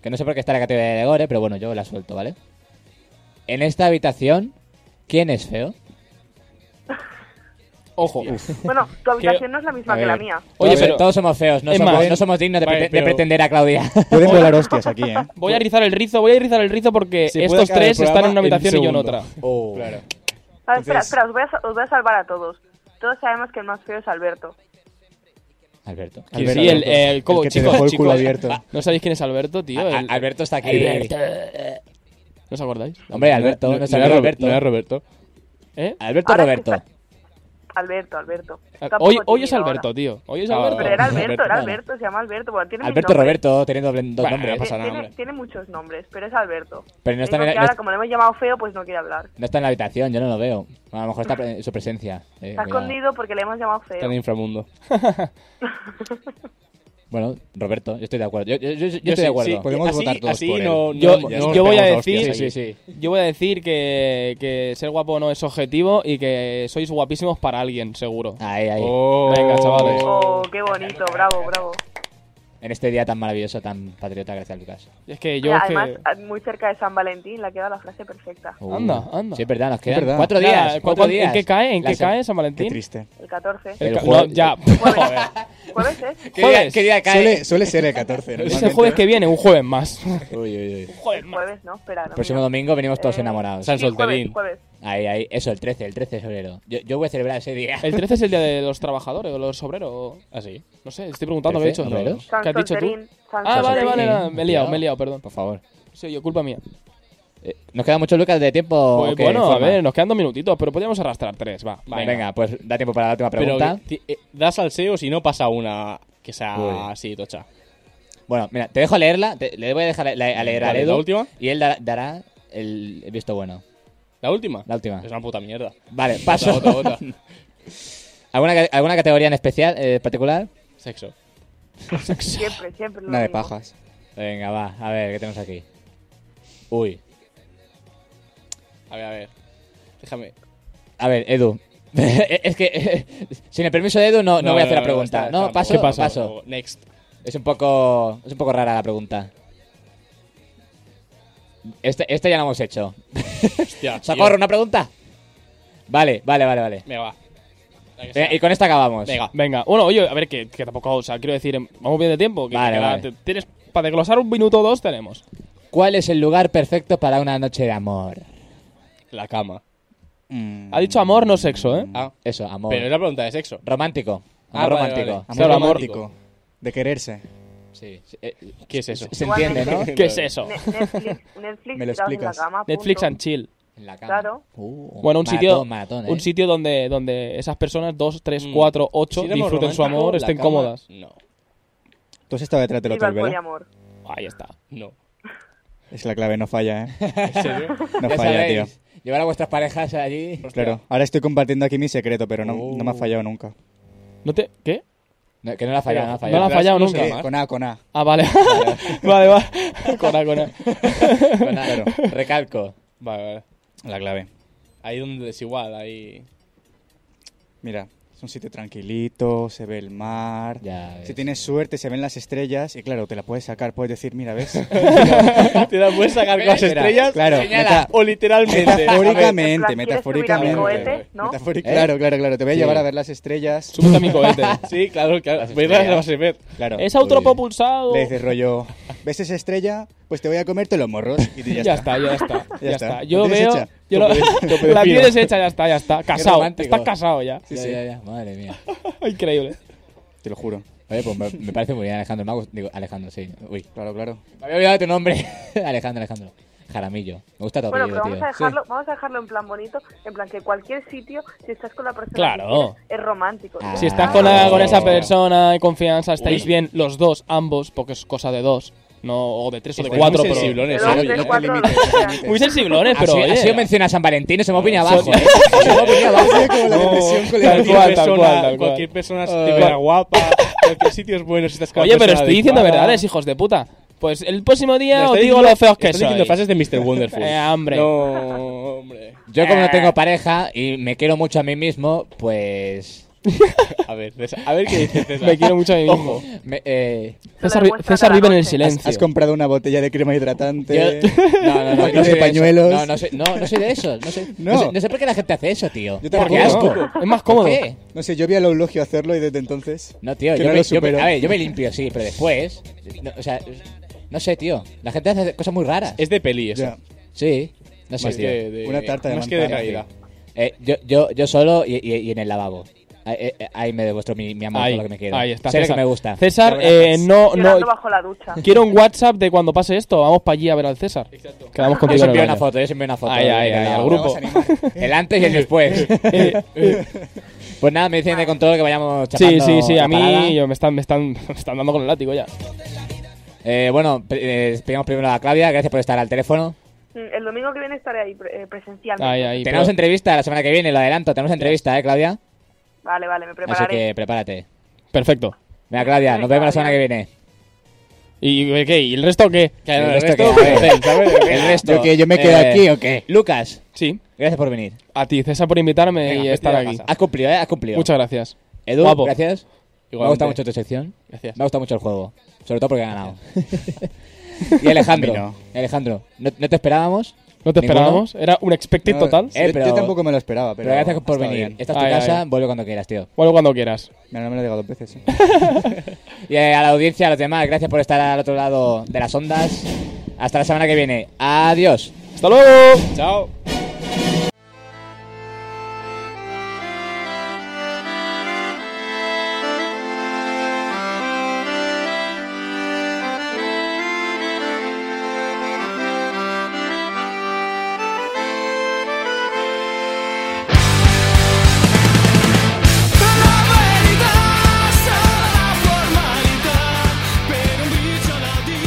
Speaker 2: Que no sé por qué está en la categoría de Gore, pero bueno, yo la suelto, ¿vale? En esta habitación, ¿quién es feo?
Speaker 4: Ojo.
Speaker 8: bueno, tu habitación no es la misma
Speaker 2: A
Speaker 8: que la
Speaker 2: ver.
Speaker 8: mía.
Speaker 4: Oye,
Speaker 2: Todos-
Speaker 4: pero-
Speaker 2: todos somos feos, no,
Speaker 4: Es
Speaker 2: somos,
Speaker 4: más-
Speaker 2: no somos dignos de,
Speaker 3: Vale,
Speaker 2: prete- de
Speaker 3: pero-
Speaker 2: pretender a Claudia.
Speaker 6: Pueden volar hostias aquí, ¿eh?
Speaker 4: Voy a rizar el rizo, voy a rizar el rizo porque
Speaker 3: Se puede
Speaker 4: estos
Speaker 3: acabar el
Speaker 4: tres están
Speaker 3: programa
Speaker 4: en una
Speaker 3: en un
Speaker 4: habitación y yo en
Speaker 3: segundo.
Speaker 4: otra.
Speaker 6: Claro.
Speaker 8: A ver, espera,
Speaker 6: Entonces-
Speaker 8: espera, os voy, a, sa- os voy a salvar a todos. Todos sabemos que el más feo es Alberto.
Speaker 2: Alberto.
Speaker 4: Sí,
Speaker 6: Alberto,
Speaker 4: el, eh, el- como-
Speaker 6: que te
Speaker 4: chicos,
Speaker 6: dejó el culo
Speaker 4: chicos,
Speaker 6: abierto.
Speaker 4: ¿No sabéis quién es Alberto, tío?
Speaker 2: A- a-
Speaker 4: El-
Speaker 2: Alberto está aquí.
Speaker 4: ¿No os acordáis?
Speaker 2: Hombre, Alberto, no,
Speaker 3: no,
Speaker 2: es
Speaker 3: era Robert-
Speaker 2: Alberto.
Speaker 3: no era Roberto.
Speaker 4: ¿Eh?
Speaker 2: Alberto
Speaker 8: Ahora
Speaker 2: Roberto.
Speaker 8: sí Alberto, Alberto. Está un
Speaker 4: Ah, Hoy,
Speaker 8: poco
Speaker 4: hoy es
Speaker 8: tímido
Speaker 4: Alberto,
Speaker 8: ahora.
Speaker 4: tío. Hoy es
Speaker 3: Ah,
Speaker 4: Alberto.
Speaker 8: Pero era Alberto, era
Speaker 2: Alberto,
Speaker 8: Alberto, se llama Alberto. Bueno, tiene mil
Speaker 2: Alberto
Speaker 8: nombres.
Speaker 2: Roberto, teniendo doble- dos
Speaker 3: Bueno,
Speaker 2: nombres.
Speaker 3: no pasa nada,
Speaker 8: tiene,
Speaker 3: hombre.
Speaker 8: tiene muchos nombres, pero es Alberto.
Speaker 2: Pero no está
Speaker 8: Digo
Speaker 2: en la-
Speaker 8: que
Speaker 2: no
Speaker 8: ahora,
Speaker 2: es-
Speaker 8: como le hemos llamado feo, pues no quiere hablar.
Speaker 2: No está en la habitación, yo no lo veo. A lo mejor está pre- en su presencia. Eh,
Speaker 8: Está
Speaker 2: cuidado.
Speaker 8: escondido porque le hemos llamado
Speaker 3: Está
Speaker 8: feo.
Speaker 3: en inframundo.
Speaker 2: Bueno, Roberto, yo estoy de acuerdo. Yo, yo- yo- yo
Speaker 3: Yo
Speaker 2: estoy
Speaker 3: sí,
Speaker 2: de acuerdo.
Speaker 3: sí,
Speaker 6: Podemos
Speaker 3: así,
Speaker 6: votar todos
Speaker 3: así
Speaker 6: por él.
Speaker 3: no,
Speaker 4: Yo,
Speaker 3: no-
Speaker 4: yo
Speaker 3: no
Speaker 4: voy a
Speaker 3: rompemos
Speaker 4: decir,
Speaker 3: hostias aquí.
Speaker 4: yo voy a decir que, que ser guapo no es objetivo y que sois guapísimos para alguien, seguro.
Speaker 2: Ahí, ahí.
Speaker 3: Oh.
Speaker 4: Venga, chavales.
Speaker 8: Oh, qué bonito, bravo, bravo.
Speaker 2: En este día tan maravilloso, tan patriota, gracias, Lucas.
Speaker 4: Y Es que yo
Speaker 8: Mira,
Speaker 4: es que-
Speaker 8: además, ah, muy cerca de San Valentín le ha quedado la frase perfecta.
Speaker 2: Uh,
Speaker 4: Anda, anda.
Speaker 2: Sí, es verdad, nos quedan
Speaker 6: verdad.
Speaker 2: cuatro
Speaker 4: Ya,
Speaker 2: días.
Speaker 4: ¿cu-
Speaker 2: cuatro
Speaker 4: cuán-
Speaker 2: días.
Speaker 4: ¿En qué cae? ¿En
Speaker 2: La
Speaker 4: qué
Speaker 2: se-
Speaker 4: cae San
Speaker 6: Qué
Speaker 4: Valentín?
Speaker 6: triste.
Speaker 8: El 14.
Speaker 4: El
Speaker 2: El
Speaker 4: ca-
Speaker 2: jue-
Speaker 4: no, ya. Joder.
Speaker 8: ¿Jueves ¿eh? es?
Speaker 2: ¿Qué día,
Speaker 4: Jueves.
Speaker 2: qué día cae?
Speaker 6: Suele, suele ser el 14.
Speaker 4: Es el jueves que viene, un jueves más.
Speaker 2: Uy, uy, uy.
Speaker 4: jueves
Speaker 8: El
Speaker 4: más.
Speaker 8: jueves, ¿no? Espera, no,
Speaker 2: Próximo
Speaker 8: mira.
Speaker 2: domingo venimos todos
Speaker 8: Eh,
Speaker 2: enamorados.
Speaker 3: San
Speaker 8: Sí,
Speaker 3: Solterín.
Speaker 8: Jueves,
Speaker 2: Ahí, ahí. Eso, el 13, el 13 de febrero. Yo, yo voy a celebrar ese día.
Speaker 4: El 13 es el día de los trabajadores, o los obreros. o-
Speaker 3: Así.
Speaker 4: No sé, estoy preguntando qué he dicho.
Speaker 2: 13, Ah, obreros.
Speaker 8: jueves. San
Speaker 4: ¿Qué has dicho tú?
Speaker 8: Solterín, San
Speaker 4: Ah, vale,
Speaker 8: Solterín.
Speaker 4: vale, nada, me he liado,
Speaker 2: Cuidado.
Speaker 4: me he liado, perdón.
Speaker 2: Por favor.
Speaker 4: Sí, yo, culpa mía.
Speaker 2: Eh, ¿Nos queda mucho, Lucas, de tiempo?
Speaker 4: Pues
Speaker 2: o qué?
Speaker 4: bueno, a
Speaker 2: Informa.
Speaker 4: ver, nos quedan dos minutitos, pero podríamos arrastrar tres, va.
Speaker 2: Venga. Venga, pues da tiempo para la última
Speaker 3: Pero
Speaker 2: pregunta.
Speaker 3: que- ti- eh, da salseo si no pasa una que sea
Speaker 2: Uy.
Speaker 3: así, tocha.
Speaker 2: Bueno, mira, te dejo leerla, te- le voy a dejar la- a leer a
Speaker 3: Vale,
Speaker 2: Edu
Speaker 3: ¿la última?
Speaker 2: y él dará, dará el visto bueno.
Speaker 3: ¿La última?
Speaker 2: La última.
Speaker 3: Es una puta mierda.
Speaker 2: Vale, paso.
Speaker 3: Otra, otra, otra.
Speaker 2: ¿Alguna, ca- ¿Alguna categoría en especial, eh, particular?
Speaker 3: Sexo.
Speaker 8: Siempre, siempre. lo
Speaker 6: Una de
Speaker 8: mismo.
Speaker 6: pajas.
Speaker 2: Venga, va, a ver, ¿qué tenemos aquí? Uy.
Speaker 3: A ver, a ver. Déjame.
Speaker 2: A ver, Edu. es que eh, sin el permiso de Edu no, no, voy a hacer la pregunta.
Speaker 3: está-
Speaker 2: no,
Speaker 3: está-
Speaker 2: paso,
Speaker 4: ¿Qué pasa?
Speaker 2: paso.
Speaker 3: Next.
Speaker 2: Es un poco es un poco rara la pregunta. Este, este ya lo hemos hecho.
Speaker 3: Hostia.
Speaker 2: Socorro,
Speaker 3: tío.
Speaker 2: una pregunta. Vale, vale, vale, vale.
Speaker 3: Venga, va. La que
Speaker 2: Venga,
Speaker 3: sea.
Speaker 2: y con esta acabamos.
Speaker 3: Venga.
Speaker 4: Venga, bueno, oye, a ver, que, que tampoco, o sea, quiero decir, em, vamos bien de tiempo. Que,
Speaker 2: Vale,
Speaker 4: que nada,
Speaker 2: vale.
Speaker 4: te- tienes, para desglosar un minuto o dos tenemos.
Speaker 2: ¿Cuál es el lugar perfecto para una noche de amor?
Speaker 3: La cama.
Speaker 6: Mm,
Speaker 4: Ha dicho amor, no sexo, ¿eh?
Speaker 3: Ah.
Speaker 2: Eso, amor.
Speaker 3: Pero es la pregunta de sexo.
Speaker 2: Romántico. Amor
Speaker 3: Ah, vale,
Speaker 2: romántico.
Speaker 3: vale.
Speaker 6: Amor
Speaker 4: Claro, amor.
Speaker 6: romántico. De quererse.
Speaker 2: Sí, sí, eh,
Speaker 3: ¿Qué es eso?
Speaker 2: Se entiende, ¿no?
Speaker 8: Igualmente.
Speaker 4: ¿Qué es eso?
Speaker 8: Ne- Netflix, Netflix
Speaker 6: Me lo
Speaker 8: tirados en la
Speaker 6: explicas.
Speaker 8: cama. punto.
Speaker 4: Netflix and chill.
Speaker 2: En la cama.
Speaker 8: Claro.
Speaker 2: Uh,
Speaker 4: Bueno, un
Speaker 2: maratón,
Speaker 4: sitio,
Speaker 2: maratón, ¿eh?
Speaker 4: un sitio donde, donde esas personas, dos, tres,
Speaker 3: Mm.
Speaker 4: cuatro, ocho,
Speaker 3: Si éramos
Speaker 4: disfruten su
Speaker 3: románticos,
Speaker 4: amor,
Speaker 3: la
Speaker 4: estén
Speaker 3: cama-
Speaker 4: cómodas.
Speaker 3: No,
Speaker 6: Tú has estado detrás del
Speaker 8: Viva
Speaker 6: hotel,
Speaker 8: el
Speaker 6: ¿verdad?
Speaker 8: poliamor.
Speaker 4: Ahí está.
Speaker 3: no.
Speaker 6: Es la clave, no falla, ¿eh?
Speaker 3: ¿En serio?
Speaker 6: No
Speaker 2: Ya
Speaker 6: falla, tío.
Speaker 2: sabéis, Llevar a vuestras parejas allí.
Speaker 6: Claro, ahora estoy compartiendo aquí mi secreto, pero no, no me ha fallado nunca.
Speaker 4: ¿No te, ¿Qué?
Speaker 2: No, que no la ha fallado, no la ha
Speaker 4: No la ha
Speaker 2: fallado.
Speaker 4: fallado
Speaker 3: No sé.
Speaker 4: nunca.
Speaker 6: Eh, con A, con A.
Speaker 4: Ah, vale. vale, vale. Con A, con A.
Speaker 2: Con nada. Recalco.
Speaker 3: Vale, vale.
Speaker 6: La clave.
Speaker 3: Ahí donde es igual, ahí.
Speaker 6: Mira, es un sitio tranquilito, se ve el mar.
Speaker 2: Ya ves.
Speaker 6: Si tienes suerte, se ven las estrellas y claro, te la puedes sacar, puedes decir, mira, ¿ves?
Speaker 3: Te la puedes sacar con las
Speaker 6: Mira,
Speaker 3: estrellas.
Speaker 6: claro,
Speaker 3: Meta-
Speaker 6: meta-
Speaker 3: o literalmente.
Speaker 6: metafóricamente,
Speaker 8: En plan, ¿quieres subir a mi
Speaker 6: metafóricamente.
Speaker 8: cohete? ¿No?
Speaker 6: Metafóric-
Speaker 2: ¿Eh?
Speaker 6: Claro, claro, claro. Te voy a
Speaker 2: Sí.
Speaker 6: llevar a ver las estrellas.
Speaker 4: Súbete a mi cohete.
Speaker 3: Sí, claro, claro.
Speaker 2: Las
Speaker 3: Voy a ir a la
Speaker 2: estrellas.
Speaker 3: base Met.
Speaker 6: Claro.
Speaker 4: Es autopropulsado.
Speaker 6: Le dices rollo, ¿ves esa estrella? Pues te voy a comerte los morros. Y ya,
Speaker 4: Ya,
Speaker 6: está.
Speaker 4: está, ya está. Ya,
Speaker 6: está.
Speaker 4: está.
Speaker 6: ¿Lo
Speaker 4: Yo
Speaker 6: tienes
Speaker 4: veo.
Speaker 6: hecha?
Speaker 4: yo lo- la tienes hecha, ya está, ya está. Casado.
Speaker 2: romántico.
Speaker 4: Estás casado ya.
Speaker 2: Ya, ya, ya. Madre mía.
Speaker 4: Increíble.
Speaker 6: Te lo juro.
Speaker 2: Oye, pues me, me parece muy bien, Alejandro. Me ha gust- Digo, Alejandro, sí. Uy.
Speaker 6: Claro, claro.
Speaker 2: Me había olvidado tu nombre. Alejandro, Alejandro. Jaramillo. Me gusta tu
Speaker 8: Bueno,
Speaker 2: apellido,
Speaker 8: pero vamos
Speaker 2: tío.
Speaker 8: a, dejarlo, vamos a dejarlo en plan bonito, en plan que cualquier sitio, si estás con la persona
Speaker 4: Claro.
Speaker 8: que quieres, es romántico.
Speaker 2: Ah.
Speaker 4: Si estás con, la- con esa
Speaker 2: Oh.
Speaker 4: persona de confianza, estáis
Speaker 3: Uy.
Speaker 4: bien los dos, ambos, porque es cosa de dos. No, o de tres o de
Speaker 3: Estáis
Speaker 4: cuatro,
Speaker 3: muy
Speaker 4: pero.
Speaker 3: sensiblones.
Speaker 8: Pero
Speaker 3: Eso,
Speaker 8: tres,
Speaker 3: no te
Speaker 8: cuatro,
Speaker 6: limites,
Speaker 8: lo que sea.
Speaker 4: Muy sensiblones, pero.
Speaker 2: Así,
Speaker 4: oye,
Speaker 2: así menciona San Valentín y se hemos venido
Speaker 4: Son-
Speaker 2: abajo, ¿eh? Se hemos venido abajo.
Speaker 6: como la depresión
Speaker 4: Tal
Speaker 6: colectiva.
Speaker 4: cual, tal
Speaker 3: persona,
Speaker 4: cual, tal cual.
Speaker 3: Cualquier persona
Speaker 4: Eh,
Speaker 3: te verá guapa. Cualquier sitio es bueno si estás con la
Speaker 4: Oye, pero
Speaker 3: persona
Speaker 4: estoy diciendo
Speaker 3: adecuada.
Speaker 4: verdades, hijos de puta. Pues el próximo
Speaker 3: Me
Speaker 4: día
Speaker 3: estás
Speaker 4: os digo
Speaker 3: diciendo-
Speaker 4: lo feos que
Speaker 3: estás
Speaker 4: soy.
Speaker 3: diciendo frases de Mr. Wonderful.
Speaker 4: Eh, hombre.
Speaker 3: No, hombre.
Speaker 2: Yo, como no
Speaker 4: Eh.
Speaker 2: tengo pareja y me quiero mucho a mí mismo, pues.
Speaker 3: A ver, César, a ver qué dice César.
Speaker 4: Me quiero mucho a mí mismo.
Speaker 2: me- eh,
Speaker 4: César,
Speaker 8: demuestra
Speaker 4: César
Speaker 8: cada
Speaker 4: vive en el
Speaker 8: noche.
Speaker 4: silencio.
Speaker 6: Has comprado una botella de crema hidratante.
Speaker 2: yo- No, no, no, no,
Speaker 6: Paquete de
Speaker 2: soy de
Speaker 6: pañuelos.
Speaker 2: eso. No, no soy, no, no soy de eso. No, soy-
Speaker 6: No.
Speaker 2: no sé, no sé por qué la gente hace eso, tío.
Speaker 6: Yo
Speaker 2: ¿Por
Speaker 6: tampoco.
Speaker 2: qué asco?
Speaker 4: Es más cómodo.
Speaker 2: ¿Por qué?
Speaker 6: No sé, yo vi a Loulogio hacerlo y desde entonces.
Speaker 2: No, tío,
Speaker 6: que
Speaker 2: yo,
Speaker 6: no
Speaker 2: me,
Speaker 6: lo
Speaker 2: yo me-
Speaker 6: supero.
Speaker 2: a ver, yo me limpio, sí, pero después. no, o sea, no sé, tío. La gente hace cosas muy raras.
Speaker 3: Es de peli eso.
Speaker 6: Ya,
Speaker 2: Sí, no sé,
Speaker 3: Más
Speaker 2: tío.
Speaker 3: que de,
Speaker 6: Una tarta de
Speaker 3: más que de
Speaker 6: manzana.
Speaker 3: caída.
Speaker 2: Eh, yo, yo, yo solo y, y- y en el lavabo. Ahí, eh, eh, ahí me demuestro mi, mi amor por lo que me quiero.
Speaker 4: ahí está.
Speaker 2: Sé lo que
Speaker 4: César.
Speaker 2: me gusta.
Speaker 4: César,
Speaker 6: Lo
Speaker 4: eh,
Speaker 6: abrazas.
Speaker 4: no, no.
Speaker 8: Llorando bajo la ducha.
Speaker 4: Quiero un WhatsApp de cuando pase esto. Vamos para allí a ver al César. Quedamos
Speaker 2: Yo os
Speaker 4: contigo. en el
Speaker 2: envío Ah, una
Speaker 4: baño.
Speaker 2: foto, yo os envío una foto.
Speaker 4: Ahí,
Speaker 2: del-
Speaker 4: ahí,
Speaker 2: del
Speaker 4: ahí, al
Speaker 2: lavabo.
Speaker 4: grupo.
Speaker 2: El antes y el después.
Speaker 4: Eh,
Speaker 2: pues nada, me dicen de con todo que vayamos
Speaker 4: Sí,
Speaker 2: chapando
Speaker 4: sí, sí.
Speaker 2: la
Speaker 4: A
Speaker 2: parada.
Speaker 4: mí yo me, están, me, están, me están dando con el látigo ya.
Speaker 2: Eh, bueno, pr- eh, explicamos primero a Claudia. Gracias por estar al teléfono.
Speaker 8: Mm, El domingo que viene estaré ahí pre- eh, presencialmente.
Speaker 4: Ahí, ahí.
Speaker 2: tenemos
Speaker 4: pero-
Speaker 2: entrevista la semana que viene, lo adelanto. Tenemos entrevista, ¿eh, Claudia?
Speaker 8: Vale, vale, me
Speaker 2: Así
Speaker 8: prepararé.
Speaker 2: que prepárate.
Speaker 4: Perfecto.
Speaker 2: Venga, Claudia, nos vemos la semana que viene.
Speaker 4: ¿Y eh, qué? ¿Y el resto qué?
Speaker 2: Claro,
Speaker 3: el
Speaker 2: el resto
Speaker 3: resto
Speaker 2: que-
Speaker 3: que
Speaker 2: a ver,
Speaker 4: eh.
Speaker 3: hacen, ¿sabes?
Speaker 2: El resto.
Speaker 6: ¿Yo Eh. qué? ¿Yo me quedo aquí o qué?
Speaker 2: Lucas,
Speaker 4: Sí.
Speaker 2: gracias por venir.
Speaker 4: A ti, César, por invitarme
Speaker 3: Venga,
Speaker 4: y
Speaker 3: vete
Speaker 4: estar
Speaker 3: a
Speaker 4: aquí.
Speaker 3: casa.
Speaker 2: Has cumplido, ¿eh? Has cumplido.
Speaker 4: Muchas gracias.
Speaker 2: Edu,
Speaker 4: Guapo.
Speaker 2: gracias. Me ha
Speaker 3: Igualmente.
Speaker 2: gustado mucho tu sección.
Speaker 3: Gracias.
Speaker 2: Me ha gustado mucho el juego. Sobre todo porque he ganado. y Alejandro.
Speaker 6: A mí
Speaker 2: Alejandro, no, no te esperábamos.
Speaker 4: ¿No te
Speaker 2: Ninguno.
Speaker 4: esperábamos? Era un expected
Speaker 6: No,
Speaker 4: total.
Speaker 2: Eh,
Speaker 6: yo-
Speaker 2: pero-
Speaker 6: yo, tampoco me lo esperaba, pero.
Speaker 2: Pero, gracias por
Speaker 6: ha estado
Speaker 2: venir.
Speaker 6: bien.
Speaker 2: Esta es tu
Speaker 4: Ay,
Speaker 2: casa,
Speaker 4: ay.
Speaker 2: vuelve cuando quieras, tío.
Speaker 4: Vuelve cuando quieras.
Speaker 6: Mira, no me lo he llegado dos veces. ¿eh?
Speaker 2: Y eh, a la audiencia, a los demás, gracias por estar al otro lado de las ondas. Hasta la semana que viene. Adiós.
Speaker 4: ¡Hasta luego!
Speaker 3: Chao.
Speaker 7: La vanità sarà la formalità per un briciolare